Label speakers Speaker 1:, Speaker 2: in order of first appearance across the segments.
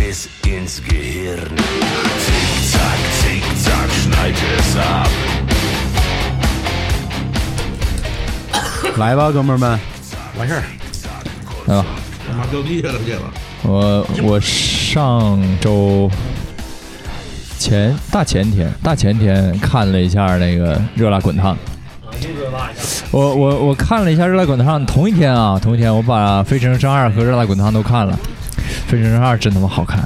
Speaker 1: ins Gehirn. Tick, zack, tick, zack, schneid es ab.
Speaker 2: 来吧，哥们儿们，
Speaker 3: 完事儿，
Speaker 4: 啊，
Speaker 3: 他妈掉地下了，这个
Speaker 4: 我我上周前大前天大前天看了一下那个《热辣滚烫》，我我我看了一下《热辣滚烫》，同一天啊，同一天我把《非诚勿扰二》和《热辣滚烫》都看了，《非诚勿扰二》真他妈好看，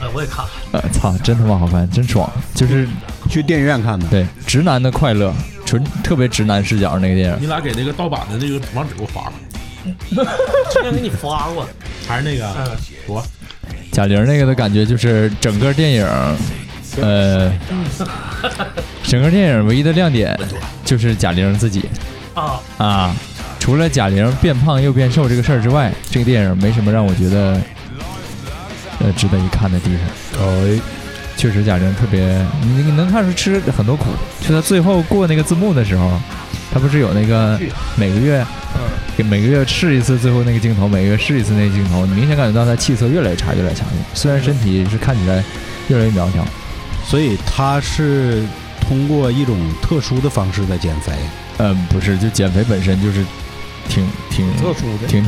Speaker 5: 哎，我也看了，
Speaker 4: 呃，操，真他妈好看，真爽，就是
Speaker 2: 去电影院看的。
Speaker 4: 对直男的快乐，纯特别直男视角那个电影，
Speaker 3: 你俩给那个盗版的那个网址给我发了，
Speaker 5: 之前给你发过，嗯
Speaker 3: 还是那个我
Speaker 4: 贾玲那个的感觉就是呃整个电影，呃，整个电影唯一的亮点就是贾玲自己
Speaker 5: 啊，
Speaker 4: 啊，除了贾玲变胖又变瘦这个事儿之外，这个电影没什么让我觉得呃值得一看的地方。哦，确实贾玲特别，你你能看出吃很多苦。就她最后过那个字幕的时候，她不是有那个每个月。给每个月试一次最后那个镜头，每个月试一次那个镜头，你明显感觉到她气色越来越差，越来越差。虽然身体是看起来越来越苗条，
Speaker 2: 所以他是通过一种特殊的方式在减肥。
Speaker 4: 嗯，不是，就减肥本身就是挺挺
Speaker 6: 特殊的，哦
Speaker 4: 挺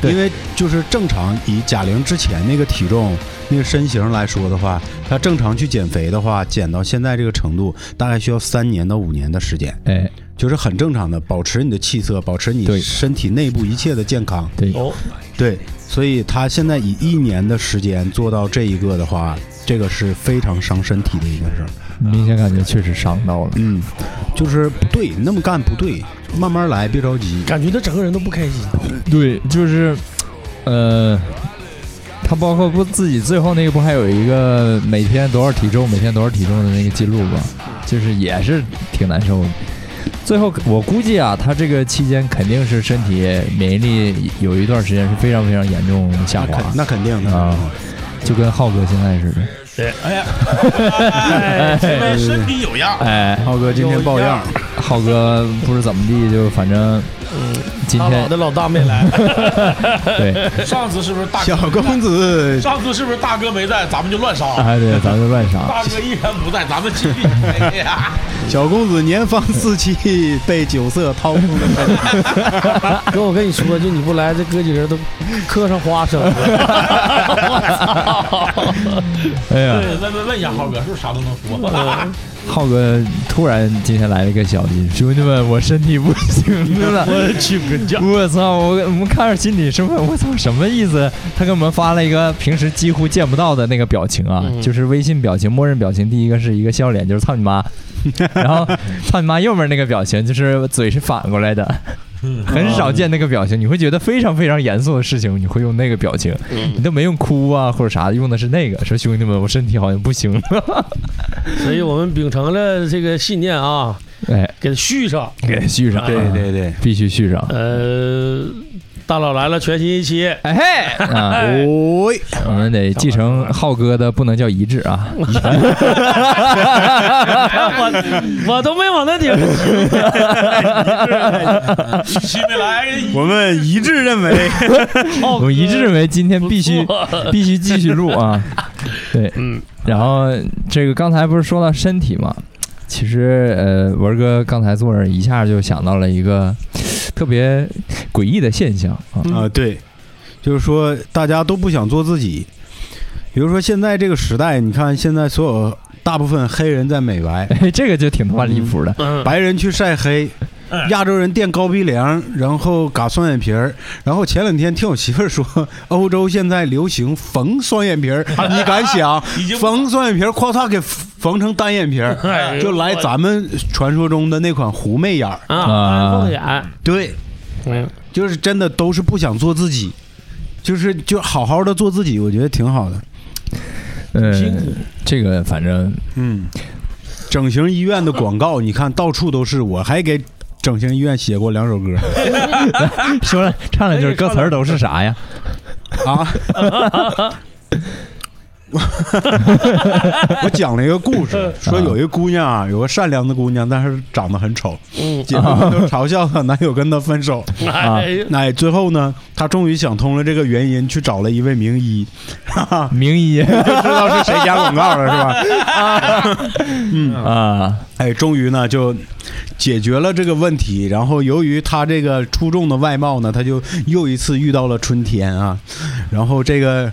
Speaker 4: 对
Speaker 2: 因为就是正常以贾玲之前那个体重、那个身形来说的话，她正常去减肥的话，减到现在这个程度，大概需要三年到五年的时间，
Speaker 4: 哎
Speaker 2: 就是很正常的，保持你的气色，保持你
Speaker 4: 对
Speaker 2: 身体内部一切的健康。
Speaker 4: 对
Speaker 5: 哦，
Speaker 2: 对，所以她现在以一年的时间做到这一个的话，这个是非常伤身体的一件事儿。
Speaker 4: 明显感觉确实伤到了。
Speaker 2: 嗯，就是不对，那么干不对，慢慢来，别着急。
Speaker 6: 感觉他整个人都不开心。
Speaker 4: 对，就是，呃，他包括不自己最后那个不还有一个每天多少体重，每天多少体重的那个记录吗？就是也是挺难受的。最后我估计啊，他这个期间肯定是身体免疫力有一段时间是非常非常严重下
Speaker 2: 那
Speaker 4: 滑
Speaker 2: 肯，那肯定的
Speaker 4: 啊就跟浩哥现在似的。
Speaker 5: 哎，现在是
Speaker 3: 身体有恙，
Speaker 4: 哎，
Speaker 2: 浩哥今天抱恙，
Speaker 4: 浩哥不知怎么地，就反正
Speaker 2: 嗯
Speaker 4: 今
Speaker 6: 大佬
Speaker 4: 天
Speaker 6: 的老大没来，
Speaker 4: 对，
Speaker 3: 上次是不是大
Speaker 2: 小
Speaker 3: 哥？
Speaker 2: 公子
Speaker 3: 上次是不是大哥没在，咱们就乱杀？
Speaker 4: 哎对，咱就乱杀。
Speaker 3: 大哥依然不在，咱们继 续。哎呀
Speaker 2: 小公子年方四七，被酒色掏空了身体。
Speaker 6: 哥，我跟你说，就你不来，这哥几个人都嗑上花生了。
Speaker 4: 哎呀。
Speaker 3: 对，问问问一下浩哥，是不是啥都能说？
Speaker 4: 浩哥突然今天来了一个消息，兄弟们，我身体不行了， 我去个假！我操，我我们看着心里生奋，我操，什么意思？他给我们发了一个平时几乎见不到的那个表情啊，
Speaker 6: 嗯
Speaker 4: 就是微信表情，默认表情，第一个是一个笑脸，就是操你 妈，然后操你妈右面那个表情就是嘴是反过来的。很少见那个表情，你会觉得非常非常严肃的事情，你会用那个表情，你都没用哭啊或者啥的，用的是那个。说兄弟们，我身体好像不行了，
Speaker 6: 所以我们秉承了这个信念啊，
Speaker 4: 哎，
Speaker 6: 给他续上。
Speaker 4: 给续上，
Speaker 2: 对对对，
Speaker 4: 必须续上。
Speaker 6: 呃，大佬来了，全新一 期。
Speaker 4: 哎嘿，啊，
Speaker 2: 哦，
Speaker 4: 我们得继承浩哥的，不能叫遗志啊，
Speaker 6: 啊我我都没往那顶上想，
Speaker 3: 一期没来，
Speaker 2: 我们一致认 为，
Speaker 4: 我们一致认为今天必须 必须继续录啊。对，
Speaker 6: 嗯，
Speaker 4: 然后这个刚才不是说到身体嘛，其实呃，文哥刚才坐那儿一下就想到了一个特别诡异的现象啊，
Speaker 2: 啊，对，就是说大家都不想做自己。比如说现在这个时代，你看现在所有大部分黑人在美白，
Speaker 4: 哎，这个就挺他妈离谱的。
Speaker 6: 嗯，
Speaker 2: 白人去晒黑，亚洲人垫高鼻梁，然后嘎双眼皮儿。然后前两天听我媳妇儿说，欧洲现在流行缝双眼 皮儿，你敢想
Speaker 3: 已经
Speaker 2: 缝双眼皮儿，夸嚓给缝成单眼皮儿，
Speaker 6: 哎呦
Speaker 2: 就来咱们传说中的那款狐媚眼儿。
Speaker 6: 啊，
Speaker 4: 啊
Speaker 6: 安凤眼，
Speaker 2: 对，
Speaker 6: 嗯，
Speaker 2: 就是真的都是不想做自己，就是就好好的做自己，我觉得挺好的。
Speaker 4: 嗯，这个反正
Speaker 2: 嗯，整形医院的广告，你看到处都是，我还给整形医院写过两首歌
Speaker 4: 说了唱两句歌词儿都是啥呀？
Speaker 2: 啊。 我讲了一个故事，说有一个姑娘啊，有个善良的姑娘，但是长得很丑，姐妹们都嘲笑她男友跟她分手。
Speaker 5: 哎呀，
Speaker 2: 哎，最后呢，她终于想通了这个原因，去找了一位名医，哈哈，
Speaker 4: 名医
Speaker 2: 就知道是谁家广告了，是吧？
Speaker 4: 啊，
Speaker 2: 哎，终于呢就解决了这个问题。然后由于她这个出众的外貌呢，她就又一次遇到了春天啊。然后这个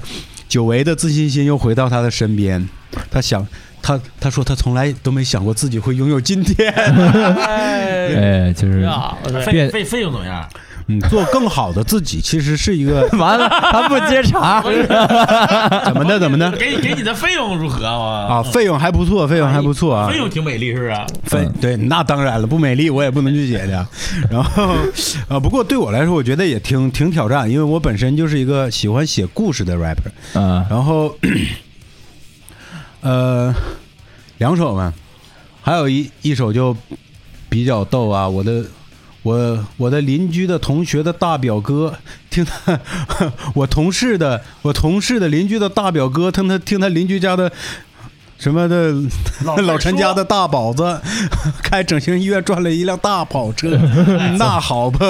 Speaker 2: 久违的自信心又回到她的身边，她想。她她说她从来都没想过自己会拥有今天，
Speaker 5: 哎
Speaker 4: 哎，就是
Speaker 5: 呀，我说
Speaker 4: 变
Speaker 3: 费费费用怎么样？
Speaker 2: 嗯，做更好的自己其实是一个
Speaker 4: 完了，他不接 茬，
Speaker 2: 怎么的怎么的
Speaker 3: 给你给你的费用如何啊？
Speaker 2: 啊，费用还不错，费用还不错啊
Speaker 3: 费，用挺美丽，是不是？
Speaker 2: 费对，那当然了，不美丽我也不能去解的。啊然后，呃，不过对我来说，我觉得也挺挺挑战，因为我本身就是一个喜欢写故事的 rapper。
Speaker 4: 啊，
Speaker 2: 然后，呃，两首嘛，还有一一首就比较逗啊，我的。我我的邻居的同学的大表哥，听他 我同事的我同事的邻居的大表哥，听他听他邻居家的什么的老陈家的大宝子， 开整形医院赚了一辆大跑 车，嗯那好吧，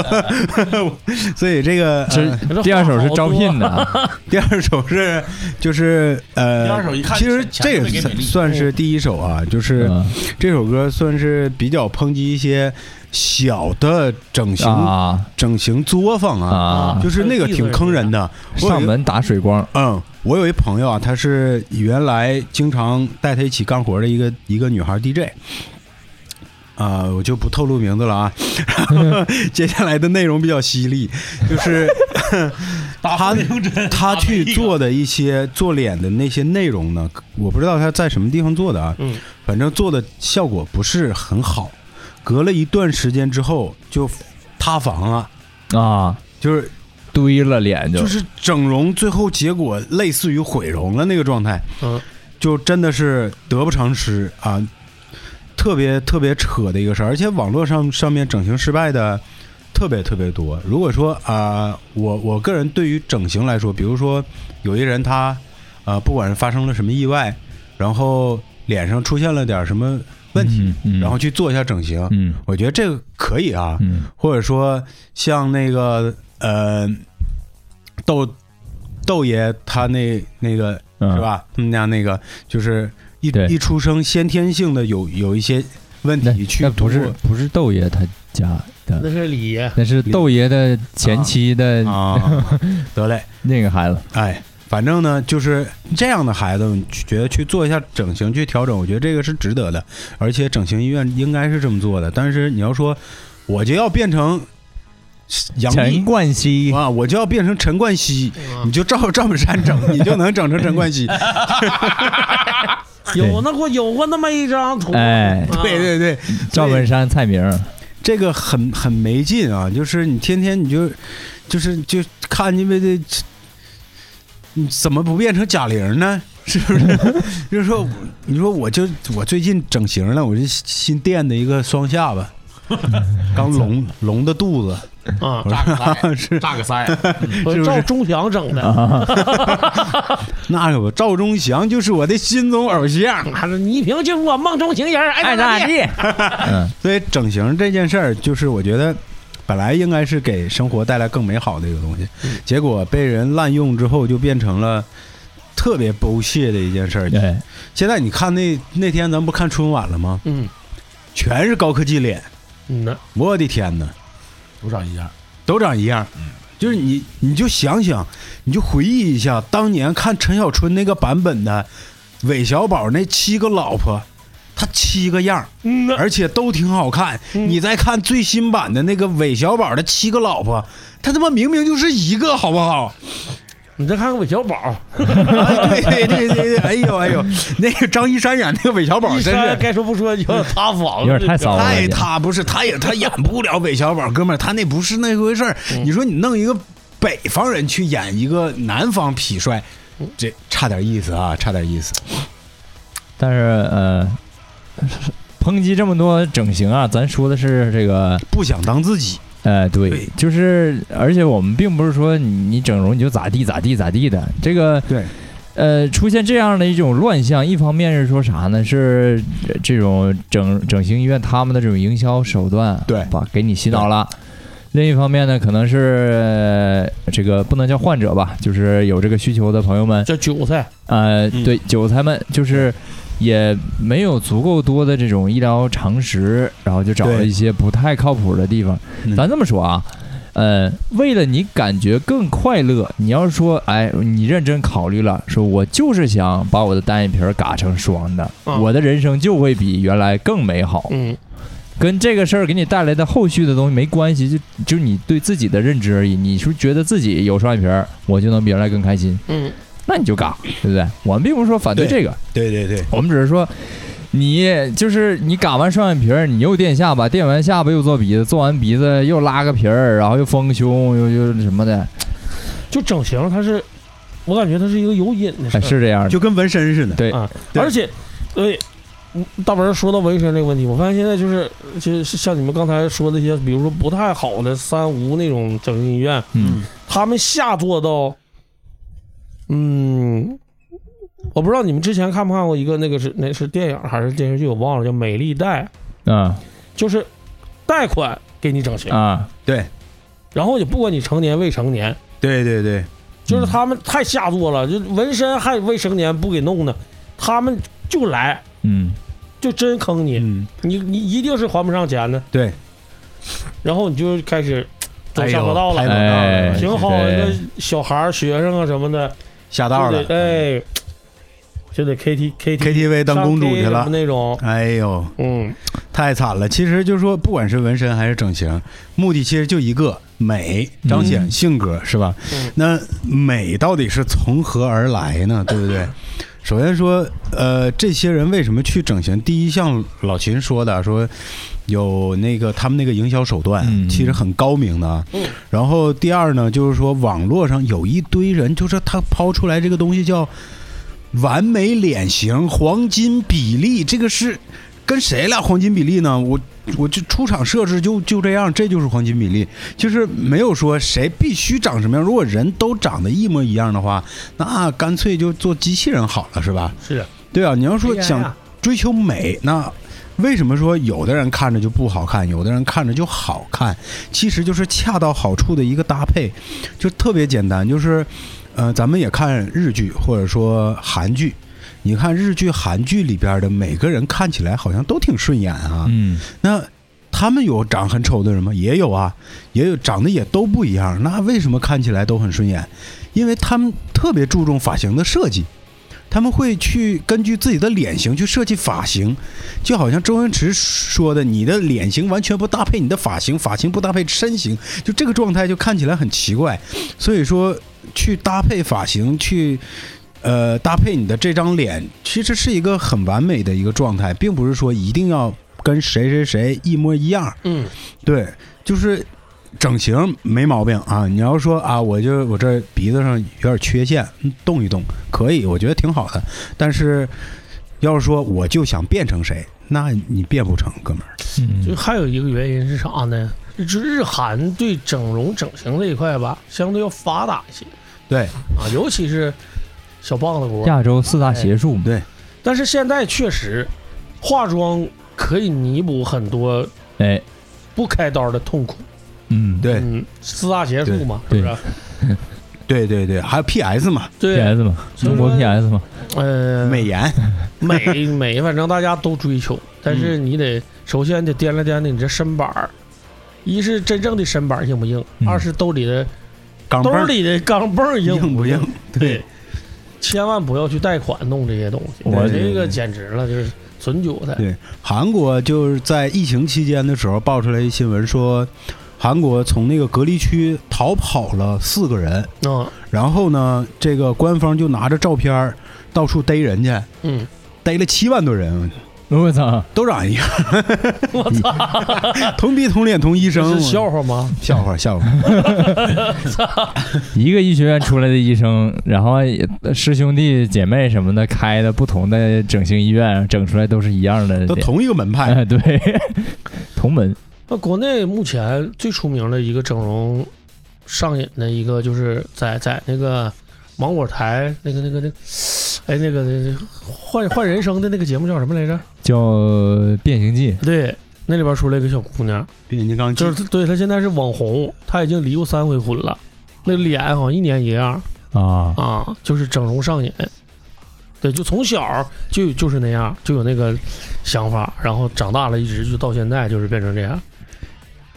Speaker 2: 所以这个、呃、
Speaker 4: 这第二首是招聘的啊，
Speaker 2: 第二首是就是呃，
Speaker 3: 第二首一看
Speaker 2: 其实
Speaker 3: 前
Speaker 2: 这
Speaker 3: 前面给
Speaker 2: 也
Speaker 3: 美
Speaker 2: 算
Speaker 3: 丽
Speaker 2: 算是第一首啊，就是
Speaker 4: 嗯
Speaker 2: 这首歌算是比较抨击一些小的整形、
Speaker 4: 啊
Speaker 2: 整形作坊啊，
Speaker 4: 啊，
Speaker 2: 就是那个挺坑人的。我有一
Speaker 4: 上门打水光，
Speaker 2: 嗯，我有一朋友啊，她是原来经常带她一起干活的一个一个女孩 DJ。啊、我就不透露名字 了啊。接下来的内容比较犀利，就是
Speaker 3: 打
Speaker 2: 他
Speaker 3: 费用针，
Speaker 2: 他去做的一些做脸的那些内容呢，我不知道他在什么地方做的啊，
Speaker 5: 嗯
Speaker 2: 反正做的效果不是很好。隔了一段时间之后就塌房了，
Speaker 4: 啊，
Speaker 2: 就是
Speaker 4: 堆了脸就
Speaker 2: 就是整容，最后结果类似于毁容了那个状态，
Speaker 5: 嗯，
Speaker 2: 就真的是得不偿失啊，特别特别扯的一个事儿。而且网络上上面整形失败的特别特别多。如果说啊、我我个人对于整形来说，比如说有一人他啊、呃不管是发生了什么意外，然后脸上出现了点什么问题，
Speaker 4: 嗯嗯
Speaker 2: 然后去做一下整形，
Speaker 4: 嗯
Speaker 2: 我觉得这个可以啊，
Speaker 4: 嗯
Speaker 2: 或者说像那个呃，豆豆爷他那那个
Speaker 4: 嗯
Speaker 2: 是吧？他们家那个就是一
Speaker 4: 对
Speaker 2: 一出生先天性的有有一些问
Speaker 4: 那
Speaker 2: 题去
Speaker 4: 那不是
Speaker 2: 通
Speaker 4: 不是豆爷他家
Speaker 5: 那
Speaker 4: 的，
Speaker 5: 是李爷，
Speaker 4: 那是豆爷的前妻的
Speaker 2: 过啊，得嘞，
Speaker 4: 那个孩子，
Speaker 2: 哎。反正呢，就是这样的孩子，你觉得去做一下整形去调整，我觉得这个是值得的，而且整形医院应该是这么做的。但是你要说，我就要变成杨
Speaker 4: 陈
Speaker 2: 幂
Speaker 4: 冠希
Speaker 2: 啊，我就要变成陈冠希，
Speaker 5: 嗯
Speaker 2: 你就照赵本山整，你就能整成陈冠希。
Speaker 5: 有那过有过那么一张图，
Speaker 4: 哎
Speaker 5: 啊
Speaker 2: 对对对，
Speaker 4: 赵本山、蔡明，
Speaker 2: 这个很很没劲啊！就是你天天你就就是就看见呗这，你怎么不变成贾玲呢？ 是不是？就是说，你说我就我最近整形了，我就新垫的一个双下巴，刚隆隆的肚子，
Speaker 5: 啊，
Speaker 3: 扎个 腮，
Speaker 2: 是
Speaker 3: 扎个腮。
Speaker 5: 我
Speaker 2: 是不是
Speaker 5: 照钟祥整的，
Speaker 2: 那可不，赵忠祥就是我的心中偶像。
Speaker 5: 还是倪萍就是我梦中情人，
Speaker 4: 哎
Speaker 5: 爱咋咋 地。
Speaker 4: 嗯
Speaker 2: 所以整形这件事儿，就是我觉得本来应该是给生活带来更美好的一个东西，结果被人滥用之后，就变成了特别剥削的一件事儿。
Speaker 4: 哎
Speaker 2: 现在你看那那天咱不看春晚了吗？
Speaker 5: 嗯
Speaker 2: 全是高科技脸，
Speaker 5: 嗯呐，
Speaker 2: 我的天哪，
Speaker 3: 都长一样，
Speaker 2: 都长一样。就是你，你就想想，你就回忆一下当年看陈小春那个版本的韦小宝那七个老婆，他七个样儿。
Speaker 5: 嗯呐，
Speaker 2: 而且都挺好看。你再看最新版的那个韦小宝的七个老婆，他他妈明明就是一个，好不好？
Speaker 5: 你再看看韦小宝，
Speaker 2: 哎对对对对对，哎呦哎呦，那个张一山演那个韦小宝哎
Speaker 5: 一
Speaker 2: 真
Speaker 5: 山
Speaker 2: 是。
Speaker 5: 该说不说，有点塌房，
Speaker 4: 有点太骚了
Speaker 2: 太他不是，他也他演不了韦小宝，哥们儿，他那不是那回事儿。你说你弄一个北方人去演一个南方痞帅，这差点意思啊，差点意思。
Speaker 4: 但是呃， 抨击这么多整形啊，咱说的是这个
Speaker 2: 不想当自己，
Speaker 4: 呃，对
Speaker 2: 对，
Speaker 4: 就是而且我们并不是说你你整容你就咋地咋地咋地的，这个
Speaker 2: 对
Speaker 4: 呃，出现这样的一种乱象，一方面是说啥呢？是这这种整整形医院他们的这种营销手段，
Speaker 2: 对
Speaker 4: 把给你洗脑了。另一方面呢，可能是、呃这个不能叫患者吧，就是有这个需求的朋友们，
Speaker 5: 叫韭菜，
Speaker 4: 呃，
Speaker 3: 嗯
Speaker 4: 对，韭菜们就是也没有足够多的这种医疗常识，然后就找了
Speaker 2: 对
Speaker 4: 一些不太靠谱的地方
Speaker 2: 嗯。
Speaker 4: 咱这么说啊，呃，为了你感觉更快乐，你要是说，哎，你认真考虑了，说我就是想把我的单眼皮儿嘎成双的，
Speaker 5: 啊
Speaker 4: 我的人生就会比原来更美好。
Speaker 5: 嗯，
Speaker 4: 跟这个事儿给你带来的后续的东西没关系，就就是你对自己的认知而已。你是不是觉得自己有双眼皮儿，我就能比原来更开心？
Speaker 5: 嗯，
Speaker 4: 那你就嘎，对不对？我们并不是说反对这个，
Speaker 2: 对对对，
Speaker 4: 我们只是说。你就是你嘎完双眼皮儿，你又垫下巴，垫完下巴又做鼻子，做完鼻子又拉个皮儿，然后又丰胸，又又什么的，
Speaker 5: 就整形，它是，我感觉它是一个有瘾的事
Speaker 4: 哎，
Speaker 5: 儿，
Speaker 4: 是这样的。
Speaker 2: 就跟纹身似的。
Speaker 4: 对
Speaker 5: 啊，
Speaker 2: 对
Speaker 5: 而且，对，嗯大文说到纹身这个问题，我发现现在就是就是像你们刚才说那些，比如说不太好的三无那种整形医院，
Speaker 4: 嗯，
Speaker 5: 他们下做到，嗯，我不知道你们之前看没看过一个那个是那是电影还是电视剧，我忘了，叫《美丽贷》，
Speaker 4: 啊
Speaker 5: 就是贷款给你整形，
Speaker 4: 啊，
Speaker 5: 然后也不管你成年未成年，
Speaker 2: 对对对，
Speaker 5: 就是他们太下作了，就纹身还未成年不给弄呢，他们就来
Speaker 4: 嗯，
Speaker 5: 就真坑你，
Speaker 2: 嗯，
Speaker 5: 你你一定是还不上钱的，
Speaker 2: 对，
Speaker 5: 然后你就开始走
Speaker 2: 哎呦
Speaker 5: 下坡道
Speaker 2: 太
Speaker 5: 了，
Speaker 2: 猛了
Speaker 4: 哎
Speaker 5: 挺好
Speaker 4: 对
Speaker 5: 的小孩儿、学生啊什么的，
Speaker 2: 下道
Speaker 5: 就
Speaker 2: 了
Speaker 5: 得哎，就得 K T K T
Speaker 2: ，KTV 当公主去了。
Speaker 5: 那种，
Speaker 2: 哎呦，
Speaker 5: 嗯，
Speaker 2: 太惨了！其实就是说，不管是纹身还是整形，目的其实就一个美，彰显
Speaker 4: 嗯
Speaker 2: 性格，是吧？
Speaker 5: 嗯
Speaker 2: 那美到底是从何而来呢？对不对？首先说，呃，这些人为什么去整形？第一，像老秦说的，说有那个他们那个营销手段，
Speaker 4: 嗯
Speaker 2: 其实很高明的啊。
Speaker 5: 嗯
Speaker 2: 然后第二呢，就是说网络上有一堆人，就是他抛出来这个东西叫完美脸型、黄金比例，这个是跟谁俩黄金比例呢？我我就出厂设置就就这样，这就是黄金比例，就是没有说谁必须长什么样。如果人都长得一模一样的话，那干脆就做机器人好了，是吧？
Speaker 5: 是
Speaker 2: 对啊，你要说
Speaker 5: AI 啊
Speaker 2: 想追求美，那为什么说有的人看着就不好看，有的人看着就好看？其实就是恰到好处的一个搭配，就特别简单。就是，呃，咱们也看日剧或者说韩剧，你看日剧、韩剧里边的每个人看起来好像都挺顺眼啊，
Speaker 4: 嗯
Speaker 2: 那他们有长很丑的人吗？也有啊，也有长得也都不一样。那为什么看起来都很顺眼？因为他们特别注重发型的设计，他们会去根据自己的脸型去设计发型，就好像周星驰说的，你的脸型完全不搭配你的发型，发型不搭配身形，就这个状态就看起来很奇怪。所以说，去搭配发型去。呃，搭配你的这张脸，其实是一个很完美的一个状态，并不是说一定要跟谁谁谁一模一样。
Speaker 5: 嗯，
Speaker 2: 对，就是整形没毛病啊。你要说啊，我就我这鼻子上有点缺陷，嗯动一动可以，我觉得挺好的。但是要是说我就想变成谁，那你变不成，哥们儿。
Speaker 5: 就
Speaker 4: 嗯
Speaker 5: 还有一个原因是啥呢？就日韩对整容整形这一块吧，相对要发达一些
Speaker 2: 对，
Speaker 5: 啊，尤其是小棒子国。
Speaker 4: 亚洲四大邪术嘛，
Speaker 5: 但是现在确实，化妆可以弥补很多
Speaker 4: 哎，
Speaker 5: 不开刀的痛苦。
Speaker 4: 嗯，
Speaker 2: 对，
Speaker 5: 嗯，四大邪术嘛，是
Speaker 4: 对
Speaker 5: 不是？
Speaker 2: 对，对，对，还有 PS 嘛，
Speaker 5: 对，
Speaker 4: ，PS 嘛，中国
Speaker 5: 所以说
Speaker 4: PS 嘛，
Speaker 5: 呃，
Speaker 2: 美颜，
Speaker 5: 美美，反正大家都追求，但是
Speaker 4: 嗯
Speaker 5: 你得首先得掂量掂量你这身板儿，一是真正的身板儿硬不硬，
Speaker 4: 嗯
Speaker 5: 二是兜里的
Speaker 2: 钢镚
Speaker 5: 兜
Speaker 2: 儿
Speaker 5: 里的钢镚儿
Speaker 2: 硬
Speaker 5: 不
Speaker 2: 不硬？？
Speaker 5: 对，千万不要去贷款弄这些东西，
Speaker 4: 我
Speaker 5: 这个简直了，就是损韭菜
Speaker 2: 对。韩国就是在疫情期间的时候爆出来一新闻说，韩国从那个隔离区逃跑了四个人，
Speaker 5: 嗯
Speaker 2: 然后呢，这个官方就拿着照片儿到处逮人去，
Speaker 5: 嗯，
Speaker 2: 逮了七万多人，
Speaker 4: 我操，
Speaker 2: 都长一样，
Speaker 5: 我操，
Speaker 2: 同鼻同脸同医
Speaker 5: 这
Speaker 2: 生，
Speaker 5: 是笑话吗？
Speaker 2: 笑话笑话，
Speaker 4: 一个医学院出来的医生，然后也师兄弟姐妹什么的开的不同的整形医院，整出来都是一样的
Speaker 2: 都
Speaker 4: 脸，
Speaker 2: 同一个门派，
Speaker 4: 哎，对， 同门，
Speaker 5: 那国内目前最出名的一个整容上瘾的一个，就是在在那个芒果台那个那个那个，哎，那个那个换换人生的那个节目叫什么来着？
Speaker 4: 叫《变形记》，
Speaker 5: 对，那里边出来一个小姑娘，
Speaker 2: 变形金刚
Speaker 5: 就是对她现在是网红，她已经离过三回婚了，那脸好像一年一样
Speaker 4: 啊，
Speaker 5: 啊，就是整容上瘾。对，就从小就就是那样，就有那个想法，然后长大了，一直就到现在就是变成这样。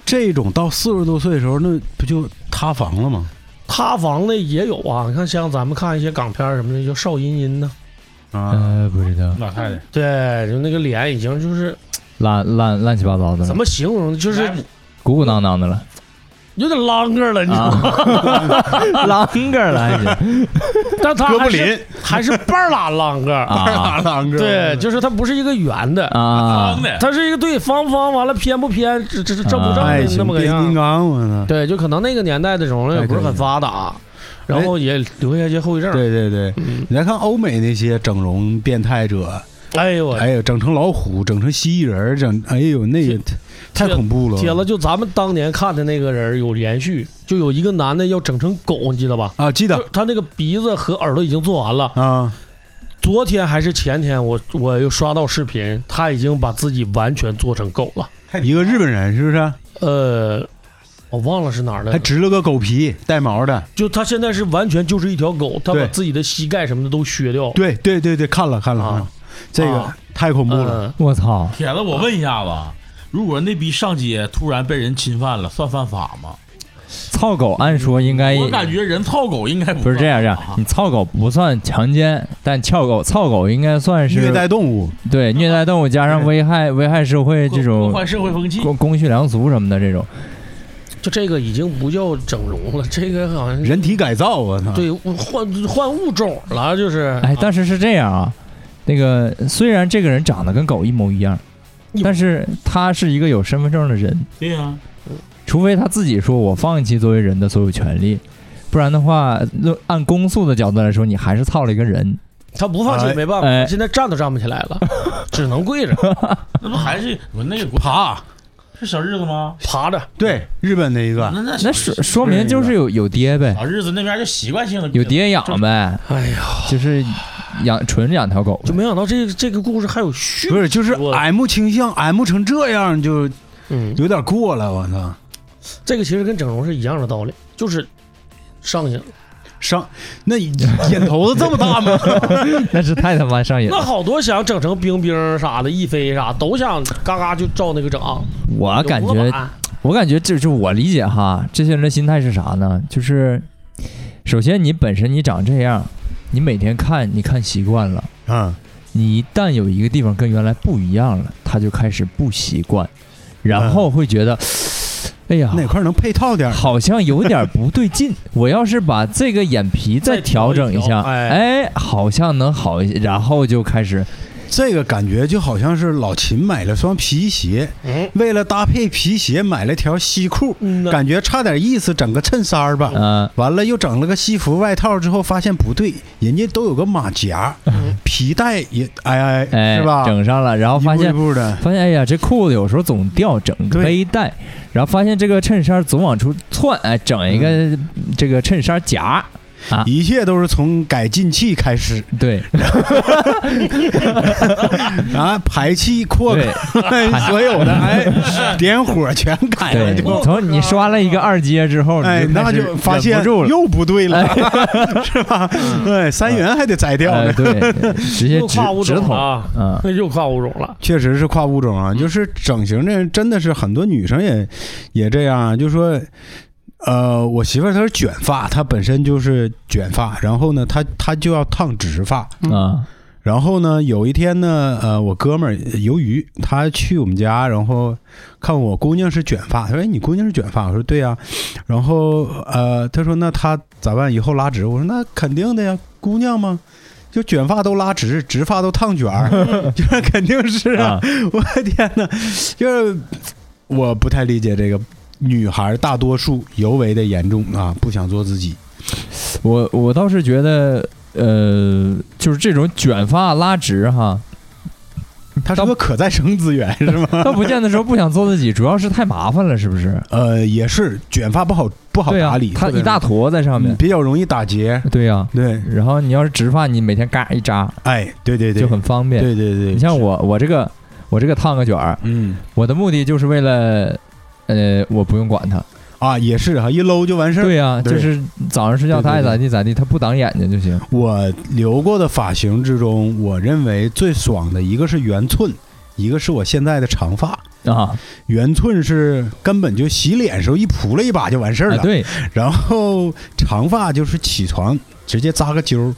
Speaker 2: 这种到四十多岁的时候，那不就塌房了吗？
Speaker 5: 塌房的也有啊，你看像咱们看一些港片儿什么的，叫邵音音呢，
Speaker 2: 啊，
Speaker 4: 呃，不知道，
Speaker 3: 老太 太
Speaker 5: 对，就那个脸已经就是
Speaker 4: 烂烂乱七八糟的
Speaker 2: 嗯
Speaker 5: 怎
Speaker 4: 了，
Speaker 5: 么形容，就是
Speaker 4: 鼓鼓囊囊的了
Speaker 5: 有点啷个了，你知
Speaker 2: 啊
Speaker 5: 道吗？
Speaker 4: 啊，啷个了还行
Speaker 5: 但他
Speaker 2: 哥布
Speaker 5: 还
Speaker 2: 林
Speaker 5: 是 还是半拉啷个儿，
Speaker 4: 啊
Speaker 2: 啷个
Speaker 5: 对，就是它不是一个圆的，
Speaker 4: 啊
Speaker 3: 方，的，
Speaker 5: 它是一个对方方，完了偏不偏，这这这正不正
Speaker 2: 啊爱
Speaker 5: 的
Speaker 2: 情
Speaker 5: 那么个
Speaker 2: 哎变形金
Speaker 5: 样。嗯
Speaker 2: 刚，我操！
Speaker 5: 对，就可能那个年代的容量也不是很发达，然后也留下一些后遗症。
Speaker 2: 哎对对对，你再看欧美那些整容变态者，
Speaker 5: 哎呦我
Speaker 2: 哎呦，整成老虎，整成蜥蜴人儿，整，哎呦，那个太恐怖了，
Speaker 5: 铁了，就咱们当年看的那个人有连续，就有一个男的要整成狗，你记得吧？
Speaker 2: 啊！记
Speaker 5: 就
Speaker 2: 得
Speaker 5: 呃他那个鼻子和耳朵已经做完了，
Speaker 2: 啊，
Speaker 5: 昨天还是前天，我我又刷到视频，他已经把自己完全做成狗了。
Speaker 2: 一个日本人是不是？
Speaker 5: 呃，我忘了是哪儿的
Speaker 2: 还，植了个狗皮，带毛的。
Speaker 5: 就他现在是完全就是一条狗，他把
Speaker 2: 对
Speaker 5: 自己的膝盖什么的都削掉。
Speaker 2: 对对对对，看了看了
Speaker 5: 啊
Speaker 2: 啊，呃这个
Speaker 5: 啊
Speaker 2: 太恐怖了。
Speaker 5: 嗯，
Speaker 4: 我操，
Speaker 3: 铁子，我问一下子，如果那逼上街突然被人侵犯了，算犯法吗？
Speaker 4: 操狗，按说应该
Speaker 3: 我感觉人操狗应该不
Speaker 4: 哎不是这样，这
Speaker 3: 算
Speaker 4: 样
Speaker 3: 法，
Speaker 4: 你操狗不算强奸，但撬狗、操狗应该算是
Speaker 2: 虐待动物，
Speaker 4: 对虐待动物加上危害危害社会这
Speaker 3: 破
Speaker 4: 种
Speaker 3: 坏社会风气，
Speaker 4: 公公序良俗什么的这种，
Speaker 5: 就这个已经不叫整容了，这个好像是
Speaker 2: 人体改造，啊我操！
Speaker 5: 对换换物种了，就是
Speaker 4: 哎，但是是这样啊，那个虽然这个人长得跟狗一模一样，但是他是一个有身份证的人，
Speaker 3: 对呀，
Speaker 4: 除非他自己说我放弃作为人的所有权利。不然的话，论按公诉的角度来说，你还是操了一个人。
Speaker 5: 他不放弃
Speaker 2: 哎
Speaker 5: 没办
Speaker 4: 哎
Speaker 5: 法，现在站都站不起来了，只能跪 着
Speaker 3: 那不还是我那个爬啊是小日子吗？
Speaker 5: 爬着。
Speaker 2: 对，日本的一个
Speaker 3: 那那
Speaker 4: 那说说明就是啊有有爹呗，
Speaker 3: 小日子那边就习惯性的
Speaker 4: 有爹养呗，
Speaker 5: 哎呀，
Speaker 4: 就是养纯养条狗呗。
Speaker 5: 就没想到这个这个故事还有续
Speaker 2: 不。是，就是
Speaker 5: 我
Speaker 2: M 倾向 M 成这样就
Speaker 5: 嗯，
Speaker 2: 有点过了，我操！
Speaker 5: 这个其实跟整容是一样的道理，就是上瘾。
Speaker 2: 上那眼头子这么大 吗？
Speaker 4: 那是太他妈上瘾
Speaker 5: 那
Speaker 4: 了。
Speaker 5: 好多想整成冰冰啥的，一飞啥都想嘎嘎就照那个整。
Speaker 4: 我
Speaker 5: 有
Speaker 4: 啊感
Speaker 5: 模
Speaker 4: 觉，啊
Speaker 5: 板
Speaker 4: 我感觉这就是我理解哈，这些人的心态是啥呢？就是首先你本身你长这样，你每天看你看习惯了，
Speaker 2: 嗯，
Speaker 4: 你一旦有一个地方跟原来不一样了，他就开始不习惯，然后会觉得，
Speaker 5: 嗯
Speaker 4: 哎呀。
Speaker 2: 哪块能配套点儿？
Speaker 4: 好像有点不对劲， 我要是把这个眼皮再
Speaker 5: 再
Speaker 4: 调
Speaker 5: 调一
Speaker 4: 整一
Speaker 5: 调
Speaker 4: 下，
Speaker 5: 哎
Speaker 4: 哎，好像能好一些，然后就开始
Speaker 2: 这个感觉就好像是老秦买了双皮鞋，
Speaker 5: 嗯
Speaker 2: 为了搭配皮鞋买了条西裤，
Speaker 5: 嗯呐
Speaker 2: 感觉差点意思，整个衬衫儿吧。
Speaker 4: 嗯、
Speaker 2: 完了又整了个西服外套，之后发现不对，人家都有个马甲，皮带也哎
Speaker 4: 哎，
Speaker 2: 哎是吧？
Speaker 4: 整上了，然后
Speaker 2: 一
Speaker 4: 发
Speaker 2: 步一
Speaker 4: 现
Speaker 2: 步的，
Speaker 4: 发现哎呀，这裤子有时候总掉，整个
Speaker 2: 对
Speaker 4: 背带，然后发现这个衬衫总往出窜，哎，整一个
Speaker 2: 嗯
Speaker 4: 这个衬衫夹，啊
Speaker 2: 一切都是从改进器开始
Speaker 4: 对
Speaker 2: 啊，排气扩
Speaker 4: 嗯 对
Speaker 2: 口所有 的哎，点火全改
Speaker 4: 对，
Speaker 2: 了哎就。
Speaker 4: 从你刷了一个二阶之后，
Speaker 2: 哎，
Speaker 4: 你
Speaker 2: 那
Speaker 4: 开始
Speaker 2: 就发
Speaker 4: 忍
Speaker 2: 现
Speaker 4: 不住了，嗯
Speaker 2: 又不对了， 是吧？对，三元还得摘掉
Speaker 4: 哎，
Speaker 2: 呢。
Speaker 4: 对， 直接
Speaker 5: 又
Speaker 4: 直
Speaker 5: 跨物
Speaker 4: 直
Speaker 5: 种了
Speaker 4: 筒，
Speaker 5: 啊，
Speaker 4: 嗯，
Speaker 5: 又跨物种了。
Speaker 2: 确实是跨物种啊，就是整形这真的是很多女生也也这样啊，就说，呃，我媳妇儿她是卷发，她本身就是卷发，然后呢，她她就要烫直发，
Speaker 4: 啊
Speaker 2: 然后呢，有一天呢，呃，我哥们儿鱿鱼他去我们家，然后看我姑娘是卷发，他说：“哎，你姑娘是卷发？”我说：“对呀、啊然后呃，他说：“那她咋办？以后拉直？”我说：“那肯定的呀，姑娘嘛，就卷发都拉直，直发都烫卷儿， 就是肯定是啊。
Speaker 4: 啊，
Speaker 2: 我的天哪，就是我不太理解这个女孩大多数尤为的严重啊，不想做自己。
Speaker 4: 我我倒是觉得，呃，就是这种卷发拉直哈，
Speaker 2: 它是
Speaker 4: 当
Speaker 2: 个可再生资源是吗？
Speaker 4: 到不见的时候不想做自己，主要是太麻烦了，是不是？
Speaker 2: 呃，也是卷发不好不好
Speaker 4: 对呀、
Speaker 2: 打理，
Speaker 4: 它
Speaker 2: 特别
Speaker 4: 一大坨在上
Speaker 2: 嗯
Speaker 4: 面。
Speaker 2: 比较容易打结。
Speaker 4: 对呀、
Speaker 2: 对，
Speaker 4: 然后你要是直发，你每天嘎一扎
Speaker 2: 哎，对对对，
Speaker 4: 就很方便。
Speaker 2: 对对对，
Speaker 4: 你像我，我这个我这个烫个卷儿，
Speaker 2: 嗯
Speaker 4: 我的目的就是为了，呃，我不用管它。
Speaker 2: 啊，也是哈，一搂就完事儿。
Speaker 4: 对呀、
Speaker 2: 对
Speaker 4: 就是早上睡觉
Speaker 2: 对对
Speaker 4: 它爱
Speaker 2: 对
Speaker 4: 咋地咋地，它不挡眼睛就行。
Speaker 2: 我留过的发型之中，我认为最爽的一个是圆寸，一个是我现在的长发。
Speaker 4: 啊，
Speaker 2: 圆寸是根本就洗脸时候一扑了一把就完事儿
Speaker 4: 哎
Speaker 2: 了，
Speaker 4: 对，
Speaker 2: 然后长发就是起床直接扎个揪儿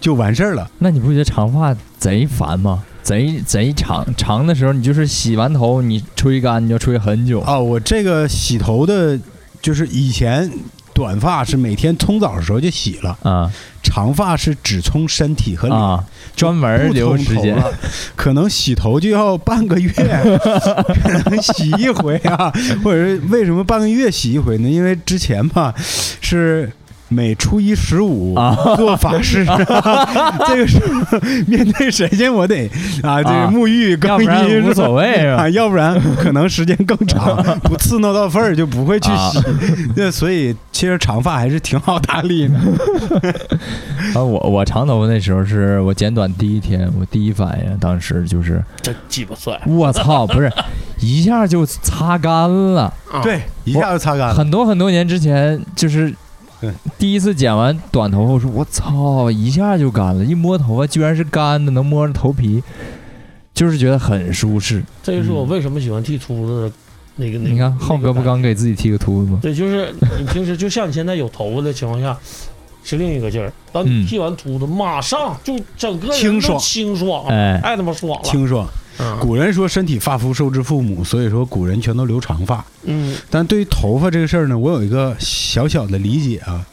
Speaker 2: 就完事儿了。
Speaker 4: 那你不觉得长发贼烦吗？贼贼长，长的时候你就是洗完头，你吹干，你要吹很久。
Speaker 2: 啊，我这个洗头的，就是以前短发是每天冲澡的时候就洗了，
Speaker 4: 啊
Speaker 2: 长发是只冲身体和脸，
Speaker 4: 啊，专门
Speaker 2: 不啊
Speaker 4: 留
Speaker 2: 冲
Speaker 4: 时
Speaker 2: 头
Speaker 4: 间。
Speaker 2: 了，可能洗头就要半个月， 可能洗一回啊，或者是为什么半个月洗一回呢？因为之前嘛是。每初一十五
Speaker 4: 啊
Speaker 2: 做 法事，这个是面对神仙，我得啊，这个
Speaker 4: 啊
Speaker 2: 沐浴
Speaker 4: 要
Speaker 2: 更
Speaker 4: 不
Speaker 2: 衣
Speaker 4: 然
Speaker 2: 是
Speaker 4: 无
Speaker 2: 吧
Speaker 4: 所谓是吧啊
Speaker 2: 啊，？要不然可能时间更长，不刺挠到份儿就不会去洗。 那、所以其实长发还是挺好打理的。
Speaker 4: 啊，我我长头发那时候是我剪短第一天，我第一反应当时就是，
Speaker 5: 真鸡巴帅，
Speaker 4: 我操，不 是，一下就擦干了。
Speaker 5: 啊
Speaker 2: 对，一下就擦干了。
Speaker 4: 很多很多年之前， 就是
Speaker 2: 对
Speaker 4: 第一次剪完短头发，我说我操，一下就干了，一摸头发居然是干的，能摸着头皮，就是觉得很舒适。
Speaker 5: 这就是我为什么喜欢剃秃子的那个那个。
Speaker 2: 嗯
Speaker 4: 你看，浩
Speaker 5: 那个
Speaker 4: 哥不
Speaker 5: 感觉
Speaker 4: 刚给自己剃个秃子吗？
Speaker 5: 对，就是你平时就像你现在有头发的情况下，是另一个劲儿。当你
Speaker 4: 嗯
Speaker 5: 剃完秃子，马上就整个人
Speaker 2: 清
Speaker 5: 都
Speaker 2: 爽
Speaker 5: 清爽，
Speaker 2: 嗯
Speaker 4: 哎
Speaker 5: 太他妈爽了。
Speaker 2: 清爽。
Speaker 5: 嗯
Speaker 2: 古人说身体发肤受之父母，所以说古人全都留长发。
Speaker 5: 嗯
Speaker 2: 但对于头发这个事儿呢，我有一个小小的理解啊，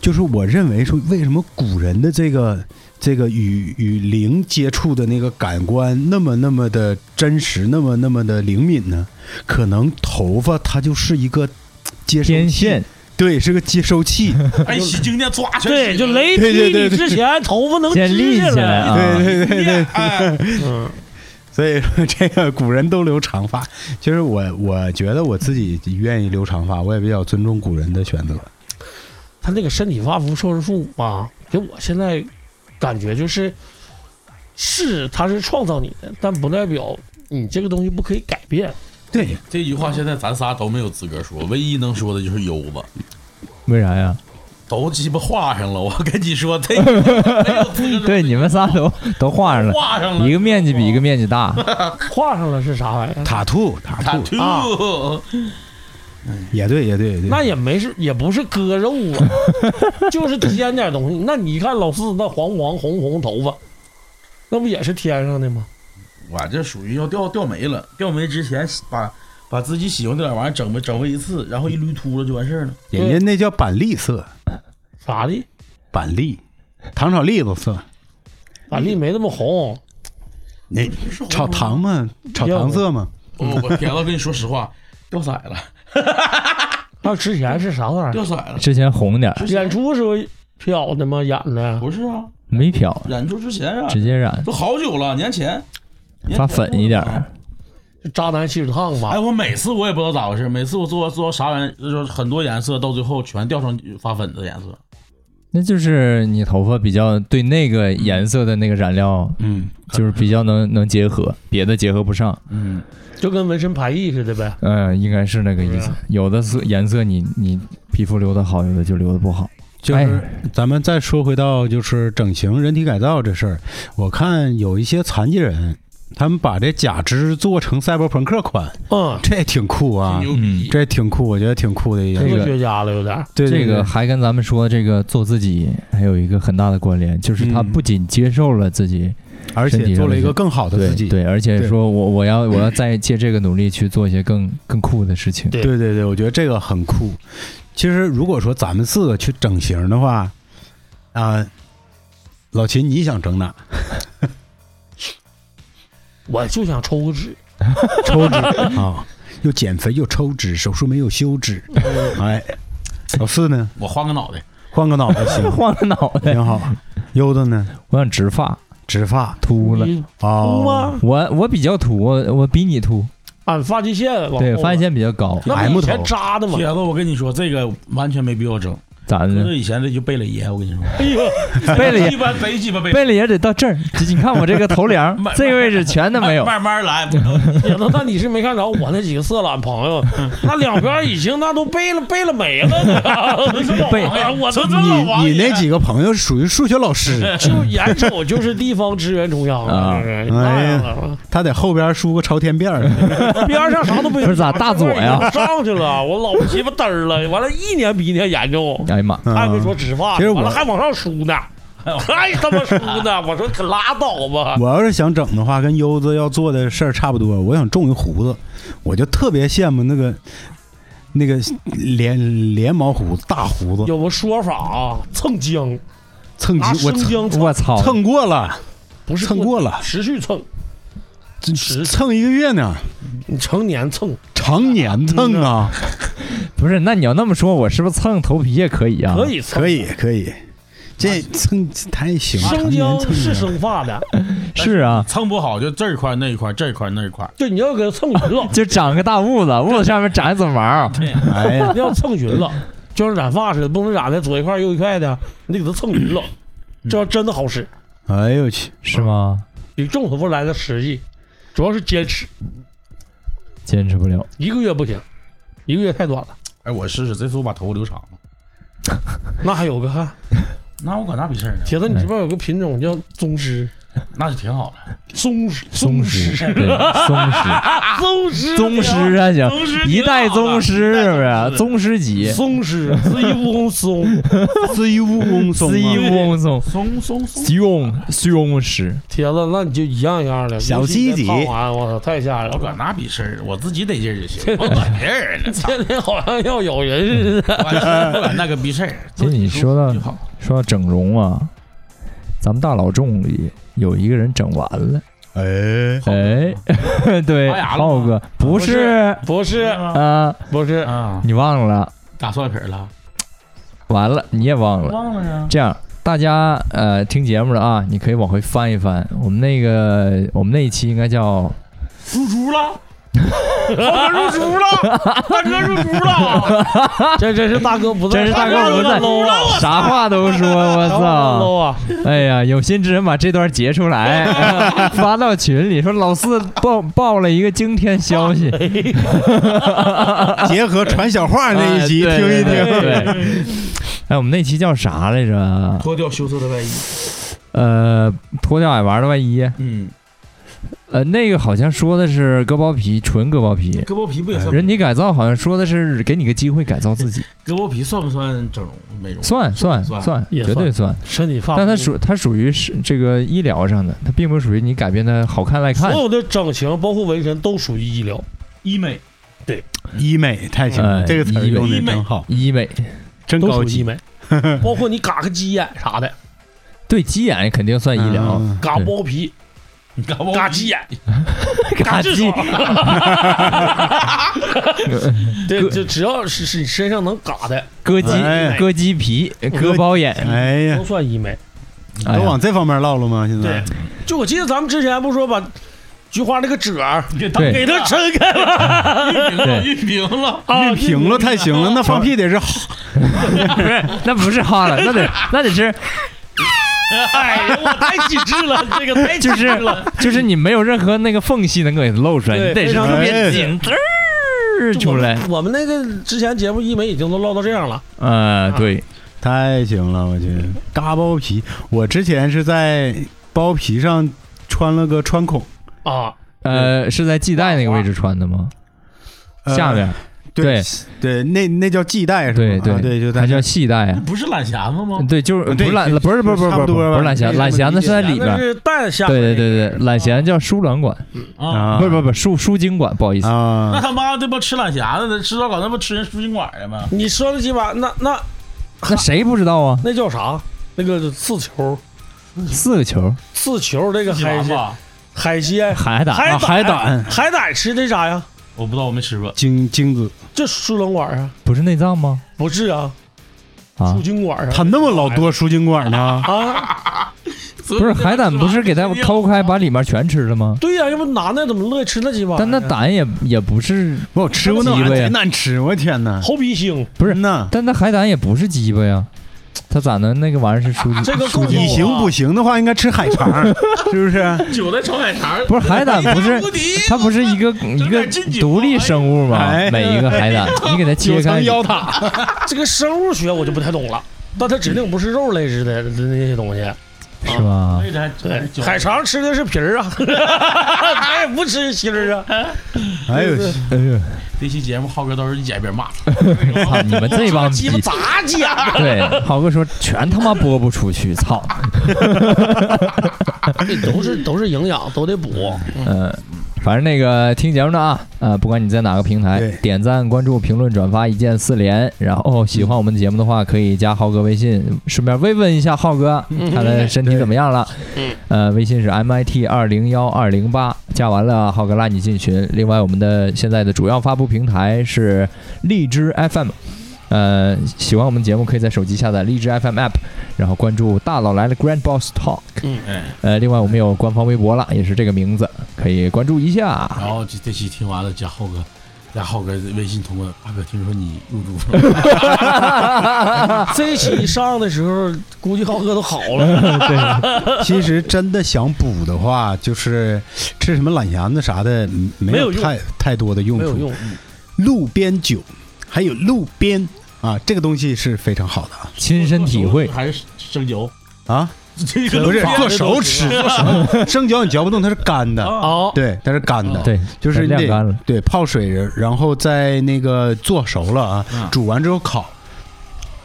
Speaker 2: 就是我认为说为什么古人的这个这个与与灵接触的那个感官那么那么的真实，那么那么的灵敏呢？可能头发它就是一个接收器
Speaker 4: 天线，
Speaker 2: 对，是个接 收器。
Speaker 3: 哎，洗经店抓全
Speaker 5: 对，
Speaker 3: 洗
Speaker 5: 就雷
Speaker 2: 对对
Speaker 5: 劈
Speaker 2: 对
Speaker 5: 你
Speaker 2: 对
Speaker 5: 之前头发能
Speaker 4: 先立起
Speaker 5: 支
Speaker 4: 来
Speaker 5: 来。
Speaker 4: 啊！
Speaker 2: 对对对对，
Speaker 3: 哎，
Speaker 5: 嗯，
Speaker 2: 所以说这个古人都留长发。其实我我觉得我自己愿意留长发，我也比较尊重古人的选择。
Speaker 5: 他那个身体发肤受之父母吧，给我现在感觉就是，是他是创造你的，但不代表你这个东西不可以改变。
Speaker 2: 对，
Speaker 3: 这句话现在咱仨都没有资格说，唯一能说的就是优子，
Speaker 4: 为啥呀？
Speaker 2: 嗯
Speaker 3: 都鸡巴画上了。我跟你说，这个没有资格
Speaker 4: 对，你们仨都都画上了，
Speaker 3: 画上了
Speaker 4: 一个面积比一个面积大。
Speaker 5: 画上了是啥玩意儿？
Speaker 2: 塔兔塔
Speaker 3: 塔
Speaker 2: 兔
Speaker 3: 兔
Speaker 5: 啊
Speaker 2: 也对也对也对。
Speaker 5: 那也没事，也不是割肉啊，就是添点东西。那你看老四那黄黄红红头发，那不也是添上的吗？
Speaker 3: 我这属于要掉掉没了，掉没之前把把自己喜欢的点玩意儿整吧整吧一次，然后一捋秃了就完事儿了。
Speaker 2: 人家那叫板栗色，
Speaker 5: 咋的？
Speaker 2: 板栗，糖炒栗子色。
Speaker 5: 板栗没那么红，
Speaker 2: 那
Speaker 3: 是红
Speaker 2: 炒糖嘛，炒糖色嘛，
Speaker 4: 哎
Speaker 3: 不不不，铁哦子，我跟你说实话，掉色了，
Speaker 5: 那之前是啥玩意儿？
Speaker 3: 掉色了。
Speaker 4: 之前红点儿，
Speaker 5: 演出时候漂的吗？演的？
Speaker 3: 不是啊，
Speaker 4: 没漂，
Speaker 3: 染出之前啊，
Speaker 4: 直接染，
Speaker 3: 都好久了，年前
Speaker 4: 发粉一点儿。
Speaker 5: 渣男锡纸烫
Speaker 3: 哎，
Speaker 5: 吧？
Speaker 3: 我每次我也不知道咋回事，每次我做做啥玩意儿，就是很多颜色，到最后全掉成发粉的颜色。
Speaker 4: 那就是你头发比较对那个颜色的那个染料，
Speaker 2: 嗯，
Speaker 4: 就是比较能能结合，别的结合不上。
Speaker 3: 嗯，
Speaker 5: 就跟纹身排异似的呗。
Speaker 4: 嗯，应该是那个意思
Speaker 5: 是啊。
Speaker 4: 有的色颜色你你皮肤留的好，有的就留的不好。
Speaker 2: 就是
Speaker 4: 哎
Speaker 2: 咱们再说回到就是整形、人体改造这事儿，我看有一些残疾人，他们把这假肢做成赛博朋克款，
Speaker 5: 嗯，
Speaker 2: 这也挺酷啊，
Speaker 3: 牛逼！
Speaker 2: 这也挺酷，我觉得挺酷的一件
Speaker 5: 科
Speaker 4: 这个
Speaker 5: 学家了有点儿。
Speaker 2: 对
Speaker 4: 这个
Speaker 2: 对
Speaker 4: 还跟咱们说这个做自己还有一个很大的关联，就是他
Speaker 2: 嗯
Speaker 4: 不仅接受了自己，
Speaker 2: 对而
Speaker 4: 身体
Speaker 2: 且
Speaker 4: 上
Speaker 2: 做了一
Speaker 4: 的
Speaker 2: 个更好的自己。
Speaker 4: 对对，而且
Speaker 2: 对
Speaker 4: 说我我要我要再借这个努力去做一些更更酷的事情。
Speaker 5: 对
Speaker 2: 对对对，我觉得这个很酷。其实如果说咱们四个去整形的话，啊、老秦你想整哪？
Speaker 5: 我就想抽个脂，
Speaker 2: 抽脂
Speaker 5: 嗯
Speaker 2: 啊、又减肥又抽脂，手术没有休脂。
Speaker 5: 嗯
Speaker 2: 哎，老四呢？
Speaker 3: 我换个脑袋，
Speaker 2: 换个脑袋行，
Speaker 4: 晃个脑袋，
Speaker 2: 挺好。悠的呢？
Speaker 4: 我想植发，
Speaker 2: 植发
Speaker 4: 秃
Speaker 2: 嗯
Speaker 4: 了。
Speaker 5: 你秃
Speaker 2: 哦，
Speaker 5: 吗？
Speaker 4: 我我比较秃，我我比你秃，
Speaker 5: 俺发际线往后
Speaker 2: 啊
Speaker 4: 对，发际线比较高，
Speaker 5: 那不
Speaker 2: M
Speaker 5: 以前
Speaker 2: 头
Speaker 5: 扎的吗？
Speaker 3: 铁子，我跟你说，这个完全没必要整。
Speaker 4: 咋的
Speaker 3: 就
Speaker 4: 呢？
Speaker 3: 是以前这就贝勒爷，我跟你说，
Speaker 5: 哎呦，
Speaker 4: 贝勒嗯爷
Speaker 3: 一般贼鸡巴贝勒
Speaker 4: 贝勒也得到这儿，你看我这个头梁
Speaker 3: 慢
Speaker 4: 这个位置全都 没有，
Speaker 3: 慢慢来，不能
Speaker 5: 铁子，那你是没看着我那几个色懒朋友，那两边已经那都背了背了没了 呢，哎
Speaker 4: 背
Speaker 5: 我都
Speaker 2: 你你那几个朋友属于数学老 师，
Speaker 5: 就眼瞅就是地方支援中央
Speaker 4: 啊
Speaker 5: 了，就是那样了
Speaker 2: 他在后边梳个朝天 辫儿，
Speaker 5: 边上啥都没有。哎
Speaker 4: 不是咋大左呀？
Speaker 5: 上去了，我老鸡巴嘚儿了，完了，一年比一年严重。
Speaker 4: 哎呀妈，
Speaker 5: 还没说植发，
Speaker 2: 嗯其实我
Speaker 5: 完了还往上梳呢，还他妈梳呢！我说可拉倒吧，
Speaker 2: 我要是想整的话，跟优子要做的事儿差不多。我想种一胡子，我就特别羡慕那个那个连连毛胡子、大胡子，
Speaker 5: 有个说法啊，蹭姜，
Speaker 2: 蹭
Speaker 5: 拿
Speaker 2: 几我
Speaker 5: 生
Speaker 2: 蹭
Speaker 5: 姜蹭，
Speaker 4: 我操，
Speaker 2: 蹭过了，
Speaker 5: 不是
Speaker 2: 蹭过了，
Speaker 5: 持续蹭，
Speaker 2: 这蹭一个月呢，
Speaker 5: 你成年蹭
Speaker 2: 常年蹭啊，
Speaker 4: 不是，那你要那么说，我是不是蹭头皮也可以啊？
Speaker 5: 可以蹭，
Speaker 2: 可以可以，这蹭太行，常
Speaker 5: 生
Speaker 2: 年
Speaker 5: 姜
Speaker 2: 蹭
Speaker 5: 是
Speaker 2: 啊。
Speaker 5: 生发的，
Speaker 4: 是啊，
Speaker 3: 蹭不好就这一块那一块，这一块那一块。
Speaker 5: 就你要给它蹭匀了，
Speaker 4: 就长个大痦子，痦子上面长一撮毛，
Speaker 2: 哎呀，
Speaker 5: 你要蹭匀了，就像染发似的，不能染的左一块右一块的，你得给它蹭匀了，
Speaker 2: 嗯
Speaker 5: 这要真的好使，
Speaker 2: 哎呦我去，
Speaker 4: 是吗？
Speaker 5: 比种头发来的实际，主要是坚持，
Speaker 4: 坚持不了，
Speaker 5: 一个月不行，一个月太短了，
Speaker 3: 哎，我试试，这次我把头发留长了，
Speaker 5: 那还有个汗。
Speaker 3: 那我搁那比试呢，
Speaker 5: 铁子，你这边有个品种叫宗师，
Speaker 3: 那就挺好了。
Speaker 5: 松狮，
Speaker 4: 松啊狮，对，松狮，
Speaker 5: 松狮，
Speaker 4: 宗师还行，
Speaker 3: 宗师
Speaker 4: 一代宗师是不
Speaker 3: 一代
Speaker 4: 是？宗师级，
Speaker 5: 松狮，是一乌红松，
Speaker 2: 自一蜈蚣松
Speaker 4: 西
Speaker 2: 啊，
Speaker 4: 翁宗，
Speaker 3: 松松松，
Speaker 4: 凶凶师，
Speaker 5: 铁子，那你就一样一样的。
Speaker 2: 小
Speaker 5: 鸡
Speaker 2: 鸡鸡
Speaker 5: 我操，太吓人
Speaker 3: 我搁
Speaker 5: 了！
Speaker 3: 那比试，我自己得劲儿就 行，我管别人呢，操，
Speaker 5: 天天好像要咬人似的。
Speaker 3: 我管那个逼事儿。
Speaker 4: 其实你说到
Speaker 3: 就好
Speaker 4: 说到整容啊，咱们大老众里有一个人整完了，
Speaker 2: 哎，
Speaker 4: 哎， 对，
Speaker 3: 拔牙了吗
Speaker 4: 浩哥不
Speaker 5: 不
Speaker 4: 是
Speaker 5: 不是，
Speaker 4: 啊，
Speaker 5: 不是，
Speaker 3: 啊，
Speaker 4: 你忘了，
Speaker 3: 打双眼皮儿了？
Speaker 4: 完了你也忘了，
Speaker 3: 忘了呀。
Speaker 4: 这样。大家呃听节目了啊，你可以往回翻一翻，我们那个我们那一期应该叫
Speaker 3: 入猪了，大哥入猪了，大哥入猪了，
Speaker 5: 啊 这真是大哥不在，
Speaker 4: 真是大哥不在
Speaker 5: 搂啊，
Speaker 4: 啥话都 说，我操！
Speaker 5: 搂啊！
Speaker 4: 哎呀，有心之人把这段截出 来，发到群里，说老四爆爆了一个惊天消息，
Speaker 2: 结合传小话那一集
Speaker 4: 哎
Speaker 2: 听一
Speaker 4: 对对
Speaker 2: 听，
Speaker 4: 对对哎，我们那期叫啥来着？
Speaker 3: 脱掉羞涩的外衣。
Speaker 4: 呃，脱掉矮娃的外衣。
Speaker 3: 嗯，
Speaker 4: 呃，那个好像说的是割包皮，纯割包皮。
Speaker 3: 割包皮不也 算？
Speaker 4: 哎人体改造好像说的是给你个机会改造自己，
Speaker 3: 割包皮算不算整容？美容？
Speaker 4: 算算
Speaker 3: 算
Speaker 4: 算，
Speaker 5: 也
Speaker 4: 绝对算。
Speaker 5: 身体发肤，
Speaker 4: 但它属它属于是这个医疗上的，它并不属于你改变它好看赖看
Speaker 2: 哦
Speaker 5: 所。有的整形，包括纹身，都属于医疗。
Speaker 3: 医美
Speaker 2: 医美太行了，
Speaker 4: 哎
Speaker 2: 这个词儿
Speaker 4: 医美
Speaker 2: 用的真好，
Speaker 4: 医美
Speaker 2: 真
Speaker 5: 都
Speaker 2: 高
Speaker 5: 属于医
Speaker 2: 级，
Speaker 5: 美，包括你嘎个鸡眼啥的，
Speaker 4: 对鸡眼肯定算医疗，
Speaker 2: 嗯
Speaker 5: 嘎
Speaker 4: 对
Speaker 5: 包皮，
Speaker 3: 你割包
Speaker 5: 嘎
Speaker 3: 皮
Speaker 5: 鸡眼，嘎
Speaker 4: 嘎
Speaker 5: 痔
Speaker 4: 鸡
Speaker 5: 疮。 对，就只要是是你身上能嘎的，
Speaker 4: 割鸡
Speaker 2: 哎
Speaker 4: 割鸡皮割
Speaker 2: 割
Speaker 4: 包眼，
Speaker 2: 哎呀
Speaker 5: 都，算医美。嗯
Speaker 4: 哎
Speaker 2: 都
Speaker 4: 呀
Speaker 2: 往这方面唠了吗？现在
Speaker 5: 就我记得咱们之前不说把菊花那个褶儿
Speaker 3: 给他
Speaker 4: 对
Speaker 5: 给它撑开了
Speaker 4: 对
Speaker 3: 熨平了，
Speaker 5: 啊，
Speaker 2: 哦平了太行
Speaker 4: 哦
Speaker 2: 了，那放屁得是好
Speaker 4: 不是，那不是哈了，那得那得是，
Speaker 5: 哎呀，我太机智了，这个太机
Speaker 4: 就
Speaker 5: 智
Speaker 4: 是
Speaker 5: 了。
Speaker 4: 就是你没有任何那个缝隙能给它露出来，
Speaker 5: 对
Speaker 4: 你得是
Speaker 5: 非常
Speaker 4: 特别
Speaker 2: 哎
Speaker 4: 紧，滋儿
Speaker 5: 我
Speaker 4: 出
Speaker 5: 们
Speaker 4: 来。
Speaker 5: 我们那个之前节目医美已经都唠到这样了，
Speaker 4: 呃，
Speaker 2: 啊
Speaker 4: 对，
Speaker 2: 太行了，我去，嘎包皮，我之前是在包皮上穿了个穿孔，
Speaker 5: 啊，
Speaker 4: 呃，是在系带那个位置穿的吗？
Speaker 2: 呃
Speaker 4: 下边，
Speaker 2: 对对，那那叫系带是吧？
Speaker 4: 对
Speaker 2: 啊对，就
Speaker 4: 它
Speaker 2: 在
Speaker 4: 叫系带啊。
Speaker 3: 不是懒匣子吗？
Speaker 4: 对，就是
Speaker 2: 呃
Speaker 4: 不
Speaker 2: 对
Speaker 4: 是懒，
Speaker 2: 对
Speaker 4: 不是不是不是
Speaker 2: 差
Speaker 4: 不是
Speaker 2: 不
Speaker 4: 不
Speaker 2: 多
Speaker 4: 是
Speaker 2: 吧
Speaker 4: 不是懒
Speaker 2: 可
Speaker 4: 弦，
Speaker 2: 以这
Speaker 4: 懒弦那
Speaker 2: 么理
Speaker 4: 是
Speaker 2: 解
Speaker 4: 在
Speaker 5: 那
Speaker 4: 里边儿。
Speaker 5: 是蛋下
Speaker 4: 对对
Speaker 5: 面
Speaker 4: 对对，懒弦叫输卵管，
Speaker 3: 啊，
Speaker 4: 不是不是不是输输精管，不好意思，
Speaker 3: 那
Speaker 2: 啊，
Speaker 3: 他妈这不吃懒匣子的，吃烧烤那不吃人输精管的吗？
Speaker 5: 你说了几把，那那
Speaker 4: 那谁不知道啊？
Speaker 5: 那叫啥？那个刺球，
Speaker 4: 四个球，
Speaker 5: 刺球这个海
Speaker 3: 海
Speaker 5: 鲜，
Speaker 3: 吧，
Speaker 5: 海鲜，
Speaker 4: 海胆，
Speaker 5: 海
Speaker 4: 啊
Speaker 5: 海
Speaker 2: 哎胆
Speaker 5: 海胆吃的啥呀？
Speaker 3: 我不知道，我没吃过。
Speaker 2: 精精子，
Speaker 5: 这输卵管啊？
Speaker 4: 不是内脏吗？
Speaker 5: 不是啊，
Speaker 4: 啊
Speaker 5: 输，精管啊。
Speaker 2: 他那么老多输精管呢？
Speaker 5: 啊，
Speaker 4: 不是海胆不是给它抠开把里面全吃了吗？
Speaker 5: 对呀、要不男的怎么乐意吃那鸡巴？
Speaker 4: 但那胆也也不是，
Speaker 2: 我吃过那玩意
Speaker 4: 鸡
Speaker 2: 儿
Speaker 4: 巴呀
Speaker 2: 贼难吃，我天哪！
Speaker 5: 猴皮星，
Speaker 4: 不是
Speaker 2: 呐，
Speaker 4: 但那海胆也不是鸡巴呀，它咋能那个玩意儿是输？
Speaker 5: 这个够
Speaker 4: 输
Speaker 5: 肉
Speaker 2: 以
Speaker 5: 啊
Speaker 2: 形补形的话，应该吃海肠，是 不是？
Speaker 3: 韭菜炒海肠，
Speaker 4: 不是海胆不是
Speaker 3: 无敌
Speaker 4: 它不是一个一个独立生物吗
Speaker 2: 哎？
Speaker 4: 每一个海胆，你给它切开，
Speaker 2: 塔，
Speaker 5: 这个生物学我就不太懂了，但它指定不是肉类似的那些东西。
Speaker 4: 是吧？
Speaker 3: 为啥
Speaker 5: 对，
Speaker 3: 韭
Speaker 5: 海肠吃的是皮儿啊， 它也不吃心儿啊。
Speaker 2: 哎呦，
Speaker 4: 哎呦，
Speaker 3: 这期节目浩哥到时候一剪别骂，
Speaker 4: 操 你们这帮
Speaker 5: 鸡
Speaker 4: 逼
Speaker 5: 巴！咋讲？
Speaker 4: 对，好哥说全他妈播不出去，操！
Speaker 5: 都是都是营养，都得补。
Speaker 4: 嗯，反正那个听节目的啊，呃，不管你在哪个平台
Speaker 2: 对，
Speaker 4: 点赞、关注、评论、转发，一键四连。然后喜欢我们的节目的话，可以加浩哥微信，顺便慰问一下浩哥，看他身体怎么样了。呃，微信是 MIT 二零幺二零八，加完了浩哥拉你进群。另外，我们的现在的主要发布平台是荔枝 FM。呃，喜欢我们节目，可以在手机下载荔枝 FM app，然后关注“大佬来了 Grand Boss Talk”。
Speaker 2: 嗯
Speaker 3: 哎，
Speaker 4: 呃，另外我们有官方微博了，也是这个名字，可以关注一下。
Speaker 3: 然后这这期听完了，加浩哥，加浩哥微信通过，大哥听说你入住了，
Speaker 5: 啊这一期上的时候，估计浩哥都好了。
Speaker 2: 其实真的想补的话，就是吃什么懒羊子啥的，嗯没
Speaker 5: 没有
Speaker 2: 有
Speaker 5: 用
Speaker 2: 太太多的用
Speaker 5: 没有
Speaker 2: 处。
Speaker 5: 用，
Speaker 2: 路边酒，还有路边啊，这个东西是非常好的啊
Speaker 4: 亲身体会，
Speaker 3: 还是生嚼，
Speaker 2: 啊，
Speaker 3: 这个
Speaker 2: 不是
Speaker 3: 都
Speaker 2: 做熟吃，做熟 生嚼你嚼不动，它是干的，
Speaker 5: 哦，
Speaker 2: 对，它是干的，
Speaker 4: 对，
Speaker 2: 嗯就是你
Speaker 4: 晾干
Speaker 2: 得
Speaker 4: 了。
Speaker 2: 对泡水，然后再那个做熟了啊
Speaker 3: 嗯，
Speaker 2: 煮完之后烤，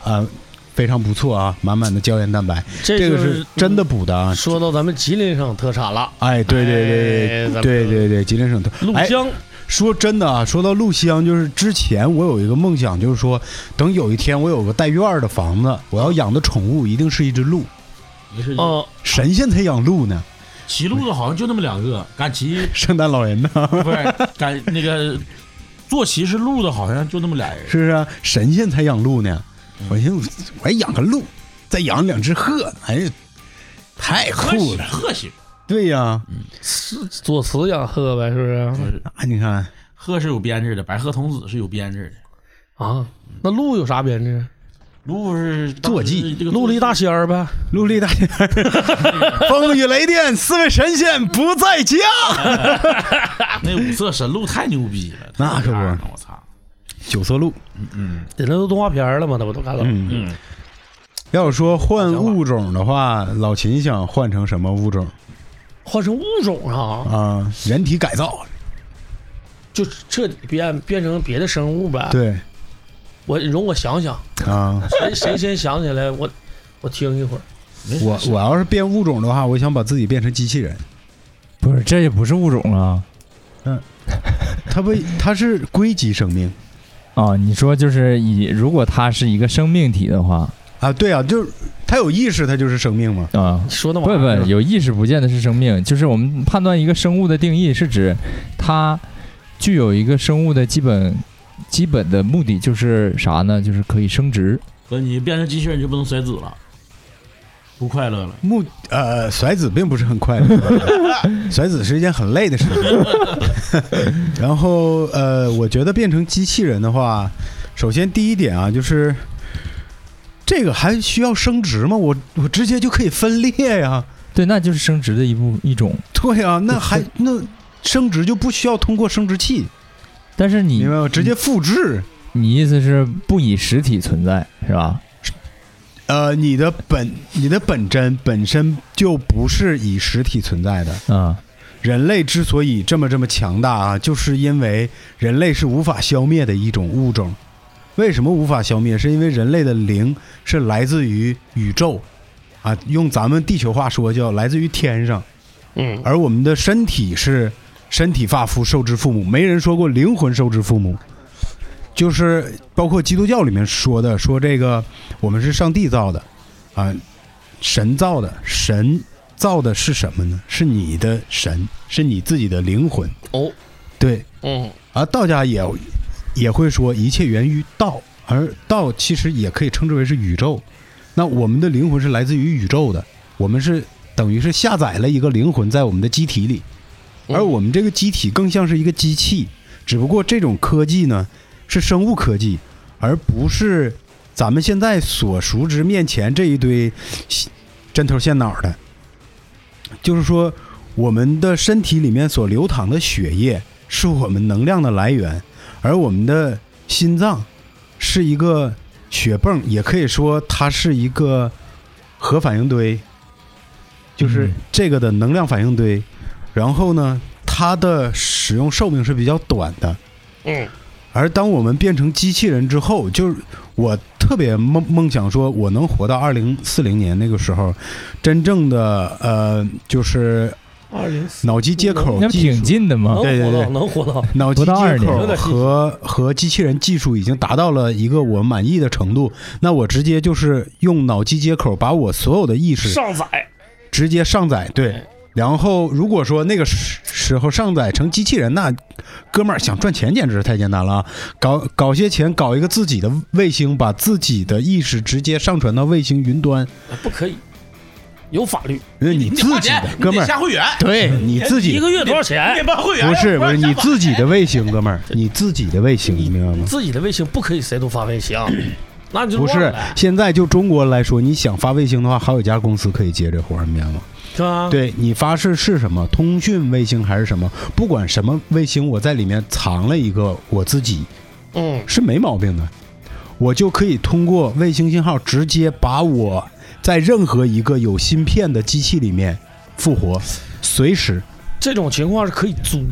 Speaker 2: 啊，非常不错啊，满满的胶原蛋白，这
Speaker 5: 这
Speaker 2: 个
Speaker 5: 就是嗯
Speaker 2: 真的补的啊。
Speaker 5: 说到咱们吉林省特产了，
Speaker 2: 哎，对对
Speaker 5: 哎
Speaker 2: 对
Speaker 5: 咱
Speaker 2: 对
Speaker 5: 们
Speaker 2: 对对对，吉林省特
Speaker 5: 鹿
Speaker 2: 哎
Speaker 5: 香。
Speaker 2: 说真的啊，说到录香，就是之前我有一个梦想，就是说，等有一天我有个带院儿的房子，我要养的宠物一定是一只鹿。
Speaker 3: 没事，
Speaker 2: 哦
Speaker 5: 嗯，
Speaker 2: 神仙才养鹿呢，
Speaker 3: 骑路子好像就那么两个，赶骑
Speaker 2: 圣诞老人呢，
Speaker 3: 不是赶那个坐骑是路子，好像就那么俩人，
Speaker 2: 是不是啊、神仙才养鹿呢。我寻思，我还养个鹿，再养两只鹤，哎呀，太酷了。
Speaker 3: 鹤形，
Speaker 2: 对呀、
Speaker 5: 左慈养鹤呗，是不是？
Speaker 3: 不是
Speaker 2: 啊，你看，
Speaker 3: 鹤是有编制的，白鹤童子是有编制的。
Speaker 5: 啊，那鹿有啥编制？
Speaker 3: 鹿是当时
Speaker 2: 坐骑
Speaker 3: 这个
Speaker 5: 鹿力大仙儿呗。
Speaker 2: 陆力大仙儿， 风雨雷电，四位神仙不在家。
Speaker 3: 那五色神鹿太牛逼了，
Speaker 2: 那可不
Speaker 3: 太厉害了我操！
Speaker 2: 九色鹿，
Speaker 5: 人家都动画片儿了嘛，那不都看了？
Speaker 2: 嗯
Speaker 3: 嗯，
Speaker 2: 要说换物种的话，老秦想换成什么物种
Speaker 5: 换成物种啊，
Speaker 2: 啊？人体改造，
Speaker 5: 就彻底变变成别的生物呗。
Speaker 2: 对
Speaker 5: 我容我想想，
Speaker 2: 啊。
Speaker 5: 谁 谁先想起来，我我听一会儿。
Speaker 3: 没事
Speaker 2: 我我要是变物种的话，我想把自己变成机器人。
Speaker 4: 不是，这也不是物种啊。
Speaker 2: 它不，它是归集生命
Speaker 4: 啊，你说就是以如果它是一个生命体的话，
Speaker 2: 啊？对啊，就是它有意识，它就是生命嘛。
Speaker 4: 啊，
Speaker 5: 你说那
Speaker 4: 不
Speaker 5: 玩意
Speaker 4: 不
Speaker 5: 儿，
Speaker 4: 有意识不见得是生命，就是我们判断一个生物的定义是指它具有一个生物的基本基本的目的就是啥呢？就是可以生殖。
Speaker 3: 哥，你变成机器人就不能甩子了，不快乐了。
Speaker 2: 目呃，甩子并不是很快乐， 甩子是一件很累的事情。 然后呃，我觉得变成机器人的话，首先第一点啊，就是这个还需要生殖吗？我我直接就可以分裂呀、
Speaker 4: 对，那就是生殖的一部一种。
Speaker 2: 对呀、那还那生殖就不需要通过生殖器，
Speaker 4: 但是你
Speaker 2: 明白吗？直接复制。
Speaker 4: 你意思是不以实体存在是吧？
Speaker 2: 呃，你的本你的本真本身就不是以实体存在的。
Speaker 4: 啊、
Speaker 2: 人类之所以这么这么强大啊，就是因为人类是无法消灭的一种物种。为什么无法消灭？是因为人类的灵是来自于宇宙，啊，用咱们地球话说叫来自于天上，
Speaker 5: 嗯，
Speaker 2: 而我们的身体是身体发肤受之父母，没人说过灵魂受之父母，就是包括基督教里面说的，说这个我们是上帝造的，啊，神造的，神造的是什么呢？是你的神，是你自己的灵魂。
Speaker 5: 哦，
Speaker 2: 对，
Speaker 5: 嗯，
Speaker 2: 而道家也也会说一切源于道，而道其实也可以称之为是宇宙。那我们的灵魂是来自于宇宙的，我们是等于是下载了一个灵魂在我们的机体里，
Speaker 5: 嗯
Speaker 2: 而我们这个机体更像是一个机器，只不过这种科技呢是生物科技，而不是咱们现在所熟知面前这一堆针头线脑的。就是说，我们的身体里面所流淌的血液是我们能量的来源，而我们的心脏是一个血泵，也可以说它是一个核反应堆，就是
Speaker 4: 嗯
Speaker 2: 这个的能量反应堆。然后呢，它的使用寿命是比较短的。
Speaker 5: 嗯，
Speaker 2: 而当我们变成机器人之后，就是我特别梦梦想说，我能活到二零四零年那个时候，真正的呃，就是
Speaker 5: 二零
Speaker 2: 脑机接口
Speaker 4: 嗯那不
Speaker 2: 哦技
Speaker 4: 挺
Speaker 2: 术，哦
Speaker 4: 近的吗
Speaker 5: 能？
Speaker 2: 啊对对
Speaker 5: 活
Speaker 2: 对
Speaker 5: 到能活到，
Speaker 2: 脑机
Speaker 4: 不到20
Speaker 2: 接口
Speaker 5: 有点信心
Speaker 2: 和和机器人技术已经达到了一个我满意的程度，那我直接就是用脑机接口把我所有的意识
Speaker 5: 上载，
Speaker 2: 直接上载，对。然后，如果说那个时时候上载成机器人，那哥们儿想赚钱简直是太简单了啊！搞搞些钱，搞一个自己的卫星，把自己的意识直接上传到卫星云端，
Speaker 5: 不可以，有法律。
Speaker 2: 因为你自
Speaker 3: 花
Speaker 2: 己
Speaker 3: 钱
Speaker 2: 的
Speaker 3: 你
Speaker 2: 哥
Speaker 3: 得
Speaker 2: 们儿，
Speaker 3: 下会员，
Speaker 2: 对你自己
Speaker 5: 一个月多少
Speaker 3: 你
Speaker 5: 钱
Speaker 3: 得？办会员，
Speaker 2: 不是不
Speaker 3: 然
Speaker 2: 是
Speaker 3: 下
Speaker 2: 你
Speaker 3: 不
Speaker 2: 自己
Speaker 3: 来
Speaker 2: 的卫星，哥们儿，你自己的卫星，你明白吗？
Speaker 5: 自己的卫星不可以谁都发卫 星，那你就
Speaker 2: 不
Speaker 5: 乱
Speaker 2: 是
Speaker 5: 了，
Speaker 2: 现在就中国来说，你想发卫星的话，还有一家公司可以接这活儿，你明白
Speaker 3: 嗯
Speaker 5: 是
Speaker 2: 吗？
Speaker 5: 吧？
Speaker 2: 对你发誓是什么？通讯卫星还是什么？不管什么卫星，我在里面藏了一个我自己
Speaker 5: 嗯，
Speaker 2: 是没毛病的，我就可以通过卫星信号直接把我在任何一个有芯片的机器里面复活，随时
Speaker 5: 这种情况是可以租，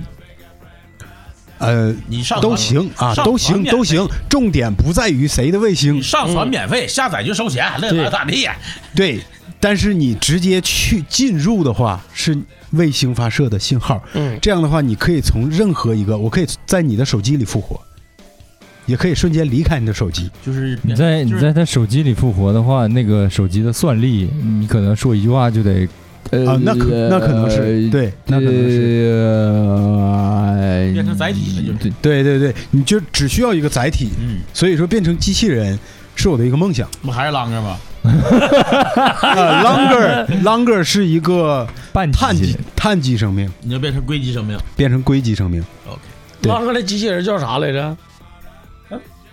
Speaker 2: 呃
Speaker 3: 你上
Speaker 2: 都
Speaker 3: 传，
Speaker 2: 行啊，
Speaker 3: 上
Speaker 2: 都
Speaker 3: 传
Speaker 2: 行
Speaker 3: 免
Speaker 2: 都
Speaker 3: 费
Speaker 2: 行，重点不在于谁的卫星
Speaker 3: 你，上传免费，下载就收钱，乐
Speaker 5: 对
Speaker 3: 咋咋地。
Speaker 2: 对，但是你直接去进入的话是卫星发射的信号，
Speaker 5: 嗯，
Speaker 2: 这样的话，你可以从任何一个，我可以在你的手机里复活，也可以瞬间离开你的手机。
Speaker 3: 就是
Speaker 4: 你在你
Speaker 3: 就是
Speaker 4: 在他手机里复活的话，那个手机的算力，你可能说一句话就得呃
Speaker 7: 呃
Speaker 2: 啊，那可那可能是对，那可能是
Speaker 4: 哎
Speaker 7: 是
Speaker 3: 变成载体了就是
Speaker 2: 对对对，你就只需要一个载体，
Speaker 3: 嗯，
Speaker 2: 所以说变成机器人是我的一个 梦想。
Speaker 3: 不还是啷个吗？
Speaker 2: 啊 longer longer 是一个
Speaker 4: 半
Speaker 2: 碳
Speaker 4: 级
Speaker 2: 基碳基生命
Speaker 3: 你就变成硅基生命。
Speaker 2: 变成硅基生命，对
Speaker 5: 拉上来机器人叫啥来着？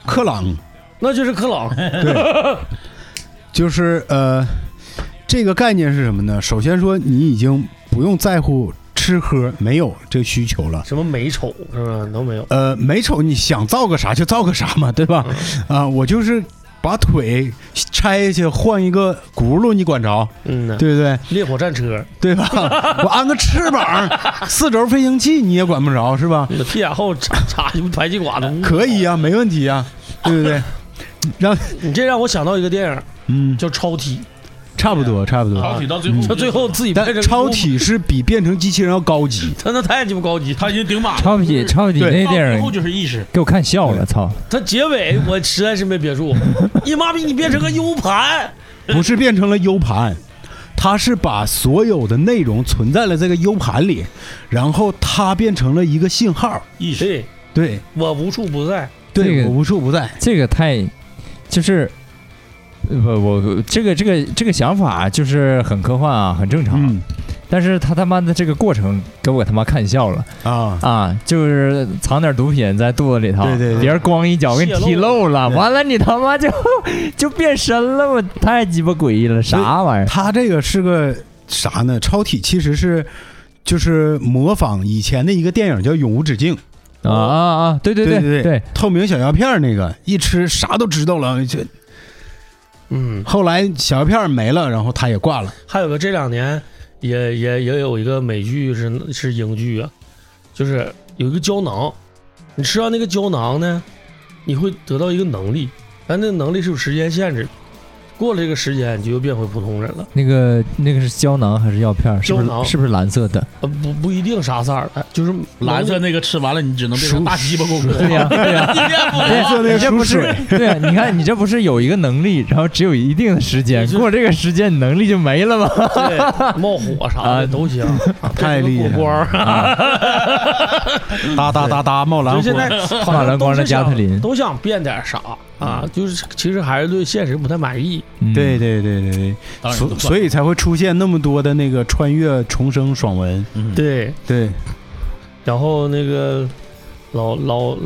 Speaker 2: 克朗
Speaker 5: 那就是克朗，
Speaker 2: 就是呃，这个概念是什么呢？首先说你已经不用在乎吃喝没有这个需求了。
Speaker 5: 什么美丑是吧？都没有。
Speaker 2: 呃，美丑你想造个啥就造个啥嘛，对吧？啊、我就是把腿拆下去换一个轱辘，你管着，
Speaker 5: 嗯呐，
Speaker 2: 对不对？
Speaker 5: 烈火战车，
Speaker 2: 对吧？ 我安个翅膀，四轴飞行器你也管不着，是吧？
Speaker 5: 你的屁眼后插插你排气管子，
Speaker 2: 可以呀、没问题呀、对不对？让
Speaker 5: 嗯你这让我想到一个电影
Speaker 2: 嗯，
Speaker 5: 叫《超体
Speaker 2: 差不多，差不
Speaker 3: 超
Speaker 2: 多。
Speaker 3: 体到最后》，
Speaker 5: 他最后自己变
Speaker 2: 但
Speaker 5: 成
Speaker 2: 超，体是比变成机器人要高级，
Speaker 5: 他那太鸡巴高级。他
Speaker 3: 他已经顶满了。
Speaker 4: 超级超级
Speaker 2: 对
Speaker 4: 那
Speaker 2: 哦
Speaker 3: 到
Speaker 4: 电
Speaker 3: 最后
Speaker 4: 影
Speaker 3: 就是意识，
Speaker 4: 给我看笑了，操！
Speaker 5: 他结尾我实在是没憋 住，你妈逼你变成个 U 盘，
Speaker 2: 不是变成了 U 盘，它是把所有的内容存在了这个 U 盘里，然后它变成了一个信号。
Speaker 3: 意识。
Speaker 5: 对
Speaker 2: 对
Speaker 5: 我无处不在，
Speaker 2: 对，
Speaker 4: 这个
Speaker 2: 我无处不在。啊
Speaker 4: 这个太就是。呃不，我这个这个这个想法啊就是很科幻啊，很正常。
Speaker 2: 嗯
Speaker 4: 但是他他妈的这个过程给我他妈看笑了
Speaker 2: 啊，
Speaker 4: 啊！就是藏点毒品在肚子里头，
Speaker 2: 对对对
Speaker 4: 别人咣一脚给你踢漏了，
Speaker 2: 泄露了
Speaker 4: 完了你他妈就 就变身了，我太鸡巴诡异了，啥玩意儿？
Speaker 2: 它这个是个啥呢？超体其实是就是模仿以前的一个电影叫《永无止境》，
Speaker 4: 啊啊啊！对对
Speaker 2: 对
Speaker 4: 对
Speaker 2: 对透明小药片儿那个一吃啥都知道了。就
Speaker 5: 嗯，
Speaker 2: 后来小药片儿没了，然后他也挂了。
Speaker 5: 还有个这两年也也也有一个美剧是是英剧啊，就是有一个胶囊，你吃完那个胶囊呢，你会得到一个能力，但那个能力是有时间限制的，过了这个时间你就又变回普通人了，
Speaker 4: 那个那个是胶囊还是药片儿？是不
Speaker 5: 胶囊
Speaker 4: 是是不是蓝色的？
Speaker 5: 呃不不一定啥色儿的，就是
Speaker 3: 蓝色那个吃完了，你只能变成大鸡巴 功夫。
Speaker 4: 对呀、对呀、
Speaker 3: 你变不了
Speaker 4: 对
Speaker 2: 蓝色那个
Speaker 4: 你这哎不是
Speaker 2: 水
Speaker 4: 对呀、你看你这不是有一个能力，然后只有一定的时间，
Speaker 5: 就是
Speaker 4: 过这个时间你能力就没了吗？
Speaker 5: 对冒火啥
Speaker 4: 啊
Speaker 5: 的都行，啊
Speaker 2: 太厉害了
Speaker 5: 过光儿。
Speaker 2: 哒哒哒哒冒蓝
Speaker 5: 就现
Speaker 2: 火，
Speaker 5: 在好
Speaker 4: 马
Speaker 5: 像
Speaker 4: 兰
Speaker 5: 都
Speaker 4: 光
Speaker 5: 是
Speaker 4: 的加
Speaker 5: 想
Speaker 4: 特林
Speaker 5: 都想变点啥啊，就是其实还是对现实不太满意。
Speaker 4: 嗯
Speaker 2: 对对对对对，
Speaker 3: 当然
Speaker 2: 所所以才会出现那么多的那个穿越重生爽文。
Speaker 3: 对
Speaker 5: 对，
Speaker 2: 对，
Speaker 5: 然后那个老老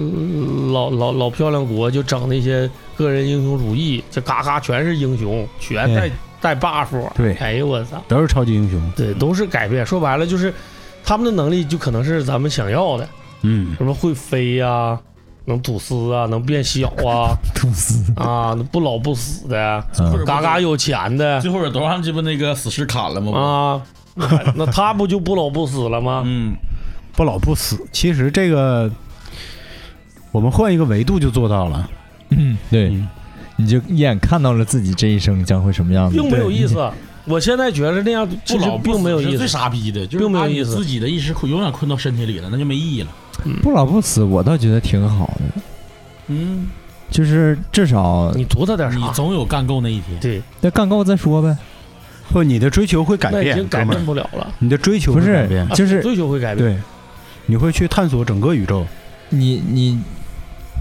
Speaker 5: 老老老漂亮国就整那些个人英雄主义，这嘎嘎全是英雄，全带、带 buff。
Speaker 2: 对
Speaker 5: 哎呦我操！
Speaker 2: 都是超级英雄。
Speaker 5: 对，都是改变。说白了就是，他们的能力就可能是咱们想要的，
Speaker 2: 嗯，
Speaker 5: 什么会飞呀、能吐丝啊，能变小啊，
Speaker 4: 吐司，
Speaker 5: 啊，不老不死的，
Speaker 3: 或
Speaker 4: 嗯
Speaker 3: 者
Speaker 5: 嘎嘎有钱的
Speaker 3: 最后边都让鸡巴那个死尸砍了吗？
Speaker 5: 啊，那那他不就不老不死了吗？
Speaker 3: 嗯，
Speaker 2: 不老不死。其实这个，我们换一个维度就做到了。
Speaker 4: 嗯，对
Speaker 2: 嗯，
Speaker 4: 你就一眼看到了自己这一生将会什么样子，
Speaker 5: 并没有意思。我现在觉得那样
Speaker 3: 不
Speaker 5: 其实
Speaker 3: 老不
Speaker 5: 并没有
Speaker 3: 死是
Speaker 5: 意
Speaker 3: 最
Speaker 5: 思。
Speaker 3: 傻逼的，就是
Speaker 5: 并没有
Speaker 3: 把你
Speaker 5: 意思
Speaker 3: 自己的意识困永远困到身体里了，那就没意义了。
Speaker 4: 不老不死，我倒觉得挺好的，
Speaker 3: 嗯，
Speaker 4: 就是至少
Speaker 5: 你图他点
Speaker 3: 你
Speaker 5: 啥？
Speaker 3: 总有干够那一天。
Speaker 5: 对，
Speaker 4: 那干够再说呗。
Speaker 2: 不，你的追求会改
Speaker 5: 那已
Speaker 2: 变，
Speaker 5: 经改
Speaker 2: 哥们
Speaker 5: 变
Speaker 2: 儿，
Speaker 5: 不了 了。啊
Speaker 2: 你的追求
Speaker 4: 不
Speaker 2: 会改
Speaker 4: 是
Speaker 2: 变，
Speaker 4: 就是
Speaker 5: 追求会改变，
Speaker 2: 对，你会去探索整个宇宙。
Speaker 4: 你你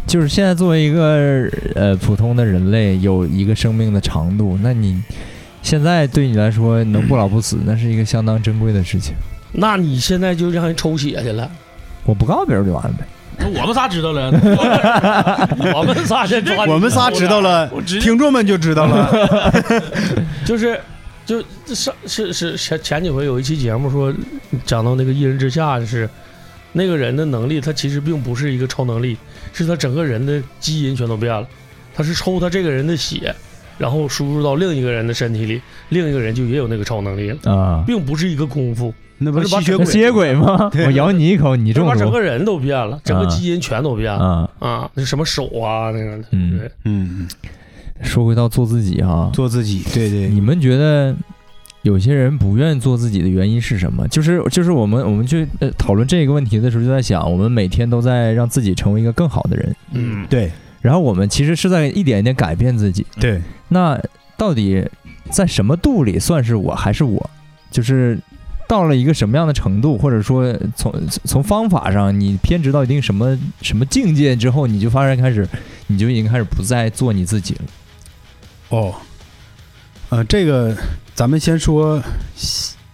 Speaker 4: 就是现在作为一个呃普通的人类，有一个生命的长度，那你现在对你来说能不老不死，那是一个相当珍贵的事情。
Speaker 5: 那你现在就让人抽血去了，
Speaker 4: 我不告诉别人就完了呗。
Speaker 3: 那我们仨知道了， 我
Speaker 5: 我们仨先抓紧
Speaker 2: 我们仨知道了，
Speaker 3: 直接
Speaker 2: 听众们就知道 了。
Speaker 5: 就是就上是是前前几回有一期节目说讲到那个一人之下是那个人的能力，他其实并不是一个超能力，是他整个人的基因全都变了，他是抽他这个人的血，然后输入到另一个人的身体里，另一个人就也有那个超能力了，
Speaker 4: 啊，
Speaker 5: 并不是一个功夫，
Speaker 2: 那不是
Speaker 5: 不是把
Speaker 2: 吸血
Speaker 4: 那
Speaker 2: 鬼？
Speaker 4: 吸血鬼吗？
Speaker 2: 对
Speaker 4: 我咬你一口，你
Speaker 5: 就把
Speaker 4: 中
Speaker 5: 整
Speaker 4: 毒
Speaker 5: 个人都变了，
Speaker 2: 啊
Speaker 5: 整个基因全都变了
Speaker 4: 啊。
Speaker 5: 啊，那什么手啊那个，
Speaker 4: 嗯
Speaker 5: 对，
Speaker 2: 嗯，
Speaker 4: 说回到做自己哈，
Speaker 2: 做自己。对对，
Speaker 4: 你们觉得有些人不愿意做自己的原因是什么？就是就是我们我们去呃讨论这个问题的时候，就在想，我们每天都在让自己成为一个更好的人，
Speaker 5: 嗯，
Speaker 2: 对
Speaker 4: 然后我们其实是在一点一点改变自己。
Speaker 2: 对，
Speaker 4: 那到底在什么度里算是我还是我？就是到了一个什么样的程度，或者说从从方法上，你偏执到一定什么什么境界之后，你就发现开始，你就已经开始不再做你自己了。
Speaker 2: 哦，呃，这个咱们先说，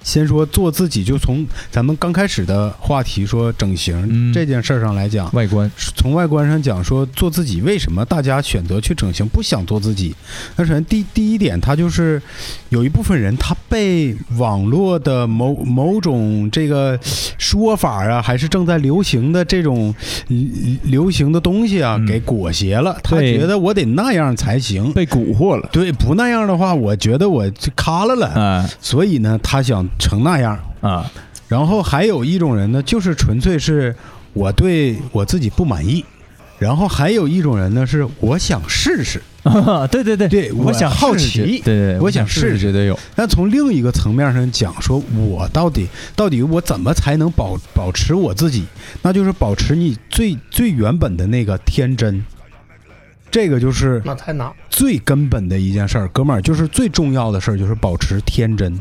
Speaker 2: 先说做自己，就从咱们刚开始的话题说整形、
Speaker 4: 嗯
Speaker 2: 这件事儿上来讲，
Speaker 4: 外观，
Speaker 2: 从外观上讲说做自己，为什么大家选择去整形，不想做自己？那首先第第一点，他就是有一部分人他被网络的某某种这个说法啊，还是正在流行的这种流流行的东西啊，
Speaker 4: 嗯
Speaker 2: 给裹挟了。他
Speaker 4: 对
Speaker 2: 觉得我得那样才行，
Speaker 4: 被蛊惑了。
Speaker 2: 对，不那样的话，我觉得我就卡了了。
Speaker 4: 啊
Speaker 2: 所以呢，他想成那样。
Speaker 4: 啊
Speaker 2: 然后还有一种人呢，就是纯粹是我对我自己不满意。然后还有一种人呢，是我想试试。
Speaker 4: 啊！ 对对对，
Speaker 2: 对
Speaker 4: 我
Speaker 2: 我
Speaker 4: 想
Speaker 2: 好
Speaker 4: 试试
Speaker 2: 奇
Speaker 4: 绝对对，
Speaker 2: 我想试试
Speaker 4: 绝对有。
Speaker 2: 但从另一个层面上讲，说我到底到底我怎么才能保保持我自己？那就是保持你最最原本的那个天真。这个就是
Speaker 5: 那太难了，
Speaker 2: 最根本的一件事儿，哥们儿，就是最重要的事儿，就是保持天真。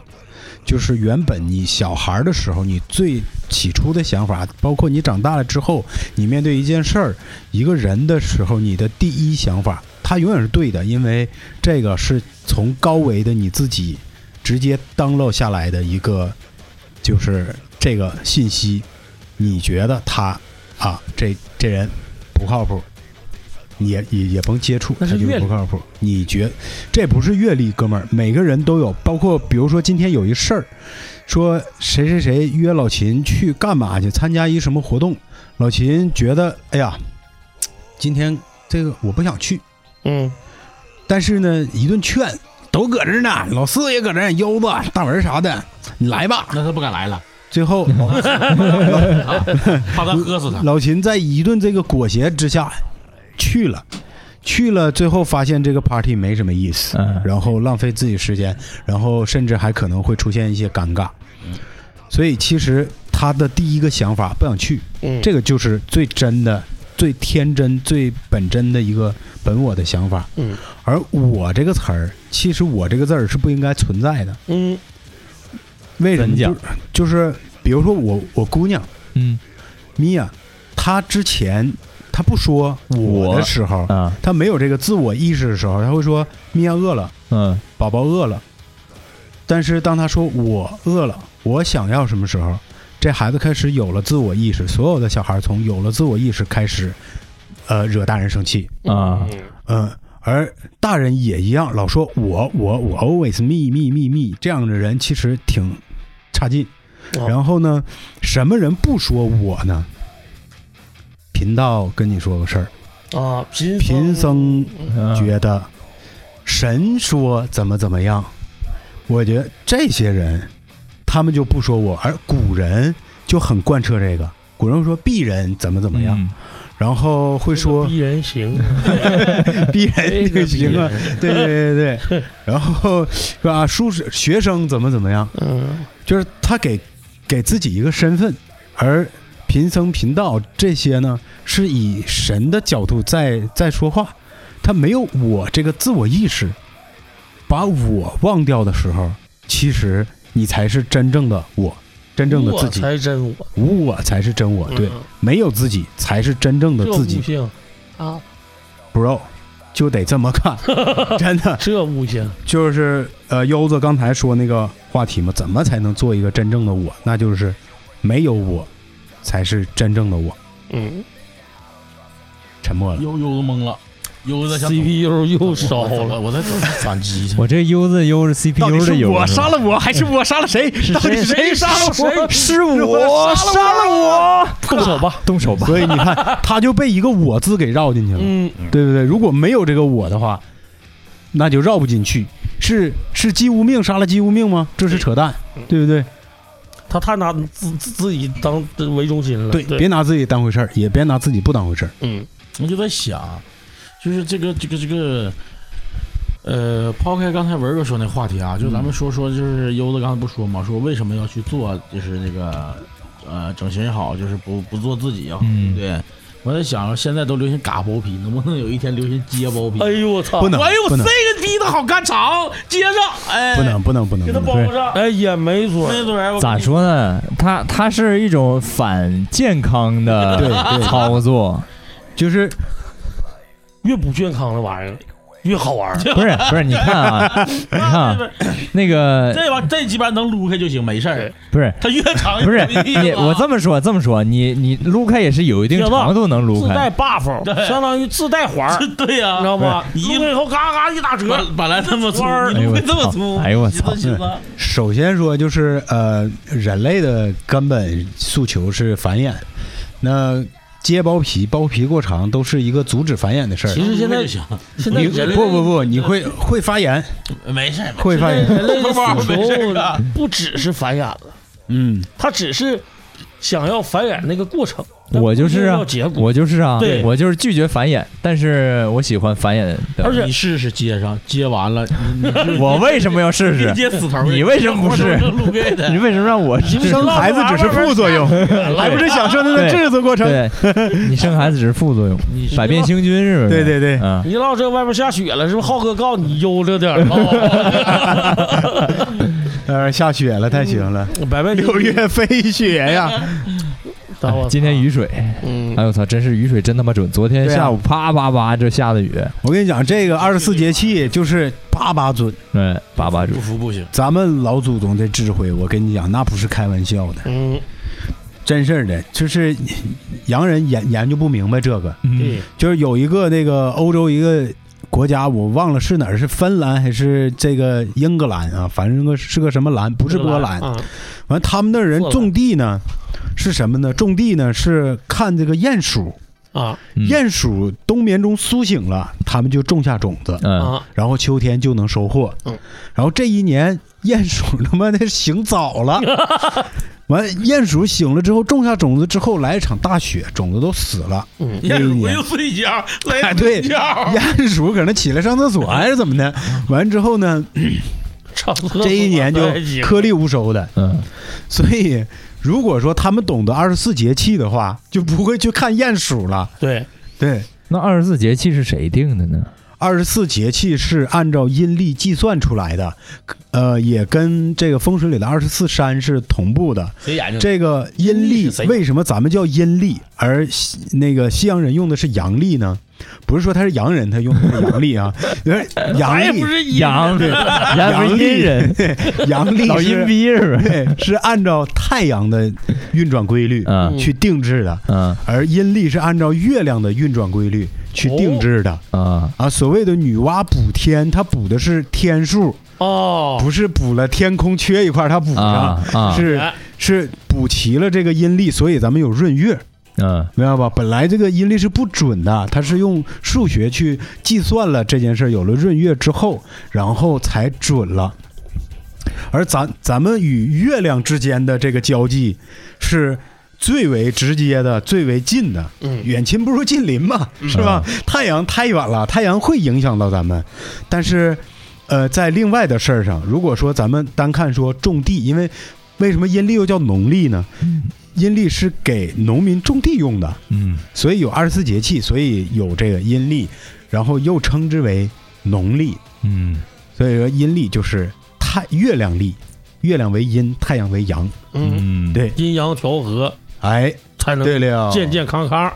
Speaker 2: 就是原本你小孩儿的时候，你最起初的想法，包括你长大了之后，你面对一件事儿、一个人的时候，你的第一想法，它永远是对的，因为这个是从高维的你自己直接 download 下来的一个，就是这个信息，你觉得他啊，这这人不靠谱，你也也也甭接触，
Speaker 5: 那
Speaker 2: 他
Speaker 5: 是
Speaker 2: 就
Speaker 5: 阅
Speaker 2: 是
Speaker 5: 历
Speaker 2: 不靠谱。你觉这不是阅历，哥们儿，每个人都有，包括比如说今天有一事儿，说谁谁谁约老秦去干嘛去，参加一什么活动，老秦觉得哎呀，今天这个我不想去，
Speaker 5: 嗯，
Speaker 2: 但是呢，一顿劝都搁这儿呢，老四也搁这儿，腰子、啊大文啥的，你来吧。
Speaker 3: 那他不敢来 了，啊
Speaker 2: 最后，
Speaker 3: 怕咱喝死他。
Speaker 2: 老秦在一顿这个裹挟之下去了，去了，最后发现这个 party 没什么意思，
Speaker 4: 嗯
Speaker 2: 然后浪费自己时间，然后甚至还可能会出现一些尴尬。所以，其实他的第一个想法不想去，
Speaker 5: 嗯，
Speaker 2: 这个就是最真的、最天真、最本真的一个本我的想法。
Speaker 5: 嗯，
Speaker 2: 而“我”这个词儿，其实“我”这个字儿是不应该存在的。
Speaker 5: 嗯
Speaker 2: 为什么？
Speaker 4: 怎讲
Speaker 2: 就就是比如说我我姑娘
Speaker 4: 嗯
Speaker 2: 米娅，她之前她不说我的时候，
Speaker 4: 啊
Speaker 2: 她没有这个自我意识的时候，她会说米娅饿了，
Speaker 4: 嗯
Speaker 2: 宝宝饿了，但是当他说我饿了，我想要什么时候，这孩子开始有了自我意识。所有的小孩从有了自我意识开始，呃，惹大人生气，
Speaker 4: 啊
Speaker 5: 嗯
Speaker 2: 嗯。而大人也一样，老说我我我 always me me me me 这样的人其实挺差劲。
Speaker 5: 哦
Speaker 2: 然后呢，什么人不说我呢？贫道跟你说个事儿，
Speaker 5: 啊，贫
Speaker 2: 贫僧
Speaker 4: 嗯
Speaker 2: 觉得神说怎么怎么样，我觉得这些人他们就不说我，而古人就很贯彻这个。古人说鄙人怎么怎么样，
Speaker 4: 嗯
Speaker 2: 然后会说
Speaker 5: 逼人行，啊
Speaker 2: 鄙 人
Speaker 5: 这
Speaker 2: 这
Speaker 5: 个
Speaker 2: 个行啊，
Speaker 5: 鄙人
Speaker 2: 对对对对对，然后说啊，书是学生怎么怎么样，
Speaker 5: 嗯，
Speaker 2: 就是他给给自己一个身份，而贫僧贫道这些呢，是以神的角度在在说话，他没有我这个自我意识，把我忘掉的时候，其实你才是真正的我，真正的自己
Speaker 5: 我，才真我，
Speaker 2: 无我才是真我，对，
Speaker 5: 嗯
Speaker 2: 没有自己才是真正的
Speaker 5: 这
Speaker 2: 自
Speaker 5: 悟
Speaker 2: 己
Speaker 5: 性啊，
Speaker 2: ，bro，就得这 么看， 真的。
Speaker 5: 这悟性，
Speaker 2: 就是呃，优子刚才说那个话题嘛，怎么才能做一个真正的我？那就是没有我，才是真正的我。
Speaker 5: 嗯
Speaker 2: 沉默了，
Speaker 3: 悠悠都懵了，悠悠在想
Speaker 5: ，CPU 又烧
Speaker 3: 我
Speaker 5: 了，
Speaker 3: 我在反击去。
Speaker 4: 我这 U 字 U 是 CPU 的 U，是吧
Speaker 2: 了我，还是我杀了谁？到底谁杀了我？是
Speaker 4: 我杀了我，
Speaker 5: 动手吧，
Speaker 4: 动手吧。
Speaker 2: 所以你看，他就被一个“我”字给绕进去了，
Speaker 5: 嗯，
Speaker 2: 对不对？如果没有这个“我”的话，那就绕不进去。是是姬无命杀了姬无命吗？这是扯淡，对不对？
Speaker 5: 他太拿自自自己当为中心了，对，
Speaker 2: 别拿自己当回事儿，也别拿自己不当回事儿。
Speaker 5: 嗯
Speaker 3: 我就在想，就是这个这个这个，呃，抛开刚才文哥说那话题啊，就咱们说说，就是优子刚才不说嘛，说为什么要去做，就是那个呃整形也好，就是不不做自己也好，
Speaker 4: 嗯
Speaker 3: 对不对。我在想，现在都流行嘎包皮，能不能有一天流行接包皮？
Speaker 5: 哎呦我操，
Speaker 2: 不能
Speaker 3: 哎呦，
Speaker 2: 不
Speaker 3: 这
Speaker 2: 能
Speaker 3: 个逼的好干长，接上，哎，
Speaker 2: 不能不能不能
Speaker 3: 给
Speaker 2: 不
Speaker 3: 他
Speaker 2: 能
Speaker 3: 包上，
Speaker 5: 哎也没准儿，
Speaker 3: 没准儿我
Speaker 4: 咋
Speaker 3: 跟你
Speaker 4: 说呢？它它是一种反健康
Speaker 2: 对
Speaker 4: 的
Speaker 2: 对
Speaker 4: 操作，
Speaker 2: 就是
Speaker 5: 越不健康的玩意儿越好玩儿，
Speaker 4: 不是不是？你看啊，你看啊
Speaker 3: 这
Speaker 4: 那个
Speaker 3: 这玩意儿这鸡巴能撸开就行，没事儿
Speaker 5: 对。
Speaker 4: 不是
Speaker 3: 它越长
Speaker 4: 不是
Speaker 3: 越逼
Speaker 4: 你，
Speaker 3: 吧
Speaker 4: 我这么说这么说，你你撸开也是有一定
Speaker 5: 行吧
Speaker 4: 长度能撸
Speaker 5: 自
Speaker 4: 开，
Speaker 5: 带 buff，相当于自带环儿，
Speaker 3: 对呀、
Speaker 5: 你知道吗？
Speaker 3: 你
Speaker 5: 撸了以后嘎嘎一打折，
Speaker 3: 本本来这么粗，
Speaker 5: 弯儿
Speaker 3: 你不会
Speaker 4: 哎呦我
Speaker 3: 这么
Speaker 4: 操
Speaker 3: 粗？
Speaker 4: 哎呦我操
Speaker 3: 你这么
Speaker 2: 首先说，就是呃，人类的根本诉求是繁衍。那揭包皮、包皮过长都是一个阻止繁衍的事儿。
Speaker 5: 其实现在
Speaker 3: 行，
Speaker 5: 现在
Speaker 2: 你
Speaker 5: 人类
Speaker 2: 不不不，你会会发炎，
Speaker 3: 没事儿，
Speaker 2: 会发炎。
Speaker 5: 人类的
Speaker 3: 没事
Speaker 5: 诉
Speaker 3: 儿啊
Speaker 5: 求不只是繁衍了，
Speaker 2: 嗯，
Speaker 5: 他只是想要繁衍那个过程，
Speaker 4: 我就是
Speaker 5: 但
Speaker 4: 啊
Speaker 5: 不一定要结果。
Speaker 4: 我就是啊
Speaker 5: 对，
Speaker 4: 我就是拒绝繁衍，但是我喜欢繁衍
Speaker 5: 而
Speaker 4: 的。
Speaker 5: 且
Speaker 3: 你试试接上，接完了，你
Speaker 4: 我为什么要试试
Speaker 3: 你？接死头儿，
Speaker 4: 你为什么不是
Speaker 3: 路给的
Speaker 4: 你？为什么让我试试？
Speaker 2: 生孩子只是副作用，而不是享受那个
Speaker 4: 对
Speaker 2: 制作过程。
Speaker 4: 对， 你生孩子只是副作用，
Speaker 3: 你
Speaker 4: 百变星君是不
Speaker 2: 对
Speaker 4: 是？
Speaker 2: 对对，
Speaker 4: 嗯，
Speaker 5: 你老这外边下雪了，是不是？浩哥告诉你悠着 点儿哦。
Speaker 2: 呃，下雪了，太行了，
Speaker 5: 百变
Speaker 2: 六月飞雪呀！
Speaker 5: 等我操
Speaker 4: 哎今天雨水，
Speaker 5: 嗯
Speaker 4: 哎，呦我操，真是雨水真他妈准！昨天
Speaker 2: 对啊
Speaker 4: 下午啪啪啪这下的雨，
Speaker 2: 我跟你讲，这个二十四节气就是八八准，
Speaker 4: 嗯，叭叭准
Speaker 3: 不。服不行，
Speaker 2: 咱们老祖宗的智慧，我跟你讲，那不是开玩笑的。
Speaker 5: 嗯，
Speaker 2: 真事儿的，就是洋人研研究不明白这个，
Speaker 4: 嗯
Speaker 5: 对，
Speaker 2: 就是有一个那个欧洲一个国家，我忘了是哪儿，是芬兰还是这个英格兰啊？反正个是个什么兰，不
Speaker 5: 不
Speaker 2: 是波兰。
Speaker 5: 啊，
Speaker 2: 完，他们那人
Speaker 5: 波兰
Speaker 2: 种地呢是什么呢？种地呢是看这个鼹鼠，
Speaker 5: 啊
Speaker 4: 嗯
Speaker 2: 鼹鼠冬眠中苏醒了，他们就种下种子，
Speaker 4: 嗯，
Speaker 5: 啊，
Speaker 2: 然后秋天就能收获。
Speaker 5: 嗯
Speaker 2: 然后这一年鼹鼠他妈的醒 早了，完鼹鼠醒了之后种下种子之后来一场大雪，种子都死了。
Speaker 5: 嗯
Speaker 2: 那一
Speaker 3: 我
Speaker 2: 年
Speaker 3: 又睡觉，来
Speaker 2: 哎对
Speaker 3: 睡
Speaker 5: 啊
Speaker 3: 觉，
Speaker 2: 鼹鼠搁那起来上厕所还是怎么 的？完之后呢，
Speaker 5: 差不多。
Speaker 2: 这一年就颗粒无收的。
Speaker 4: 嗯，
Speaker 2: 所以，如果说他们懂得二十四节气的话，就不会去看鼹鼠了。
Speaker 5: 对，
Speaker 2: 对，
Speaker 4: 那二十四节气是谁定的呢？
Speaker 2: 二十四节气是按照阴历计算出来的，呃，也跟这个风水里的二十四山是同步的。
Speaker 3: 谁眼睛？
Speaker 2: 这个
Speaker 3: 嗯
Speaker 2: 阴
Speaker 3: 阴历
Speaker 2: 历
Speaker 3: 是谁
Speaker 2: 为什么咱们叫阴历，而西那个西洋人用的是阳历呢？不是说他是洋人，他用的是阳历啊，就是阳
Speaker 5: 咱也
Speaker 2: 历
Speaker 5: 不是一
Speaker 4: 阳
Speaker 5: 人
Speaker 4: 阳不是阴人，
Speaker 2: 阳历
Speaker 4: 老阴
Speaker 2: 是
Speaker 4: 逼是不是？
Speaker 2: 对是按照太阳的运转规律
Speaker 4: 嗯
Speaker 2: 去定制的，
Speaker 4: 嗯
Speaker 2: 而阴历是按照月亮的运转规律去定制的。
Speaker 4: 啊，
Speaker 2: 啊，所谓的女娲补天，她补的是天数，
Speaker 5: 哦，
Speaker 2: 不是补了天空缺一块儿，她补上，
Speaker 4: 啊啊，
Speaker 2: 是
Speaker 5: 哎
Speaker 2: 是补齐了这个阴历，所以咱们有闰月，
Speaker 4: 嗯
Speaker 2: 明白吧？本来这个阴历是不准的，它是用数学去计算了这件事儿，有了闰月之后，然后才准了。而咱咱们与月亮之间的这个交际是最为直接的、最为近的，
Speaker 5: 嗯
Speaker 2: 远亲不如近邻嘛，是吧？太阳太远了，太阳会影响到咱们。但是，呃，在另外的事儿上，如果说咱们单看说种地，因为为什么阴历又叫农历呢？阴历是给农民种地用的，
Speaker 4: 嗯
Speaker 2: 所以有二十四节气，所以有这个阴历，然后又称之为农历。
Speaker 4: 嗯
Speaker 2: 所以说阴历就是太月亮历，月亮为阴，太阳为阳。
Speaker 5: 嗯，
Speaker 4: 嗯，
Speaker 2: 对，
Speaker 5: 阴阳调和
Speaker 2: 哎，
Speaker 5: 才能
Speaker 2: 对
Speaker 3: 哦
Speaker 2: 了，
Speaker 5: 健健康康。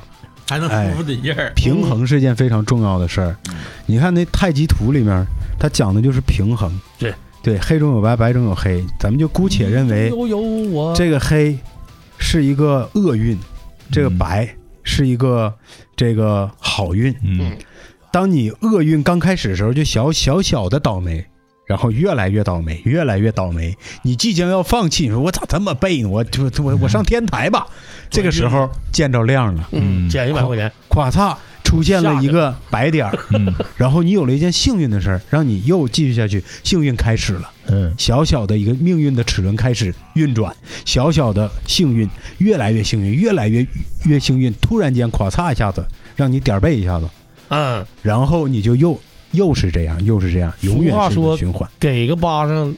Speaker 3: 还能
Speaker 2: 哎
Speaker 3: 舒服得劲儿。
Speaker 2: 平衡是件非常重要的事儿。你看那太极图里面，它讲的就是平衡。
Speaker 5: 对
Speaker 2: 对，黑中有白，白中有黑。咱们就姑且认为
Speaker 5: 都有我，
Speaker 2: 这个黑是一个厄运，这个
Speaker 4: 嗯
Speaker 2: 白是一个这个好运。
Speaker 4: 嗯
Speaker 2: 当你厄运刚开始的时候，就小小小的倒霉，然后越来越倒霉，越来越倒霉，你即将要放弃，你说我咋这么背呢？我就我我上天台吧。 这个时候见着亮了，
Speaker 5: 嗯，
Speaker 4: 嗯
Speaker 5: 减一百块钱，
Speaker 2: 咵嚓出现了一个白点儿，
Speaker 4: 嗯
Speaker 2: 然后你有了一件幸运的事儿，让你又继续下去，幸运开始了。
Speaker 4: 嗯
Speaker 2: 小小的一个命运的齿轮开始运转，小小的幸运越来越幸运，越来越越幸运，突然间咵嚓一下子，让你点儿背一下子，
Speaker 5: 嗯，
Speaker 2: 然后你就又又是这样，又是这样，永远
Speaker 5: 话
Speaker 2: 是一个
Speaker 5: 说
Speaker 2: 循环
Speaker 5: 给个巴掌，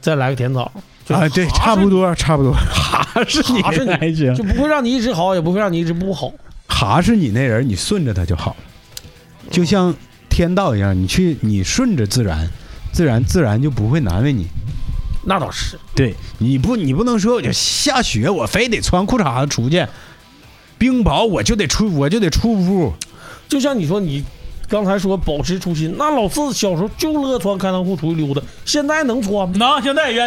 Speaker 5: 再来个甜枣，就
Speaker 2: 啊！对，
Speaker 5: 哈
Speaker 2: 差
Speaker 5: 是
Speaker 2: 不多，差不多，哈是你
Speaker 5: 哈是你
Speaker 2: 还行，
Speaker 5: 就不会让你一直好，也不会让你一直不好。
Speaker 2: 哈是你那人，你顺着他就好了，就像天道一样，你去你顺着自然，自然自然就不会难为你。
Speaker 5: 那倒是，
Speaker 2: 对，你不你不能说我就下雪，我非得穿裤衩子出去，冰雹我就得出我就得出屋，
Speaker 5: 就像你说你。刚才说保持初心，那老四小时候就乐穿开裆裤出去溜达，现在能穿吗？
Speaker 3: 那现在也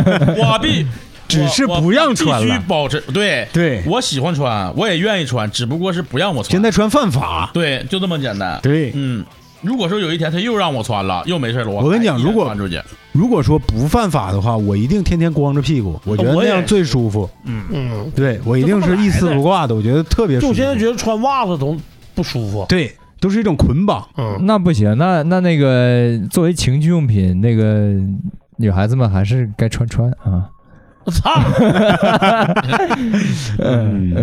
Speaker 3: 我必
Speaker 2: 只是
Speaker 3: 我
Speaker 2: 不让
Speaker 3: 我
Speaker 2: 穿
Speaker 3: 必须
Speaker 2: 了。
Speaker 3: 保持对
Speaker 2: 对
Speaker 3: 我喜欢穿，我也愿意穿，只不过是不让我穿。
Speaker 2: 现在穿犯法。
Speaker 3: 对，就这么简单。
Speaker 2: 对，
Speaker 3: 嗯，如果说有一天他又让我穿了，又没事了，
Speaker 2: 我跟你
Speaker 3: 还
Speaker 2: 讲
Speaker 3: 一样
Speaker 2: 如果
Speaker 3: 穿出去，
Speaker 2: 如果说不犯法的话，我一定天天光着屁股，我觉得
Speaker 5: 我
Speaker 2: 那
Speaker 5: 也
Speaker 2: 样最舒服。
Speaker 5: 嗯，
Speaker 2: 对我一定是一丝不挂的，我觉得特别
Speaker 5: 就
Speaker 2: 舒
Speaker 5: 我
Speaker 2: 服
Speaker 5: 现。在觉得穿袜子都不舒 服。啊
Speaker 2: 对，都是一种捆绑。
Speaker 5: 嗯，
Speaker 4: 那不行，那那那个作为情趣用品，那个女孩子们还是该穿穿啊。
Speaker 5: 我操，
Speaker 4: 嗯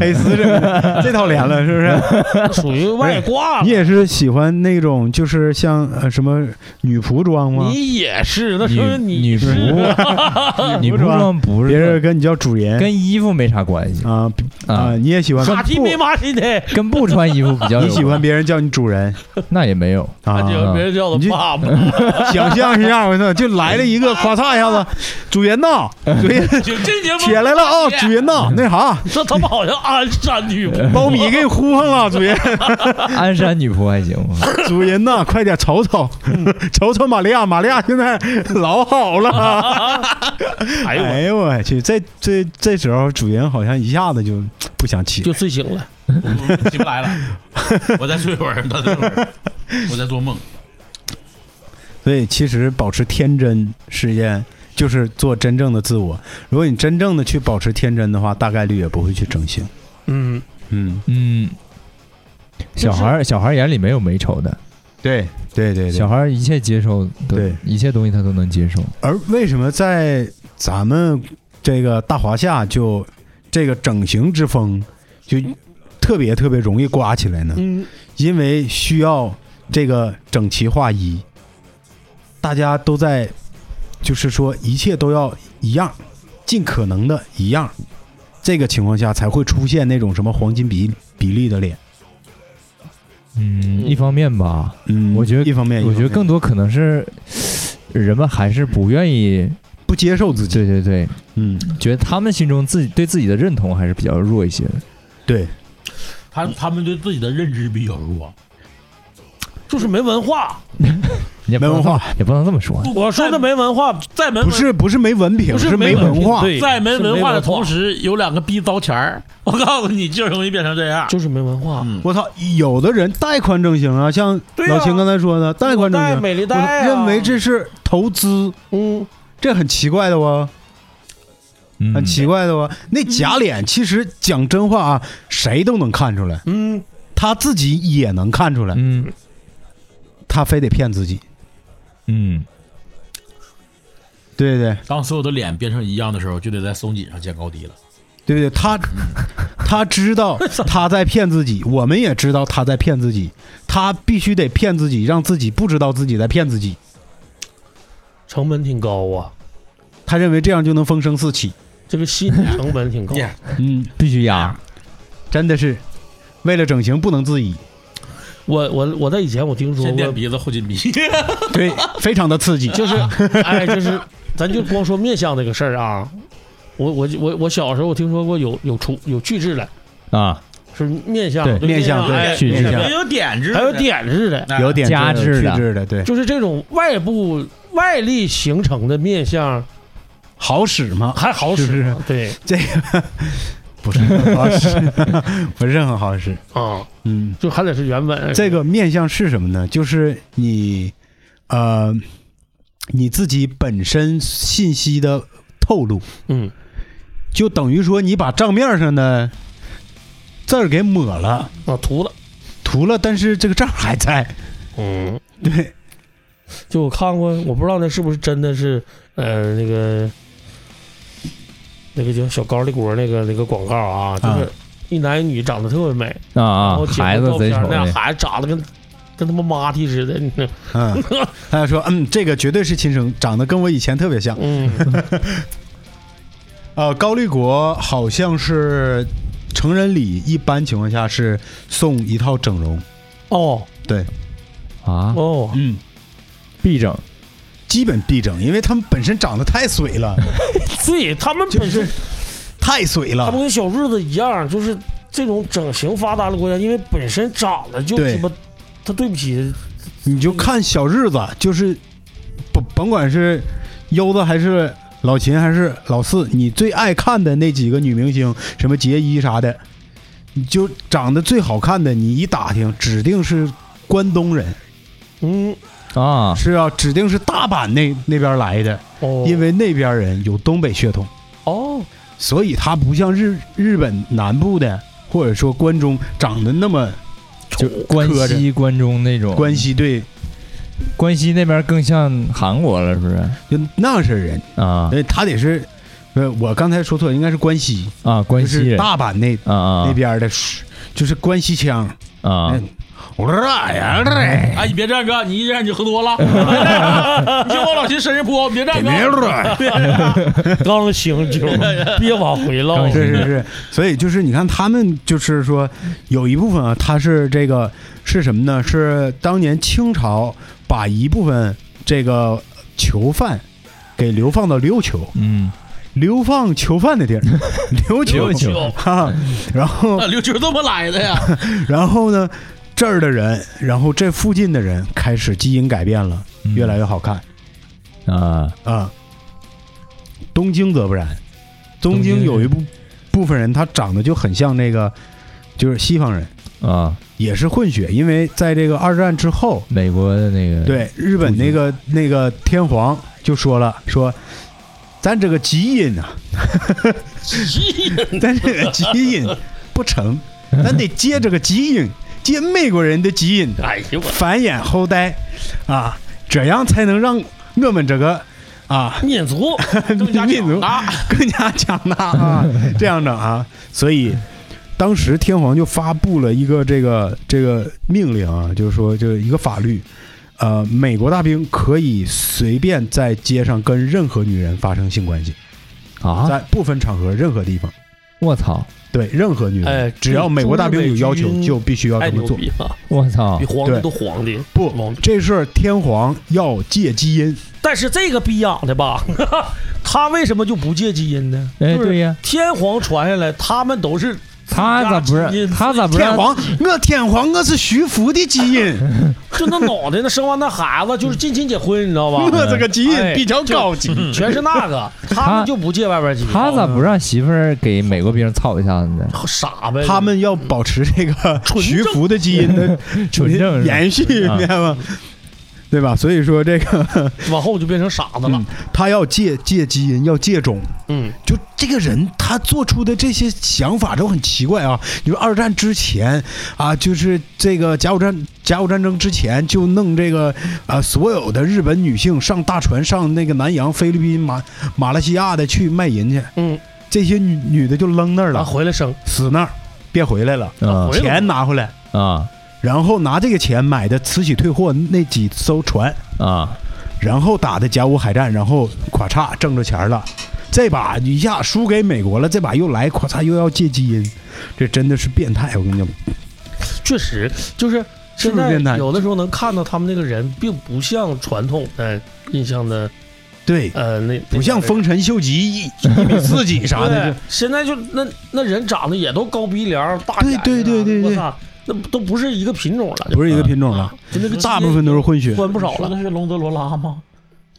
Speaker 2: 黑
Speaker 4: 嗯，
Speaker 2: 丝这个这套连了，是不是？
Speaker 5: 属于外挂
Speaker 2: 你
Speaker 5: 了。
Speaker 2: 也是喜欢那种就是像呃什么女仆装吗？
Speaker 5: 你也是， 那
Speaker 4: 女
Speaker 5: 说明你
Speaker 4: 女
Speaker 5: 是
Speaker 4: 仆，女仆装不
Speaker 2: 别人
Speaker 4: 是
Speaker 2: 跟你叫主人
Speaker 4: 跟衣服没啥关系
Speaker 2: 啊啊，
Speaker 4: 啊，
Speaker 2: 你也喜欢
Speaker 5: 傻逼没妈心的，
Speaker 4: 跟不穿衣服比较有
Speaker 2: 你喜欢
Speaker 4: 关
Speaker 2: 别人叫你主人
Speaker 4: 那也没 有，
Speaker 5: 那
Speaker 2: 啊？
Speaker 5: 就别人叫他爸爸。
Speaker 2: 想象一下，我操，就来了一个，咵嚓一下子，主人呐，主人
Speaker 5: 就这节
Speaker 2: 起
Speaker 5: 目，
Speaker 2: 来了啊， 主人呐，那 啥，
Speaker 5: 这他妈好像鞍山女仆。
Speaker 2: 苞米给你呼上了，主人，
Speaker 4: 鞍山女仆还行吗？
Speaker 2: 主人呐，快点瞅瞅，瞅瞅玛利亚，玛利亚现在老好了。
Speaker 5: 哎呦我，
Speaker 2: 哎呦我去，这这这时候主人好像一下子就不想起，
Speaker 5: 就睡醒了。
Speaker 3: 起不来了。 我再睡会儿，再睡会儿，我在做梦。
Speaker 2: 所以其实保持天真是一件。就是做真正的自我。如果你真正的去保持天真的话，大概率也不会去整形。
Speaker 5: 嗯，
Speaker 2: 嗯，
Speaker 4: 嗯，小孩儿小孩儿眼里没有美丑的，
Speaker 2: 对对对对
Speaker 4: 小。孩儿一切接受都
Speaker 2: 对
Speaker 4: 一切东西他都能接受。
Speaker 2: 而为什么在咱们这个大华夏就这个整形之风就特别特别容易刮起来呢？
Speaker 5: 嗯，
Speaker 2: 因为需要这个整齐划一，大家都在就是说一切都要一样，尽可能的一样，这个情况下才会出现那种什么黄金比比例的脸。
Speaker 4: 嗯，一方面吧，
Speaker 2: 嗯
Speaker 4: 我觉得
Speaker 2: 一方面，
Speaker 4: 我觉得
Speaker 2: 一方面
Speaker 4: 更多可能是人们还是不愿意，
Speaker 2: 不接受自己。
Speaker 4: 对对对，
Speaker 2: 嗯，
Speaker 4: 觉得他们心中自己对自己的认同还是比较弱一些的。
Speaker 2: 对，
Speaker 3: 他他们对自己的认知比较弱，就是没文化。
Speaker 4: 你也不
Speaker 2: 没
Speaker 4: 能
Speaker 2: 文
Speaker 4: 这么
Speaker 2: 化
Speaker 4: 也不能这么说。
Speaker 3: 我说的没文化，再
Speaker 5: 嗯
Speaker 3: 没文
Speaker 2: 不是不是没文凭，
Speaker 3: 不是
Speaker 2: 没
Speaker 3: 没
Speaker 2: 文
Speaker 3: 文凭
Speaker 2: 化。
Speaker 5: 对，
Speaker 3: 在没文化的同
Speaker 5: 时，
Speaker 3: 时，有两个逼糟钱儿，我告诉你，就容易变成这样。
Speaker 5: 就是没文化。
Speaker 2: 我操，有的人贷款整形啊，像
Speaker 5: 对啊
Speaker 2: 老秦刚才说的，贷款整
Speaker 5: 戴
Speaker 2: 形，
Speaker 5: 美丽
Speaker 2: 我
Speaker 5: 贷啊，
Speaker 2: 认为这是投资，
Speaker 5: 嗯，
Speaker 2: 这很奇怪的哦吧？
Speaker 4: 嗯
Speaker 2: 很奇怪的吧？那假脸其实讲真话啊，谁都能看出来，
Speaker 5: 嗯，
Speaker 2: 他自己也能看出来，
Speaker 4: 嗯
Speaker 2: 他非得骗自己，
Speaker 4: 嗯，
Speaker 2: 对不对？
Speaker 3: 当所有的脸变成一样的时候，就得在松紧上见高低了。
Speaker 2: 对不对？他他知道他在骗自己，我们也知道他在骗自己，他必须得骗自己，让自己不知道自己在骗自己。
Speaker 5: 成本挺高啊，
Speaker 2: 他认为这样就能风生四起，
Speaker 5: 这个心理成本挺高。
Speaker 2: 嗯，
Speaker 4: 必须压。
Speaker 2: 真的是为了整形不能自已，
Speaker 5: 我我我在以前我听说
Speaker 3: 先垫
Speaker 5: 过，
Speaker 3: 鼻子 后紧逼，
Speaker 2: 对，非常的刺激。
Speaker 5: 就是哎，就是咱就光说面相这个事儿啊，我我我我小时候我听说过有有除有去痣的，
Speaker 4: 啊，
Speaker 5: 是面相
Speaker 2: 对面相对
Speaker 5: 哎
Speaker 4: 去痣
Speaker 2: 面相
Speaker 3: 有点子
Speaker 5: 还有点子的，
Speaker 8: 哎
Speaker 2: 有点
Speaker 4: 加
Speaker 2: 这
Speaker 4: 制
Speaker 2: 个
Speaker 4: 的
Speaker 2: 去质的，对，
Speaker 5: 就是这种外部外力形成的面相
Speaker 2: 好使吗？
Speaker 5: 还好使
Speaker 2: 是不
Speaker 5: 呢，对
Speaker 2: 这个不是很好使， 不是很好使。
Speaker 5: 啊，
Speaker 2: 嗯，
Speaker 5: 就还得是原本
Speaker 2: 这个面相是什么呢？就是你，呃，你自己本身信息的透露，
Speaker 5: 嗯
Speaker 2: 就等于说你把账面上的字儿给抹了，
Speaker 5: 啊涂了，
Speaker 2: 涂了，但是这个账还在。
Speaker 5: 嗯，
Speaker 2: 对，
Speaker 5: 就我看过，我不知道那是不是真的是呃那个那个叫小高丽国那个那个广告啊，就是一男一女长得特别美，
Speaker 4: 啊
Speaker 5: 然
Speaker 4: 啊
Speaker 5: 后，结
Speaker 4: 孩
Speaker 5: 婚
Speaker 4: 子
Speaker 5: 照
Speaker 4: 贼
Speaker 5: 片
Speaker 4: 丑哎
Speaker 5: 那俩
Speaker 4: 的，
Speaker 5: 孩子长得跟跟他妈妈涕似的，你知道
Speaker 2: 嗯，他就说，嗯，这个绝对是亲生，长得跟我以前特别像。
Speaker 5: 嗯，
Speaker 2: 呃，高丽国好像是成人礼，一般情况下是送一套整容，
Speaker 5: 哦
Speaker 4: 啊，
Speaker 5: 哦，
Speaker 2: 嗯，
Speaker 4: 必整
Speaker 2: 基本必整，因为他们本身长得太水了，
Speaker 5: 对他 们本身
Speaker 2: 太水
Speaker 5: 他
Speaker 2: 了
Speaker 5: 们。跟小日子一样，就是这种整形发达的国家，因为本身长得就
Speaker 2: 对
Speaker 5: 鸡巴，他对不起，
Speaker 2: 你就看小日子，就是甭甭管是优子还是老秦还是老四，你最爱看的那几个女明星，什么杰伊啥的，你就长得最好看的，你一打听，指定是关东人，
Speaker 5: 嗯，
Speaker 4: 啊，
Speaker 2: 是啊，指定是大阪那那边来的，
Speaker 5: 哦，
Speaker 2: 因为那边人有东北血统，
Speaker 5: 哦，
Speaker 2: 所以他不像日日本南部的或者说关中长得那么
Speaker 4: 就关
Speaker 2: 磕着
Speaker 4: 西关中那种
Speaker 2: 关西对，
Speaker 4: 关西那边更像韩国了，是不是？
Speaker 2: 就那是人。
Speaker 4: 啊
Speaker 2: 对，他得是，呃，我刚才说错，应该是关西，
Speaker 4: 啊，关
Speaker 2: 就
Speaker 4: 西
Speaker 2: 是
Speaker 4: 人啊
Speaker 2: 大阪那、那
Speaker 4: 啊
Speaker 2: 边儿的，就是关西腔。
Speaker 4: 啊
Speaker 2: 哎，我说啥呀？这
Speaker 3: 哎，你别站哥，你一站你就喝 多了。你就往老秦身上泼，别站哥。
Speaker 5: 刚醒酒，别往回唠
Speaker 4: 刚，
Speaker 2: 是是是，所以就是你看他们就是说，有一部分啊，他是这个是什么呢？是当年清朝把一部分这个囚犯给流放到琉球，
Speaker 4: 嗯，
Speaker 2: 流放囚 犯的地儿，琉球，
Speaker 4: 琉球
Speaker 2: 哈、然 后
Speaker 3: 啊，刘军这么来的 呀？
Speaker 2: 然后呢，这儿的人，然后这附近的人开始基因改变了，
Speaker 4: 嗯
Speaker 2: 越来越好看
Speaker 4: 啊，
Speaker 2: 啊。东京则不然，东
Speaker 4: 东京
Speaker 2: 京
Speaker 4: 人
Speaker 2: 有一部部分人，他长得就很像那个，就是西方人，
Speaker 4: 啊，
Speaker 2: 也是混血，因为在这个二战之后，
Speaker 4: 美国的那个，
Speaker 2: 对日本那个那个天皇就说了，说咱这个基因啊， 咱这个基因不成，咱得接这个基因，接美国人的基因。
Speaker 5: 哎呦我，
Speaker 2: 繁衍后代啊，这样才能让我们这个啊
Speaker 5: 民族
Speaker 2: 民族 更加强大啊，这样整啊。所以当时天皇就发布了一个这个这个命令啊，就是说就是一个法律。呃，美国大兵可以随便在街上跟任何女人发生性关系，
Speaker 4: 啊，
Speaker 2: 在不分场合、任何地方，
Speaker 4: 我操，
Speaker 2: 对任何女人，
Speaker 5: 哎
Speaker 2: 只要美国大兵有要
Speaker 5: 驻日
Speaker 2: 求，
Speaker 5: 美军
Speaker 2: 就必须要
Speaker 5: 太
Speaker 2: 这么
Speaker 5: 牛
Speaker 2: 做。
Speaker 5: 逼了，
Speaker 4: 我操
Speaker 5: 比，皇帝都皇帝
Speaker 2: 不
Speaker 5: 王，
Speaker 2: 这事儿天皇要借基因，
Speaker 5: 但是这个逼养的吧， 他为什么就不借基因呢？
Speaker 4: 哎，
Speaker 5: 就是
Speaker 4: 对呀，
Speaker 5: 天皇传下来，他们都是
Speaker 4: 他咋不
Speaker 5: 基因
Speaker 4: 让？他咋
Speaker 5: 啊
Speaker 4: 不
Speaker 2: 天
Speaker 4: 让？
Speaker 2: 皇，我天皇，我是徐福的基因，
Speaker 5: 就那脑袋，那生完那 孩子就是近亲结婚，你知道吧？
Speaker 2: 我这个基因
Speaker 5: 哎
Speaker 2: 比较高级。
Speaker 5: 全是 那个，他们就不借外边基因。
Speaker 4: 他咋不让媳妇儿给美国兵操一下子呢？
Speaker 5: 傻呗？
Speaker 2: 他们要保持这个
Speaker 5: 嗯纯正
Speaker 2: 徐福的基因的
Speaker 4: 纯正是吧
Speaker 2: 延续，
Speaker 4: 啊
Speaker 2: 你知道吗？对吧？所以说这个
Speaker 5: 往后就变成傻子了
Speaker 2: 嗯。他要借借基因，要借种。
Speaker 5: 嗯，
Speaker 2: 就这个人他做出的这些想法都很奇怪啊！你说二战之前啊，就是这个甲午战甲午战争之前就弄这个啊，所有的日本女性上大船上那个南洋、菲律宾、马马来西亚的去卖淫去，
Speaker 5: 嗯，
Speaker 2: 这些女女的就扔那儿
Speaker 5: 咱、
Speaker 2: 了，
Speaker 5: 啊回来生，
Speaker 2: 死那儿，别回来了，
Speaker 4: 啊
Speaker 5: 回来
Speaker 2: 钱拿回来，
Speaker 4: 啊
Speaker 2: 然后拿这个钱买的慈禧退货那几艘船，
Speaker 4: 啊！
Speaker 2: 然后打的甲午海战，然后咵嚓挣着钱了，这把一下输给美国了，这把又来咵嚓又要借基因，这真的是变态！我跟你讲，
Speaker 5: 确实就是
Speaker 2: 是
Speaker 5: 现
Speaker 2: 不是
Speaker 5: 在
Speaker 2: 变态
Speaker 5: 有的时候能看到他们那个人并不像传统的印象的
Speaker 2: 对，
Speaker 5: 呃那
Speaker 2: 不像丰臣秀吉一一米四几啥的，
Speaker 5: 对，现在就那那人长得也都高鼻梁、大眼睛啊
Speaker 2: 对对对对对
Speaker 5: 我操，那都不是一个品种了，
Speaker 2: 就不是一个品种
Speaker 5: 啊
Speaker 2: 了，，
Speaker 5: 就那个
Speaker 2: 大部分都是混血，
Speaker 5: 分不少
Speaker 3: 说
Speaker 5: 了。
Speaker 3: 的是隆德罗拉吗？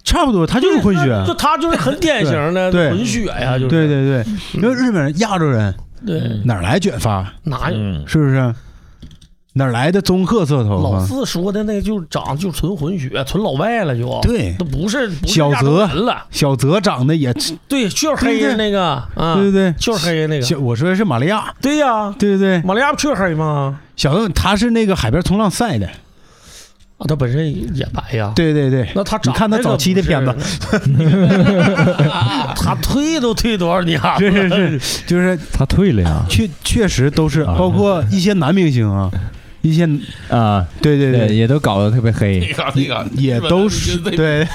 Speaker 2: 差不多，他就是混
Speaker 5: 就
Speaker 2: 血。
Speaker 5: 他就是很典型的
Speaker 2: 对对
Speaker 5: 混血呀，就是
Speaker 2: 对嗯对对，因为日本人、亚洲人
Speaker 5: 对，
Speaker 2: 哪儿来卷发？
Speaker 5: 哪有
Speaker 4: 嗯
Speaker 2: 是不是？哪儿来的棕褐色头
Speaker 5: 老
Speaker 2: 发？
Speaker 5: 四说的那个就长就纯混血，纯老外了就，
Speaker 2: 对
Speaker 5: 那，不是不是
Speaker 2: 小
Speaker 5: 亚洲
Speaker 2: 泽
Speaker 5: 人了，
Speaker 2: 小泽长得也，对
Speaker 5: 对，就是黑的那个啊，
Speaker 2: 对对，
Speaker 5: 就是黑的那个，
Speaker 2: 小我说的是玛利亚，
Speaker 5: 对呀，
Speaker 2: 对对对，
Speaker 5: 马利亚不就是黑吗？
Speaker 2: 小邓他是那个海边冲浪赛的，
Speaker 5: 啊，他本身也白呀，
Speaker 2: 对对对，
Speaker 5: 那他
Speaker 2: 你
Speaker 5: 长
Speaker 2: 看他
Speaker 5: 那个
Speaker 2: 早期的片子
Speaker 5: 不， 他退都退多少啊年 了？
Speaker 2: 是是是，就是
Speaker 4: 他退了呀
Speaker 2: 确确实都是，包括一些男明星啊，一些
Speaker 4: 啊！
Speaker 2: 对对
Speaker 4: 对，
Speaker 2: 对，
Speaker 4: 也都搞得特别黑
Speaker 2: 哎
Speaker 1: 那个那个
Speaker 2: 也都是对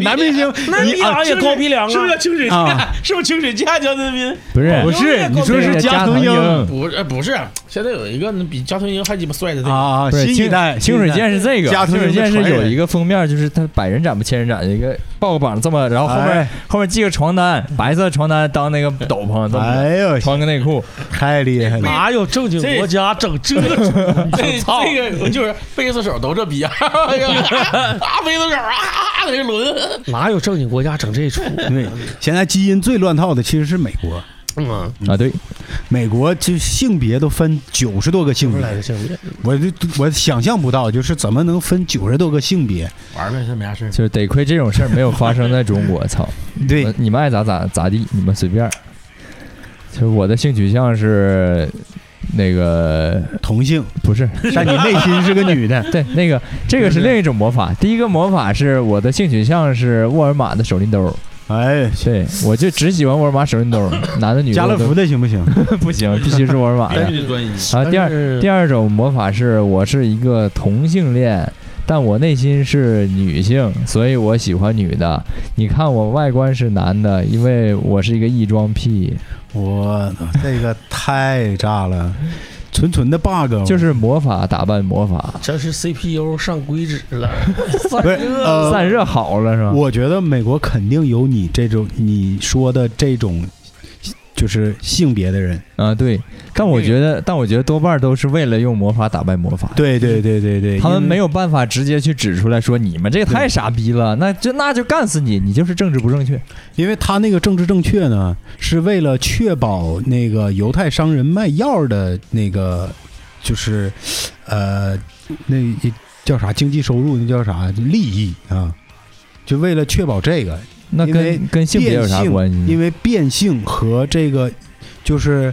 Speaker 2: 男明星，
Speaker 5: 那你
Speaker 2: 你啊
Speaker 5: 俩也高鼻梁啊？
Speaker 8: 是不是叫清水
Speaker 2: 啊
Speaker 8: 剑？是不是清水剑？江泽民
Speaker 4: 不是
Speaker 2: 不是你说
Speaker 4: 这
Speaker 2: 是
Speaker 4: 个
Speaker 2: 加
Speaker 4: 加
Speaker 2: 藤
Speaker 4: 藤
Speaker 2: 鹰
Speaker 8: 不是，不是，现在有一个比加藤鹰还鸡巴帅的
Speaker 2: 啊
Speaker 8: 那
Speaker 2: 啊，
Speaker 4: 不是
Speaker 2: 新一代
Speaker 4: 清水剑是这个，
Speaker 2: 加藤
Speaker 4: 清
Speaker 2: 鹰
Speaker 4: 水
Speaker 2: 的
Speaker 4: 剑是
Speaker 2: 传
Speaker 4: 有
Speaker 2: 人
Speaker 4: 一个封面，就是他百人斩不千人斩，一个抱个膀这么，然后后面
Speaker 2: 哎
Speaker 4: 后面系个床单，白色床单当那个斗篷，这么
Speaker 2: 哎呦，
Speaker 4: 穿个内裤，
Speaker 2: 太厉害了，
Speaker 5: 哪有正经国家整这种？
Speaker 3: 啊
Speaker 8: 个， 这这个就是贝斯手都这逼样，哎呀 啊贝斯手啊啊在这抡，
Speaker 5: 哪有正经国家整这出？
Speaker 2: 对，现在基因最乱套的其实是美国，
Speaker 5: 嗯，
Speaker 4: 啊，对，
Speaker 2: 美国就性别都分九十多个性
Speaker 5: 不
Speaker 2: 别
Speaker 5: 是，来个性别，
Speaker 2: 我就我想象不到，就是怎么能分九十多个性别？
Speaker 8: 玩呗，这没啥事儿。
Speaker 4: 就是得亏这种事儿没有发生在中国，操！
Speaker 2: 对，
Speaker 4: 呃你们爱咋咋咋地，你们随便儿。就是我的性取向是那个
Speaker 2: 同性，
Speaker 4: 不是，
Speaker 2: 但你内心是个女的
Speaker 4: 对那个这个是另一种魔法。第一个魔法是我的性取向是沃尔玛的手拎兜儿，
Speaker 2: 哎，
Speaker 4: 对我就只喜欢沃尔玛手拎兜儿，男的女的
Speaker 2: 家乐福的行不行？
Speaker 4: 都不行，必须是沃尔 玛的。
Speaker 8: 专一，
Speaker 4: 然啊后第二
Speaker 5: 二
Speaker 4: 第二种魔法是我是一个同性恋，但我内心是女性，所以我喜欢女的。你看我外观是男的，因为我是一个异装癖，
Speaker 2: 我这个太炸了，纯纯的 bug，啊
Speaker 4: 就是魔法打败魔法，
Speaker 5: 这是 CPU 上硅脂了，
Speaker 2: 不是呃，
Speaker 4: 散热好了是吧？
Speaker 2: 我觉得美国肯定有你这种你说的这种就是性别的人，
Speaker 4: 啊，对，但我
Speaker 8: 定
Speaker 4: 觉得，但我觉得多半都是为了用魔法打败魔法。
Speaker 2: 对对对对对，
Speaker 4: 他们没
Speaker 2: 有
Speaker 4: 有办法直接去指出来说你们这太傻逼了，那就那就干死你，你就是政治不正确。
Speaker 2: 因，因为他那个政治正确呢，是为了确保那个犹太商人卖药的那个就是呃那叫啥经济收入，那叫啥利益啊，就为了确保这个，
Speaker 4: 那
Speaker 2: 因为
Speaker 4: 跟跟性别有啥关系
Speaker 2: 因
Speaker 4: 呢？
Speaker 2: 为变性和这个就是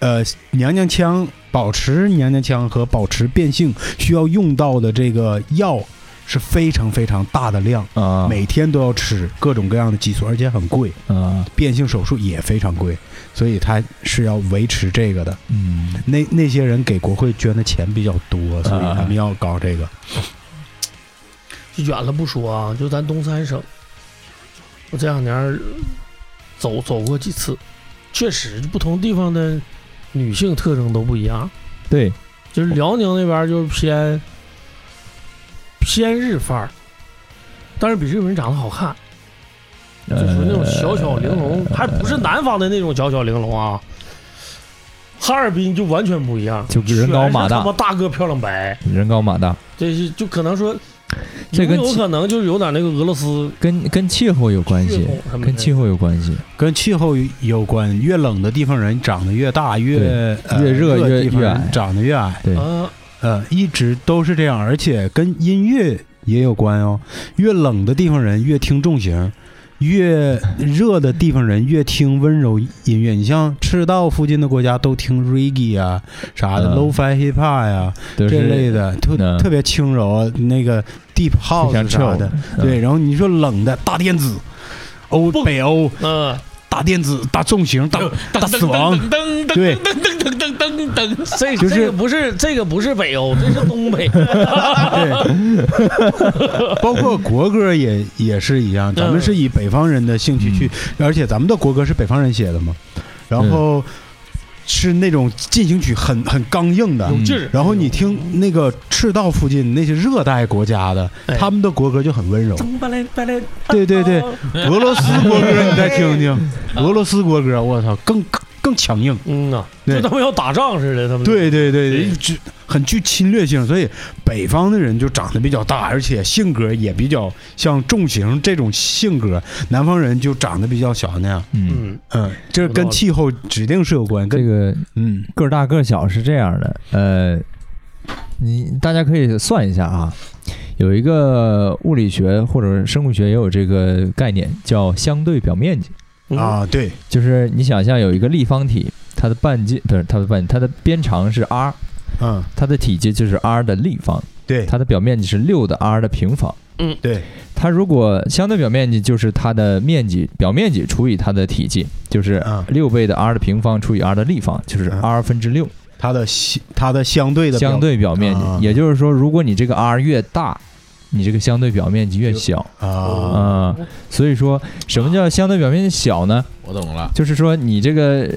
Speaker 2: 呃娘娘腔保持娘娘腔和保持变性需要用到的这个药是非常非常大的量，
Speaker 4: 啊
Speaker 2: 每天都要吃各种各样的激素，而且很贵，
Speaker 4: 啊
Speaker 2: 变性手术也非常贵，所以他是要维持这个的。
Speaker 4: 嗯，
Speaker 2: 那那些人给国会捐的钱比较
Speaker 4: 啊
Speaker 2: 多，所以他们要搞这个。
Speaker 5: 就远了不说啊，就咱东三省，我这两年儿走走过几次，确实不同地方的女性特征都不一样。
Speaker 4: 对，
Speaker 5: 就是辽宁那边儿就是偏偏日范儿，但是比日本人长得好看，就
Speaker 4: 呃
Speaker 5: 是那种小巧玲珑，还不是南方的那种小巧玲珑啊，哈尔滨就完全不一样，
Speaker 4: 就人高马
Speaker 5: 全
Speaker 4: 大
Speaker 5: 是他妈大个漂亮白，
Speaker 4: 人高马大，
Speaker 5: 这是就可能说，
Speaker 4: 这跟
Speaker 5: 有没有
Speaker 4: 气
Speaker 5: 可能就是有点那个俄罗斯
Speaker 4: 跟跟气候有关
Speaker 5: 血
Speaker 4: 系
Speaker 5: 统，什么
Speaker 4: 跟
Speaker 5: 的啊
Speaker 4: 气候有关系。
Speaker 2: 跟气候有关，越冷的地方人长得越大，越
Speaker 4: 对
Speaker 2: 呃
Speaker 4: 越热
Speaker 2: 热
Speaker 4: 越
Speaker 2: 地方
Speaker 4: 越
Speaker 2: 人
Speaker 4: 矮
Speaker 2: 长得越矮。
Speaker 4: 对
Speaker 5: 啊，
Speaker 2: 呃，一直都是这样，而且跟音乐也有关哦。越冷的地方人越听重型，越热的地方人越听温柔音乐。你像赤道附近的国家都听 reggae 啊啥的、
Speaker 4: 嗯
Speaker 2: low-fi hip-hop 呀、
Speaker 4: 都
Speaker 2: 这类
Speaker 4: 是
Speaker 2: 的，特、
Speaker 4: 嗯
Speaker 2: 特别轻柔啊，那个 deep
Speaker 4: 非常
Speaker 2: house 啥
Speaker 4: chill
Speaker 2: 的。
Speaker 4: 嗯
Speaker 2: 对，然后你说冷的大电子，欧
Speaker 5: 蹦
Speaker 2: 北欧
Speaker 5: 嗯，
Speaker 2: 大电子、大重型、大大死亡，
Speaker 8: 噔噔
Speaker 2: 对，
Speaker 8: 噔噔噔噔噔，
Speaker 5: 这
Speaker 2: 就是
Speaker 5: 这个不是这个不是北欧，这是东北，
Speaker 2: 对，包括国歌也也是一样，
Speaker 8: 嗯
Speaker 2: 咱们是以北方人的兴趣去，
Speaker 4: 嗯
Speaker 2: 而且咱们的国歌是北方人写的嘛，然后是那种进行曲很很刚硬
Speaker 8: 嗯
Speaker 2: 的。
Speaker 5: 有劲
Speaker 4: 嗯
Speaker 5: 儿。
Speaker 2: 然后你听那个赤道附近那些热带国家的，
Speaker 5: 哎
Speaker 2: 他们的国歌就很温柔。对对
Speaker 8: 哦
Speaker 2: 对，俄罗斯国歌你再听听，俄罗斯国歌，我操，更更更强硬。
Speaker 5: 嗯呐，
Speaker 2: 对
Speaker 5: 就他们要打仗似的，他们
Speaker 2: 对对对
Speaker 5: 对
Speaker 2: 对，具很具侵略性，所以北方的人就长得比较大，而且性格也比较像重型这种性格，南方人就长得比较小那样。
Speaker 4: 嗯，
Speaker 5: 嗯，
Speaker 2: 嗯，这
Speaker 5: 有道
Speaker 2: 跟
Speaker 5: 理
Speaker 2: 气候指定是有关，
Speaker 4: 这
Speaker 2: 跟
Speaker 4: 个
Speaker 2: 嗯
Speaker 4: 个儿大个儿小是这样的，呃，你大家可以算一下啊，有一个物理学或者生物学也有这个概念叫相对表面积，
Speaker 5: 嗯，
Speaker 2: 啊对，
Speaker 4: 就是你想象有一个立方体，它的半径不是它的半径，它的边长是 r，
Speaker 2: 嗯
Speaker 4: 它的体积就是 r 的立方，
Speaker 2: 对
Speaker 4: 它的表面积是六的 r 的平方。
Speaker 2: 对，
Speaker 4: 它如果相对表面积就是它的面积，表面积除以它的体积，就是
Speaker 2: 嗯
Speaker 4: 六倍的 r 的平方除以 r 的立方，就是
Speaker 2: 嗯
Speaker 4: r 分之六。
Speaker 2: 它的相它的相对的表
Speaker 4: 相对表面积
Speaker 2: 啊，
Speaker 4: 也就是说，如果你这个 r 越大，你这个相对表面积越小
Speaker 2: 啊
Speaker 4: 啊、所以说，什么叫相对表面积小呢？
Speaker 8: 我懂了，
Speaker 4: 就是说你这个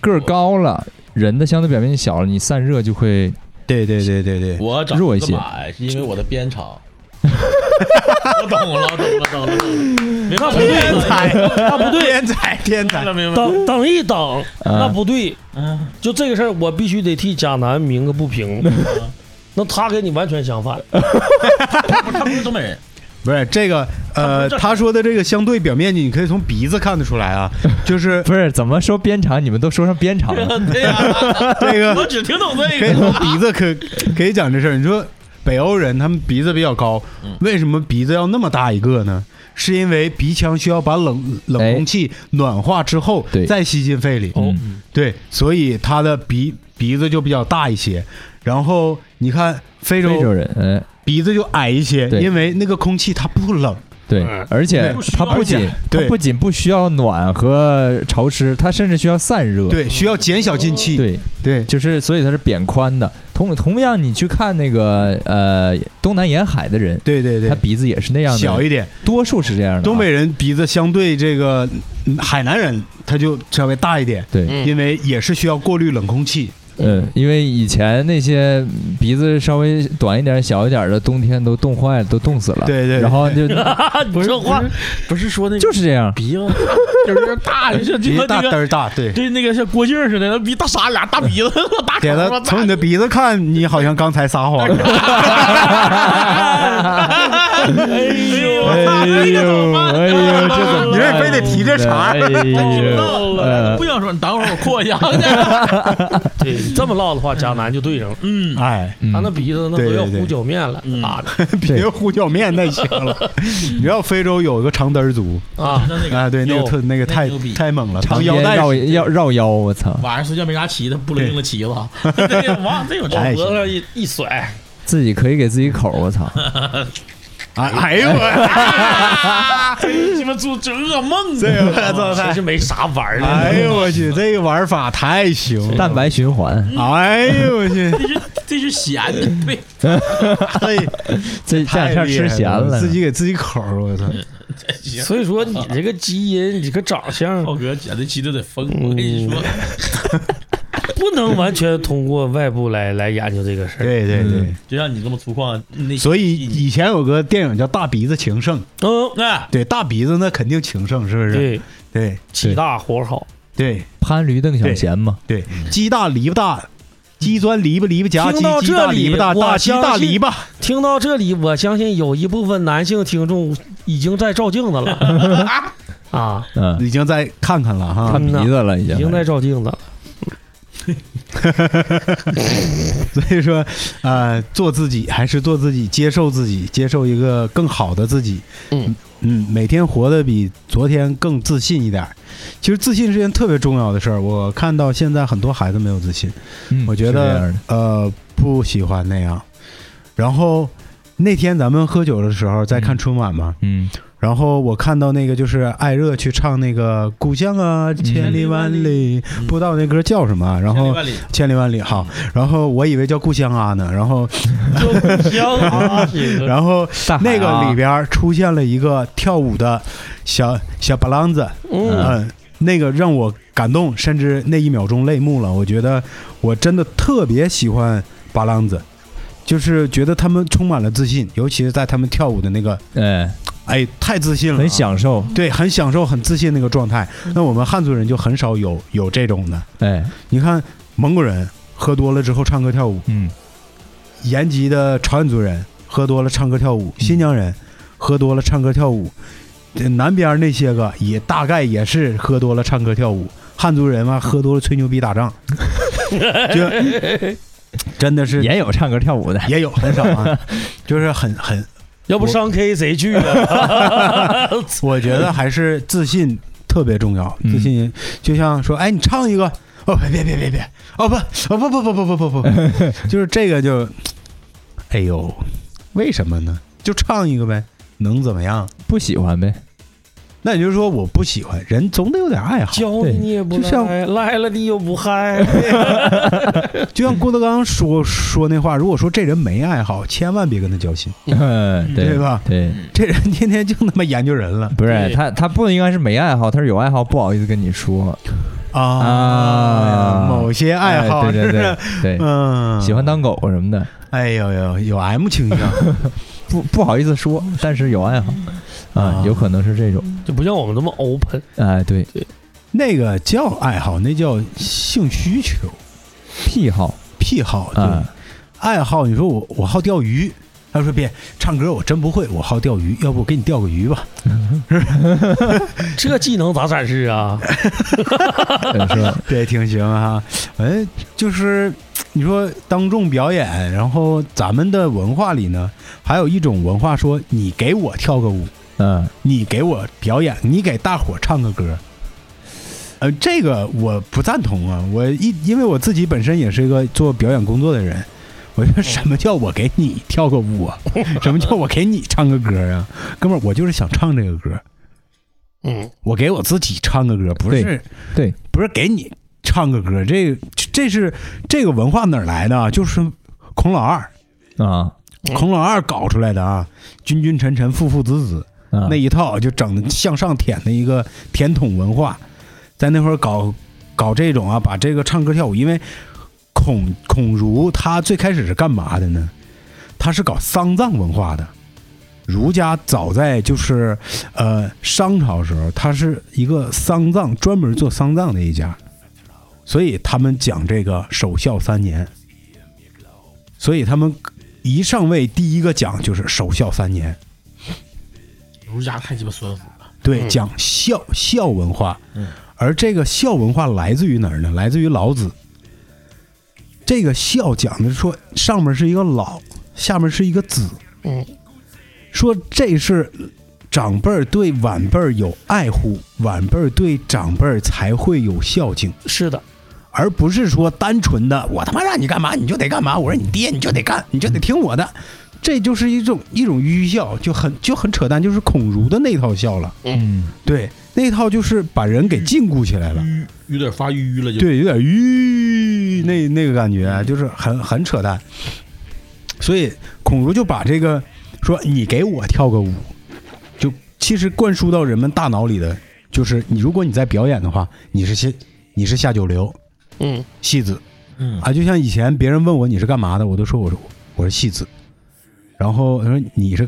Speaker 4: 个儿高了，人的相对表面积小了，你散热就会
Speaker 2: 对对对对
Speaker 4: 哦
Speaker 2: 对，
Speaker 8: 我长
Speaker 4: 弱一
Speaker 8: 得
Speaker 4: 些
Speaker 8: 矮是因为我的边长。我懂了，我懂了，懂了，明白
Speaker 2: 天
Speaker 8: 了，
Speaker 2: 才， 那不对，天才天才，
Speaker 8: 明白了。
Speaker 5: 等等一等，那
Speaker 4: 啊、
Speaker 5: 不对，
Speaker 8: 嗯
Speaker 5: 就这个事儿，我必须得替贾南鸣个不平。啊那他跟你完全相反，
Speaker 8: 他不是东北人，
Speaker 2: 不是这个呃，他说的这个相对表面积，你可以从鼻子看得出来 啊，就是
Speaker 4: 不是怎么说边长，你们都说上边长 了，
Speaker 8: 对呀，
Speaker 2: 这个
Speaker 8: 我只听懂这
Speaker 2: 可以
Speaker 8: 个。
Speaker 2: 从鼻子可可以讲这事儿。你说北欧人他们鼻子比较高，
Speaker 4: 嗯
Speaker 2: 为什么鼻子要那么大一个呢？是因为鼻腔需要把冷冷空气暖化之后
Speaker 4: 哎对
Speaker 2: 再吸进肺里，
Speaker 5: 哦
Speaker 4: 嗯，
Speaker 2: 对，所以他的鼻鼻子就比较大一些。然后你看
Speaker 4: 非
Speaker 2: 非
Speaker 4: 洲
Speaker 2: 洲
Speaker 4: 人，哎，
Speaker 2: 鼻子就矮一些，
Speaker 4: 对
Speaker 2: 因为那个空气它不冷，
Speaker 4: 对
Speaker 5: 嗯，
Speaker 4: 而且
Speaker 2: 对
Speaker 4: 它不仅它
Speaker 2: 对
Speaker 4: 不仅不需要暖和潮湿，它甚至需要散热，
Speaker 2: 对，需要减小进气，
Speaker 4: 对。
Speaker 2: 对
Speaker 4: 就是所以它是扁宽的。同同样，你去看那个呃东南沿海的人，
Speaker 2: 对对
Speaker 4: 他
Speaker 2: 对，
Speaker 4: 鼻子也是那样的，
Speaker 2: 小一点。
Speaker 4: 多数是这样的啊。
Speaker 2: 东北人鼻子相对这个嗯海南人，他就稍微大一点，
Speaker 4: 对，
Speaker 2: 因为也是需要过滤冷空气。
Speaker 4: 嗯，因为以前那些鼻子稍微短一点、小一点的，冬天都冻坏了，都冻死了。
Speaker 2: 对对
Speaker 4: 然后 就
Speaker 5: 你这话
Speaker 3: 不是说那
Speaker 4: 就是这样，
Speaker 3: 鼻 子就是大，就
Speaker 2: 鼻
Speaker 3: 就
Speaker 2: 子大
Speaker 3: 那
Speaker 2: 嘚
Speaker 3: 个
Speaker 2: 儿大，对。
Speaker 3: 对那个像郭靖似的，那鼻大傻俩大鼻 子，大
Speaker 2: 铁子
Speaker 3: 口，
Speaker 2: 从你的鼻子看，你好像刚才撒谎。
Speaker 4: 哎呦，哎呦，这怎么办？
Speaker 2: 你这非得提这茬儿
Speaker 4: 哎呦，
Speaker 8: 到
Speaker 4: 了
Speaker 2: 呃
Speaker 8: 了，不想说，你等会儿我扩一下。
Speaker 5: 对你这么唠的话，贾南就对上了。
Speaker 8: 嗯，
Speaker 2: 哎，
Speaker 5: 他那
Speaker 4: 嗯
Speaker 5: 鼻子那都
Speaker 2: 对
Speaker 5: 要
Speaker 2: 对对
Speaker 5: 糊脚面了，大的
Speaker 2: 别胡搅面那行了。 你知道非洲有一个长嘚儿族
Speaker 5: 啊！
Speaker 8: 那个
Speaker 2: 啊，对，那个
Speaker 5: 有
Speaker 2: 特那个太
Speaker 8: 牛逼
Speaker 2: 太猛了，
Speaker 4: 长
Speaker 2: 当腰
Speaker 4: 边
Speaker 2: 带
Speaker 4: 绕
Speaker 2: 使。
Speaker 4: 绕绕腰，我操！
Speaker 8: 晚上睡觉没啥旗子，不灵灵的旗子，对哇， 这有这
Speaker 5: 往
Speaker 2: 哎
Speaker 5: 脖子上一一甩，
Speaker 4: 自己可以给自己口儿，我操！
Speaker 2: 哎哎呦我，
Speaker 8: 啊你们做这噩梦啊
Speaker 2: 这个做
Speaker 5: 真
Speaker 2: 太
Speaker 5: 是，没啥玩儿的。
Speaker 2: 哎呦我去，这个玩法太行了。
Speaker 4: 蛋白循环，
Speaker 2: 哎呦我去，
Speaker 8: 这是咸的，对，
Speaker 2: 哎
Speaker 4: 这这两
Speaker 2: 太
Speaker 4: 天
Speaker 2: 厉
Speaker 4: 吃
Speaker 2: 害
Speaker 4: 咸
Speaker 2: 了，
Speaker 4: 了，
Speaker 2: 自己给自己口儿，我操！
Speaker 5: 所以说你这个基因，你这个长相
Speaker 8: 浩哥剪的旗都得疯，我跟你说，
Speaker 2: 嗯
Speaker 5: 不能完全通过外部来来研究这个事儿。
Speaker 2: 对对对，
Speaker 8: 就像你这么粗犷，那
Speaker 2: 所以以前有个电影叫《大鼻子情圣》，
Speaker 5: 嗯，
Speaker 8: 那
Speaker 2: 对，大鼻子那肯定情圣，是不是？
Speaker 5: 对，
Speaker 2: 对
Speaker 5: 气大活好，
Speaker 2: 对，
Speaker 4: 潘驴邓小闲嘛，
Speaker 2: 对，鸡大篱笆大，鸡钻篱笆篱笆夹，
Speaker 5: 听
Speaker 2: 鸡
Speaker 5: 到
Speaker 2: 鸡
Speaker 5: 这
Speaker 2: 大
Speaker 5: 里
Speaker 2: 篱笆大，
Speaker 5: 我
Speaker 2: 大鸡
Speaker 5: 相
Speaker 2: 大
Speaker 5: 信
Speaker 2: 篱笆。
Speaker 5: 听到这里，我相信有一部分男性听众已经在照镜子了 啊，
Speaker 4: 嗯，
Speaker 2: 已经在看看了 哈
Speaker 4: 看，鼻子了已
Speaker 5: 已
Speaker 4: 经，
Speaker 2: 嗯
Speaker 5: 经在照镜子了。
Speaker 2: 所以说，呃，做自己还是做自己，接受自己，接受一个更好的自己。
Speaker 8: 嗯
Speaker 2: 嗯，每天活得比昨天更自信一点儿。其实自信是件特别重要的事儿，我看到现在很多孩子没有自信，
Speaker 4: 嗯
Speaker 2: 我觉
Speaker 4: 是这
Speaker 2: 得
Speaker 4: 样的
Speaker 2: 呃不喜欢那样。然后那天咱们喝酒的时候在看春晚嘛，
Speaker 4: 嗯，
Speaker 2: 然后我看到那个就是艾热去唱那个《故乡啊，千里万里》，
Speaker 4: 嗯
Speaker 2: 不知道那歌叫什么啊。然后《千里万里》好，然后我以为叫《故乡啊》呢，然后
Speaker 5: 就 香啊，
Speaker 2: 然后
Speaker 4: 嗯大海
Speaker 2: 那个
Speaker 4: 啊
Speaker 2: 里边儿出现了一个跳舞的小小巴郎子，
Speaker 5: 嗯，
Speaker 4: 哎
Speaker 2: 嗯，那个让我感动，甚至那一秒钟泪目了。我觉得我真的特别喜欢巴郎子，就是觉得他们充满了自信，尤其是在他们跳舞的那个，
Speaker 4: 哎，
Speaker 2: 哎，太自信了啊，
Speaker 4: 很享嗯受，
Speaker 2: 对，很享受、很自信那个状态。那我们汉族人就很少有有这种的。
Speaker 4: 哎，
Speaker 2: 你看蒙古人喝多了之后唱歌跳舞，
Speaker 4: 嗯，
Speaker 2: 延吉的朝鲜族人喝多了唱歌跳舞，新疆人喝多了唱歌跳舞，这南边那些个也大概也是喝多了唱歌跳舞。汉族人嘛，喝多了吹牛逼打仗，就真的是
Speaker 4: 也有唱歌跳舞的，
Speaker 2: 也有很少啊，就是很很
Speaker 5: 要不上 K 谁去啊？
Speaker 2: 我觉得还是自信特别重要。
Speaker 4: 嗯
Speaker 2: 自信就像说，哎，你唱一个，哦，别别别别别，哦不，哦不不不不不不不，就是这个就，哎呦，为什么呢？就唱一个呗，能怎么样？
Speaker 4: 不喜欢呗，
Speaker 2: 那也就是说我不喜欢，人总得有点爱好。
Speaker 5: 教你你也不
Speaker 2: 就像
Speaker 5: 来，来了你又不嗨。
Speaker 2: 就像郭德纲说说那话，如果说这人没爱好，千万别跟他交心，
Speaker 4: 嗯，
Speaker 2: 对
Speaker 4: 对？
Speaker 2: 吧？
Speaker 4: 对，
Speaker 2: 这人天天就他妈研究人了
Speaker 4: 不是
Speaker 8: 对
Speaker 4: 他，他不应该是没爱好，他是有爱好，不好意思跟你说
Speaker 2: 啊
Speaker 4: 啊
Speaker 2: 哎某些爱好
Speaker 4: 哎
Speaker 2: 是
Speaker 4: 对
Speaker 2: 不
Speaker 4: 对
Speaker 2: 是？
Speaker 4: 对对，
Speaker 2: 嗯，
Speaker 4: 喜欢当狗什么的，
Speaker 2: 哎呦呦，有 M 倾向，
Speaker 4: 不不好意思说，但是有爱好啊
Speaker 2: 嗯啊，
Speaker 4: 有可能是这种，
Speaker 5: 就不像我们这么 open。
Speaker 4: 哎，对，
Speaker 2: 那个叫爱好，那叫性需求、
Speaker 4: 癖 好
Speaker 2: 癖好。对，
Speaker 4: 啊，
Speaker 2: 爱好，你说我我好钓鱼，他说别唱歌，我真不会，我好钓鱼，要不我给你钓个鱼吧？
Speaker 5: 这技能咋展示啊？
Speaker 4: 呃是吧？
Speaker 2: 这也挺行啊哈、反正哎就是你说当众表演，然后咱们的文化里呢，还有一种文化说，你给我跳个舞，
Speaker 4: 嗯，
Speaker 2: 你给我表演，你给大伙儿唱个歌。呃，这个我不赞同啊！我一因为我自己本身也是一个做表演工作的人，我觉得什么叫我给你跳个舞啊？什么叫我给你唱个歌啊？哥们儿，我就是想唱这个歌，
Speaker 8: 嗯，
Speaker 2: 我给我自己唱个歌，不是
Speaker 4: 对对
Speaker 2: 不是给你唱个歌，这这是这个文化哪儿来的啊？就是孔老二，
Speaker 4: 啊
Speaker 2: 孔老二搞出来的啊！君君臣臣，父父子子，
Speaker 4: 啊
Speaker 2: 那一套就整的向上舔的一个甜筒文化，在那会儿搞搞这种啊，把这个唱歌跳舞，因为孔孔儒他最开始是干嘛的呢？他是搞丧葬文化的。儒家早在就是呃商朝时候，他是一个丧葬专门做丧葬的一家，所以他们讲这个守孝三年，所以他们一上位第一个讲就是守孝三年。
Speaker 3: 儒家太鸡巴酸腐了，
Speaker 2: 对，
Speaker 8: 嗯
Speaker 2: 讲孝孝文化。而这个孝文化来自于哪儿呢？来自于老子。这个孝讲的是说，上面是一个老，下面是一个子。
Speaker 8: 嗯，
Speaker 2: 说这是长辈儿对晚辈儿有爱护，晚辈儿对长辈儿才会有孝敬。
Speaker 5: 是的，
Speaker 2: 而不是说单纯的我他妈让你干嘛你就得干嘛，我是你爹你就得干，你就得听我的，这就是一种一种愚孝，就很就很扯淡，就是孔儒的那套孝了。
Speaker 4: 嗯
Speaker 2: 对，那套就是把人给禁锢起来
Speaker 3: 嗯
Speaker 2: 了，
Speaker 3: 有点发淤了就。
Speaker 2: 对，有点吁那那个感觉，啊就是很很扯淡。所以孔儒就把这个说你给我跳个舞，就其实灌输到人们大脑里的就是你如果你在表演的话，你是下你是下九流，
Speaker 8: 嗯，
Speaker 2: 戏子，
Speaker 4: 嗯
Speaker 2: 啊，就像以前别人问我你是干嘛的，我都说我说我是戏子，然后他说你是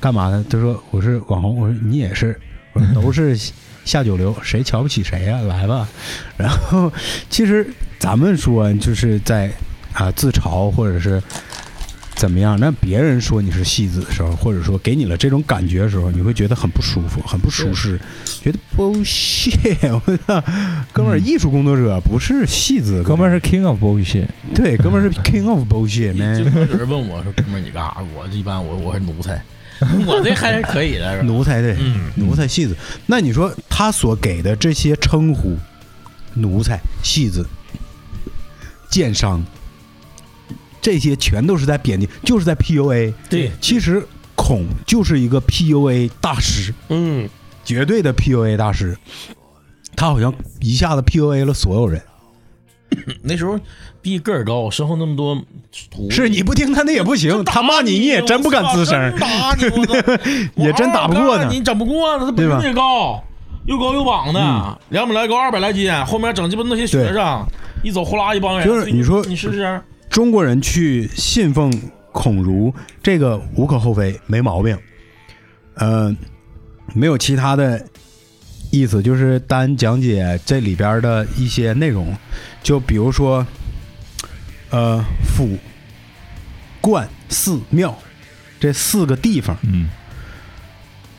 Speaker 2: 干嘛的，他说我是网红，我说你也是，我说 都是下九流，谁瞧不起谁呀、来吧。然后其实咱们说就是在啊自嘲或者是怎么样，那别人说你是戏子的时候，或者说给你了这种感觉的时候，你会觉得很不舒服，很不舒适，觉得 bullshit。我操，哥们儿，艺术工作者不是戏子，
Speaker 4: 嗯哥们儿是 King of bullshit，
Speaker 2: 儿对，哥们儿是 king of bullshit
Speaker 8: 就
Speaker 2: man，
Speaker 8: 有人问我说：“哥们儿，你干啥？”我一般我我是奴才， 我这还是可以的，是吧？
Speaker 2: 奴才对。
Speaker 8: 嗯，
Speaker 2: 奴才戏子。那你说他所给的这些称呼，奴才、戏子、奸商，这些全都是在贬低，就是在 PUA。
Speaker 5: 对，
Speaker 2: 其实孔就是一个 PUA 大师，
Speaker 5: 嗯，
Speaker 2: 绝对的 PUA 大师。他好像一下子 PUA 了所有人，
Speaker 8: 那时候逼个儿高，身后那么多徒弟
Speaker 2: 是你不听他那也不行，他骂你你也真不敢吱声
Speaker 8: 我，操真打你，我操
Speaker 2: 也真打不过
Speaker 8: 我二杠
Speaker 2: 他
Speaker 8: 你整不过他，他本
Speaker 2: 对吧嗯
Speaker 8: 身也高，又高又膀的，两百来高，二百来斤，后面整鸡巴那些学生，一走呼啦一帮人，
Speaker 2: 就是你说
Speaker 8: 你试试，
Speaker 2: 中国人去信奉孔儒，这个无可厚非，没毛病。呃，没有其他的意思，就是单讲解这里边的一些内容，就比如说，呃，府、观、寺、庙这四个地方。
Speaker 4: 嗯，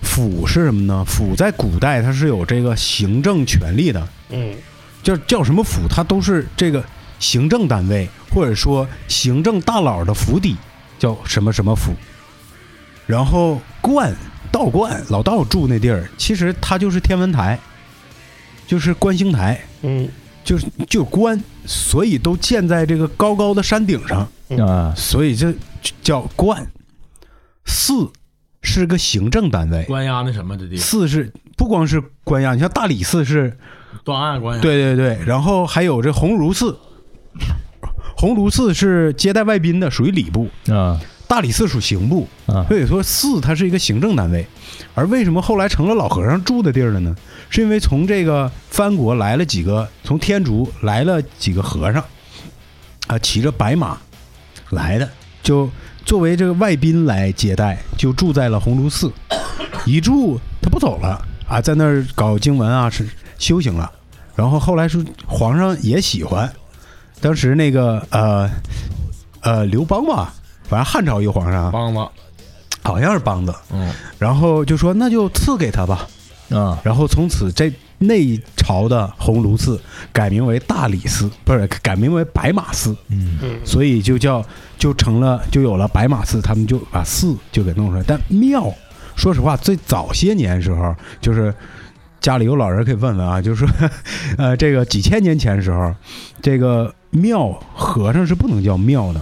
Speaker 2: 府是什么呢？府在古代它是有这个行政权力的，
Speaker 5: 嗯，
Speaker 2: 叫叫什么府，它都是这个行政单位或者说行政大佬的府邸，叫什么什么府。然后观道观老道住那地儿，其实它就是天文台，就是观星台，
Speaker 5: 嗯，
Speaker 2: 就是就是观，所以都建在这个高高的山顶上，
Speaker 4: 啊，
Speaker 2: 所以这就叫观。寺是个行政单位，
Speaker 8: 关押那什么的地方，
Speaker 2: 寺是不光是关押，你像大理寺是
Speaker 8: 断案
Speaker 3: 嗯
Speaker 8: 关押，
Speaker 2: 对对对，然后还有这鸿胪寺，鸿胪寺是接待外宾的，属于礼部；
Speaker 4: 啊
Speaker 2: 大理寺属刑部。
Speaker 4: 啊，
Speaker 2: 所以说寺它是一个行政单位。而为什么后来成了老和尚住的地儿了呢？是因为从这个藩国来了几个，从天竺来了几个和尚，啊，骑着白马来的，就作为这个外宾来接待，就住在了鸿胪寺。一住他不走了啊，在那儿搞经文啊，是修行了。然后后来是皇上也喜欢，当时那个呃呃刘邦吧，反正汉朝一个皇上啊，
Speaker 8: 梆子，
Speaker 2: 好像是梆子，
Speaker 8: 嗯，
Speaker 2: 然后就说那就赐给他吧，
Speaker 4: 啊，
Speaker 2: 然后从此这内朝的鸿胪寺改名为大理寺，不是改名为白马寺，
Speaker 4: 嗯
Speaker 2: 所以就叫就成了就有了白马寺，他们就把寺就给弄出来。但庙，说实话，最早些年时候就是。家里有老人可以问问啊，就是说，呃，这个几千年前时候，这个庙和尚是不能叫庙的，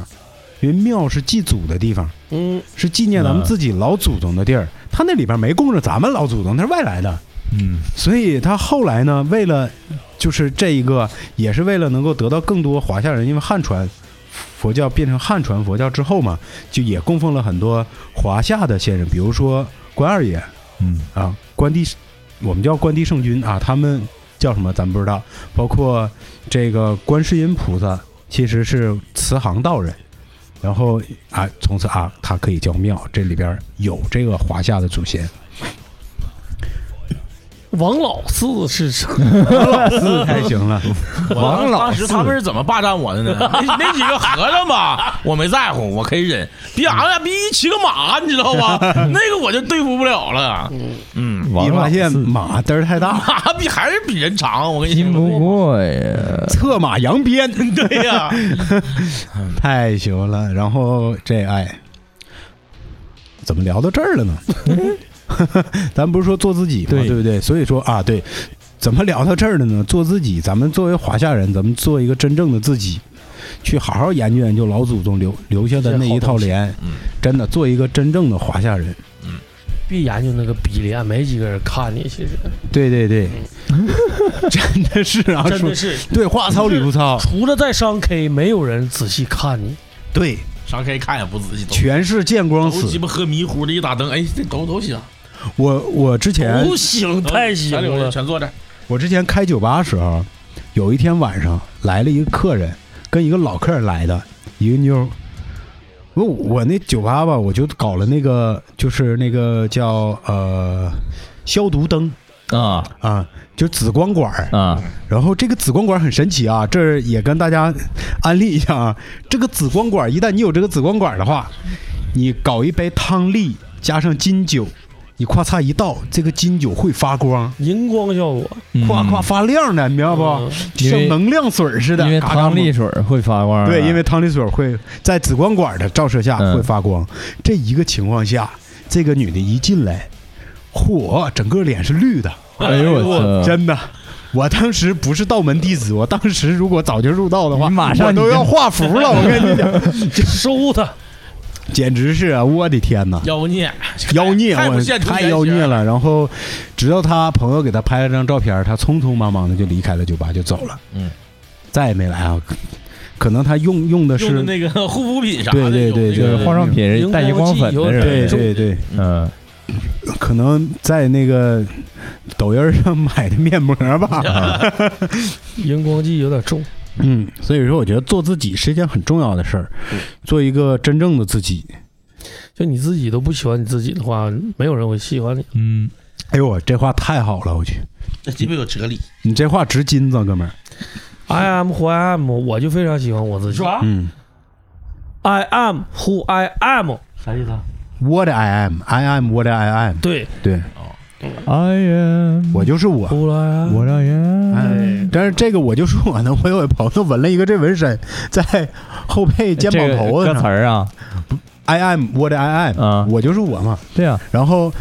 Speaker 2: 因为庙是祭祖的地方，
Speaker 5: 嗯，
Speaker 2: 是纪念咱
Speaker 4: 嗯
Speaker 2: 们自己老祖宗的地儿。他那里边没供着咱们老祖宗，他是外来的。
Speaker 4: 嗯
Speaker 2: 所以他后来呢，为了就是这一个，也是为了能够得到更多华夏人，因为汉传佛教变成汉传佛教之后嘛，就也供奉了很多华夏的先人，比如说关二爷
Speaker 4: 嗯
Speaker 2: 啊，关帝，我们叫关帝圣君啊，他们叫什么咱们不知道，包括这个观世音菩萨其实是慈航道人。然后啊，从此啊，他可以叫庙，这里边有这个华夏的 祖先。
Speaker 5: 王老四是啥？
Speaker 2: 字太行
Speaker 4: 啊
Speaker 2: 了，
Speaker 8: 王老当时他们是怎么霸占我的呢？那那几个和尚吧，我没在乎，我可以忍。比俺俩逼骑个马，你知道吧？那个我就对付不了了。嗯，
Speaker 2: 你
Speaker 4: 王
Speaker 2: 发
Speaker 4: 老
Speaker 2: 现
Speaker 4: 四
Speaker 2: 马嘚儿 太大，
Speaker 8: 马比还是比人长，我跟你
Speaker 4: 金不
Speaker 8: 说。
Speaker 4: 过呀，
Speaker 2: 策马扬鞭，
Speaker 8: 对呀，
Speaker 2: 太行了。然后这哎，怎么聊到这儿了呢？ 咱不是说做自己嘛，
Speaker 4: 对
Speaker 2: 对不对？所以说啊，对，怎么聊到这儿了呢？做自己，咱们作为华夏人，咱们做一个真正的自己，去好好研究研究老祖宗留留下的那一套莲，
Speaker 8: 嗯
Speaker 2: 真的做一个真正的华夏人。
Speaker 5: 别研究那个比例，啊没几个人看你，其实
Speaker 2: 对对对，真的是啊，
Speaker 5: 真
Speaker 2: 说
Speaker 5: 的是，
Speaker 2: 对话糙理 不糙，
Speaker 5: 除了在商 K，没有人仔细看你。
Speaker 2: 对，
Speaker 8: 上 K 看也不仔细，都
Speaker 2: 全是见光
Speaker 8: 都
Speaker 2: 死
Speaker 8: 鸡。巴喝迷糊的，一打灯，哎，这都都行，
Speaker 2: 我我之前
Speaker 5: 不行，太行
Speaker 8: 全留着
Speaker 2: 哎
Speaker 5: 了。
Speaker 8: 全坐这儿。
Speaker 2: 我之前开酒吧的时候，有一天晚上来了一个客人，跟一个老客人来的，一个妞儿。我我那酒吧吧，我就搞了那个，就是那个叫呃消毒灯，
Speaker 4: 啊
Speaker 2: 啊，就紫光管儿。
Speaker 4: 啊
Speaker 2: 然后这个紫光管很神奇啊，这儿也跟大家安利一下啊。这个紫光管，一旦你有这个紫光管的话，你搞一杯汤力，加上金酒，你咵嚓一倒，这个金酒会发光，
Speaker 5: 荧光效果，
Speaker 4: 嗯
Speaker 2: 咵咵发亮的，你明白不？
Speaker 5: 嗯
Speaker 4: 因
Speaker 2: 像
Speaker 4: 为
Speaker 2: 能量水似的，
Speaker 4: 因为
Speaker 2: 嘎嘎
Speaker 4: 汤力
Speaker 2: 猛。
Speaker 4: 水儿会发光啊。
Speaker 2: 对，因为汤力水会在紫光管的照射下
Speaker 4: 嗯
Speaker 2: 会发光。这一个情况下，这个女的一进来，嚯，整个脸是绿的。
Speaker 4: 哎呦我操！
Speaker 2: 真的，我当时不是道门弟子，我当时如果早就入道的话，
Speaker 4: 你马上
Speaker 2: 我都要画符了。我跟你讲，
Speaker 5: 收他，
Speaker 2: 简直是啊！我的天哪，
Speaker 8: 妖孽，
Speaker 2: 妖孽，
Speaker 8: 太不
Speaker 2: 我
Speaker 8: 见中
Speaker 2: 太
Speaker 8: 原
Speaker 2: 妖
Speaker 8: 型
Speaker 2: 孽
Speaker 8: 了
Speaker 2: 了。然后，直到他朋友给他拍了张照片，他匆匆忙忙的就离开了酒吧，就走了。
Speaker 8: 嗯，
Speaker 2: 再也没来啊。可可能他用用
Speaker 8: 用的
Speaker 2: 的是，
Speaker 8: 那个护肤品啥的，
Speaker 2: 对对
Speaker 8: 有
Speaker 2: 对，
Speaker 8: 那
Speaker 4: 就
Speaker 8: 个
Speaker 4: 是化妆品带荧光粉的
Speaker 2: 对
Speaker 4: 人，
Speaker 2: 对对，
Speaker 4: 嗯，
Speaker 2: 可能在那个抖音上买的面膜 吧。
Speaker 8: 嗯
Speaker 5: 荧光剂有点重，
Speaker 2: 嗯，所以说我觉得做自己是一件很重要的事儿，
Speaker 8: 嗯
Speaker 2: 做一个真正的自己。
Speaker 5: 就你自己都不喜欢你自己的话，没有人会喜欢你。
Speaker 4: 嗯，
Speaker 2: 哎呦，我这话太好了，我去，
Speaker 8: 这鸡巴有哲理。
Speaker 2: 你这话值金子，哥们儿。
Speaker 5: I am who I am，我就非常喜欢我自己。
Speaker 2: 嗯
Speaker 8: 啊
Speaker 5: I am who I am，啥意思啊？
Speaker 2: ，What I am，I am what I am，
Speaker 5: 对
Speaker 2: 对
Speaker 4: 哎呀，
Speaker 2: 我就是我。
Speaker 5: ，Who I am，
Speaker 4: 我的呀，
Speaker 2: 哎，但是这个我就是我呢，我有朋友纹了一个这纹身，在后背肩膀头
Speaker 4: 这个歌
Speaker 2: 子上、
Speaker 4: 词儿啊，
Speaker 2: i am what I am，、
Speaker 4: 啊
Speaker 2: 我就是我嘛。
Speaker 4: 对啊，
Speaker 2: 然后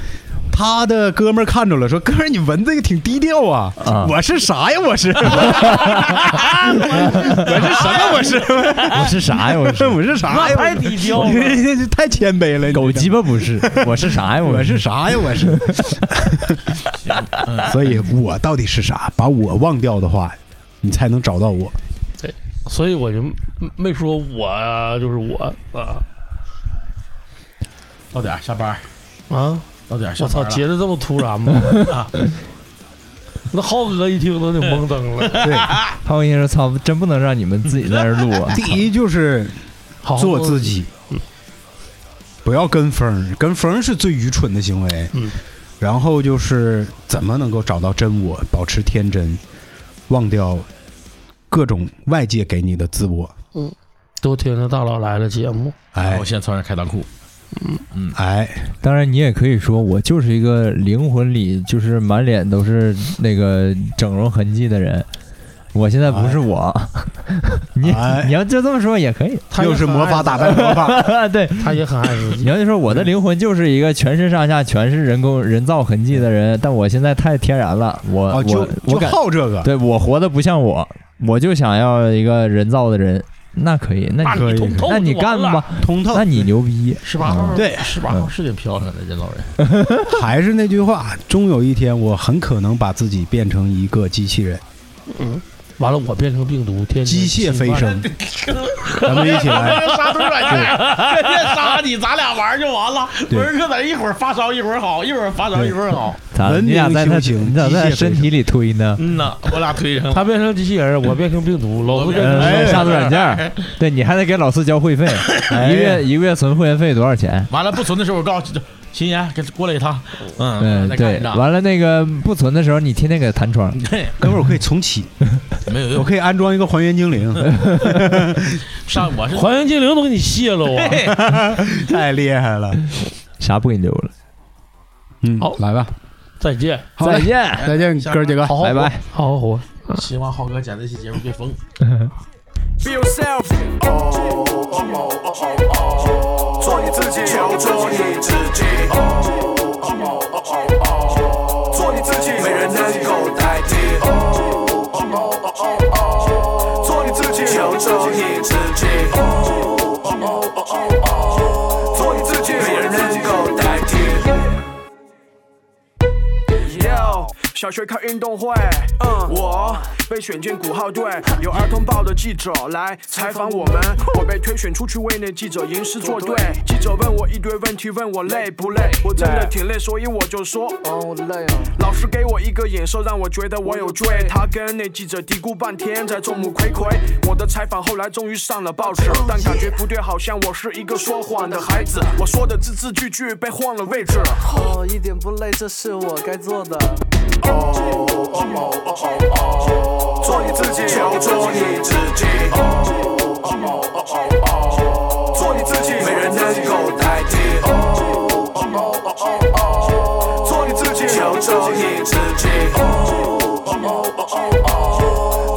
Speaker 2: 他的哥们儿看着了，说：“哥们儿，你纹这个挺低调啊。
Speaker 4: 啊
Speaker 2: 我是啥呀？我是，我是什么？我是。
Speaker 4: 我是啥呀？我是
Speaker 2: 我是啥呀？太低调了，这这 太谦卑了。你
Speaker 4: 狗
Speaker 2: 这
Speaker 4: 鸡巴不是， 我是啥呀？
Speaker 2: 我
Speaker 4: 我
Speaker 2: 是啥呀？我 是。
Speaker 4: 嗯
Speaker 2: 所以，我到底是啥？把我忘掉的话，你才能找到我。
Speaker 5: 所以我就没说我就是我啊
Speaker 8: 到点儿下班儿，
Speaker 5: 啊！
Speaker 8: 到点儿下
Speaker 5: 我
Speaker 8: 班
Speaker 5: 操，
Speaker 8: 儿了
Speaker 5: 结的这么突然吗？啊那浩哥一听都得懵登 了。
Speaker 4: 他们先说操，真不能让你们自己在这儿 录啊！
Speaker 2: 第一就是
Speaker 5: 好
Speaker 2: 做自，己，不要跟风，跟风是最愚蠢的行为。
Speaker 5: 嗯
Speaker 2: 然后就是怎么能够找到真我，保持天真，忘掉各种外界给你的自我。
Speaker 5: 多听听大佬来了节目，
Speaker 8: 然后
Speaker 2: 哎
Speaker 8: 我现在穿上开裆裤，
Speaker 2: 哎，
Speaker 4: 当然，你也可以说我就是一个灵魂里就是满脸都是那个整容痕迹的人，我现在不是我。 你
Speaker 2: 哎
Speaker 4: 你要就这么说也可 以，
Speaker 5: 他
Speaker 2: 又
Speaker 5: 也
Speaker 2: 是
Speaker 5: 很
Speaker 2: 魔
Speaker 5: 爱
Speaker 2: 法
Speaker 5: 自
Speaker 2: 打败魔 法。
Speaker 4: 对。
Speaker 5: 他也很爱自
Speaker 4: 你
Speaker 5: 己。
Speaker 4: 要就说我的灵魂就是一个全身上下全是人工人造痕迹的人，但我现在太天然了，我、
Speaker 2: 哦，就
Speaker 4: 我我
Speaker 2: 就
Speaker 4: 感
Speaker 2: 好这个。
Speaker 4: 对我活得不像我，我就想要一个人造的人，那可以，那你
Speaker 2: 可以
Speaker 8: 通透
Speaker 4: 那你
Speaker 8: 就完
Speaker 4: 干
Speaker 8: 了，
Speaker 4: 吧，
Speaker 2: 通透
Speaker 4: 那你牛逼，
Speaker 5: 十八号，
Speaker 2: 对嗯
Speaker 5: 十八号
Speaker 8: 是挺飘着的这老人。
Speaker 2: 还是那句话，终有一天我很可能把自己变成一个机器人，
Speaker 5: 完了，我变成病毒，天天
Speaker 2: 机械
Speaker 5: 侵
Speaker 2: 飞
Speaker 5: 犯
Speaker 2: 升。咱们一 起来，
Speaker 8: 杀毒软件， 天天杀你，咱俩玩儿就完了。
Speaker 2: 对
Speaker 8: 文哥在这一会儿发烧一会儿好，一会儿发烧一会儿好。
Speaker 4: 咋的？
Speaker 2: 文
Speaker 4: 你咋
Speaker 2: 明
Speaker 4: 在他
Speaker 2: 修行
Speaker 4: 你咋
Speaker 2: 机械
Speaker 4: 在
Speaker 2: 飞
Speaker 4: 他身体里推呢？
Speaker 8: 嗯呐，我俩推上了。
Speaker 5: 他变成机器人，我变成病毒，老子变成
Speaker 4: 呃，
Speaker 2: 哎
Speaker 4: 杀毒软件 儿，对你还得给老四交会费，一个月一个月存会员费多少钱？
Speaker 8: 完了不存的时候，我告诉秦岩，给过来一趟。嗯
Speaker 4: 嗯，，
Speaker 8: 再干
Speaker 4: 对
Speaker 8: 一，仗
Speaker 4: 完了那个不存的时候，你天天给他弹窗，
Speaker 8: 嘿
Speaker 2: 哥们儿，我可以重启，
Speaker 8: 没有
Speaker 2: 我
Speaker 8: 用。
Speaker 2: 可以安装一个还原精灵，
Speaker 8: 上我是
Speaker 5: 还原精灵都给你卸了啊！
Speaker 2: 太厉害了。
Speaker 4: 啥不给你留了？
Speaker 2: 嗯，
Speaker 5: 好
Speaker 2: 来吧，
Speaker 5: 再见，
Speaker 2: 好
Speaker 4: 再
Speaker 2: 嘞，
Speaker 4: 见，
Speaker 2: 再见，
Speaker 8: 下
Speaker 2: 哥儿几个，
Speaker 5: 好好
Speaker 4: 拜拜。
Speaker 5: 好好活。
Speaker 8: 希望浩哥剪这期节目别疯。
Speaker 9: Be yourself，做你自己，就做你自己，做你自己，没人能够代替。做你自己，就做你自己，做你自己，没人能够代替。Yo，小学开运动会，我呃被选进鼓号队，有儿童报的记者来采访我们，我被推选出去为那记者吟诗作对。记者问我一堆问题，问我累不累，我真的挺累，所以我就说，哦，我累啊。老师给我一个眼色，让我觉得我有罪。他跟那记者嘀咕半天，在众目睽睽。我的采访后来终于上了报纸，但感觉不对，好像我是一个说谎的孩子，我说的字字句句被换了位置。
Speaker 10: 哦，一点不累，这是我该做的。
Speaker 9: 做你自己，求做你自己。做你自己，没人能够代替。做你自己，求做你自己。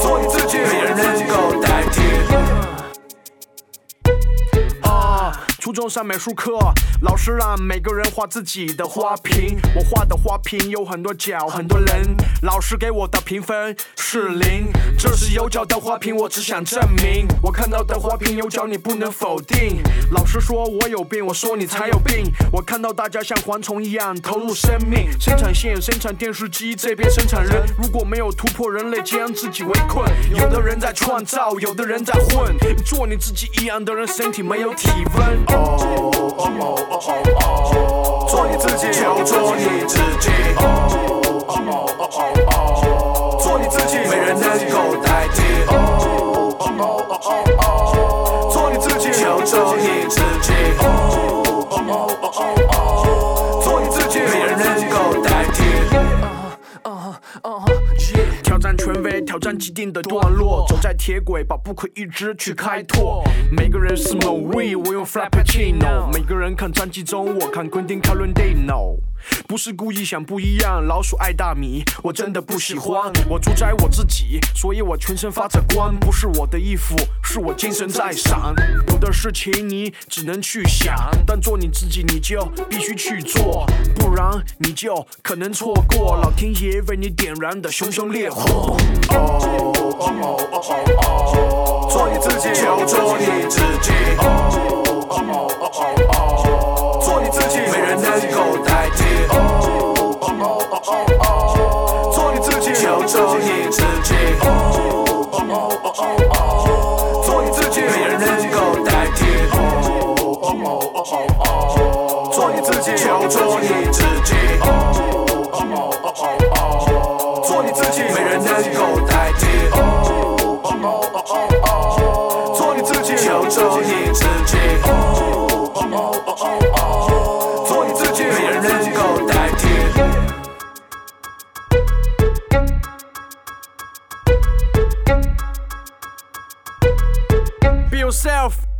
Speaker 9: 做你自己，没人能够代替。啊，初中上美术课，老师让每个人画自己的花瓶。我画的花瓶有很多角，很多人。老师给我的评分是零。这是有角的花瓶，我只想证明，我看到的花瓶有角，你不能否定。老师说我有病，我说你才有病。我看到大家像蝗虫一样投入生命，生产线、生产电视机，这边生产人。如果没有突破，人类将自己围困。有的人在创造，有的人在混，做你自己一样的人，身体没有体温。
Speaker 1: 做你自己，
Speaker 9: 求做你自己。
Speaker 1: 做你自己，
Speaker 9: 没人能够代替。做你自己，求做你自己。做你自己，没人能够代替。挑战权威，挑战既定的段落，走在铁轨，把不可预知去开拓。每个人是某 we，我用 Frappuccino。每个人看张纪中，我看昆汀卡伦蒂诺。不是故意想不一样，老鼠爱大米，我真的不喜欢。我主宰我自己，所以我全身发着光。不是我的衣服，是我精神在闪。有的事情你只能去想，但做你自己，你就必须去做，不然你就可能错过老天爷为你点燃的熊熊烈火。做你自己，求做你自己。做你自己，没人能够代替。做你自己，求做你自己。做你自己，没人能够代替。做你自己，求做你自己。做你自己，没人能够代替。做你自己，求做你自己。做你自己，没人能够代替。
Speaker 1: Be yourself.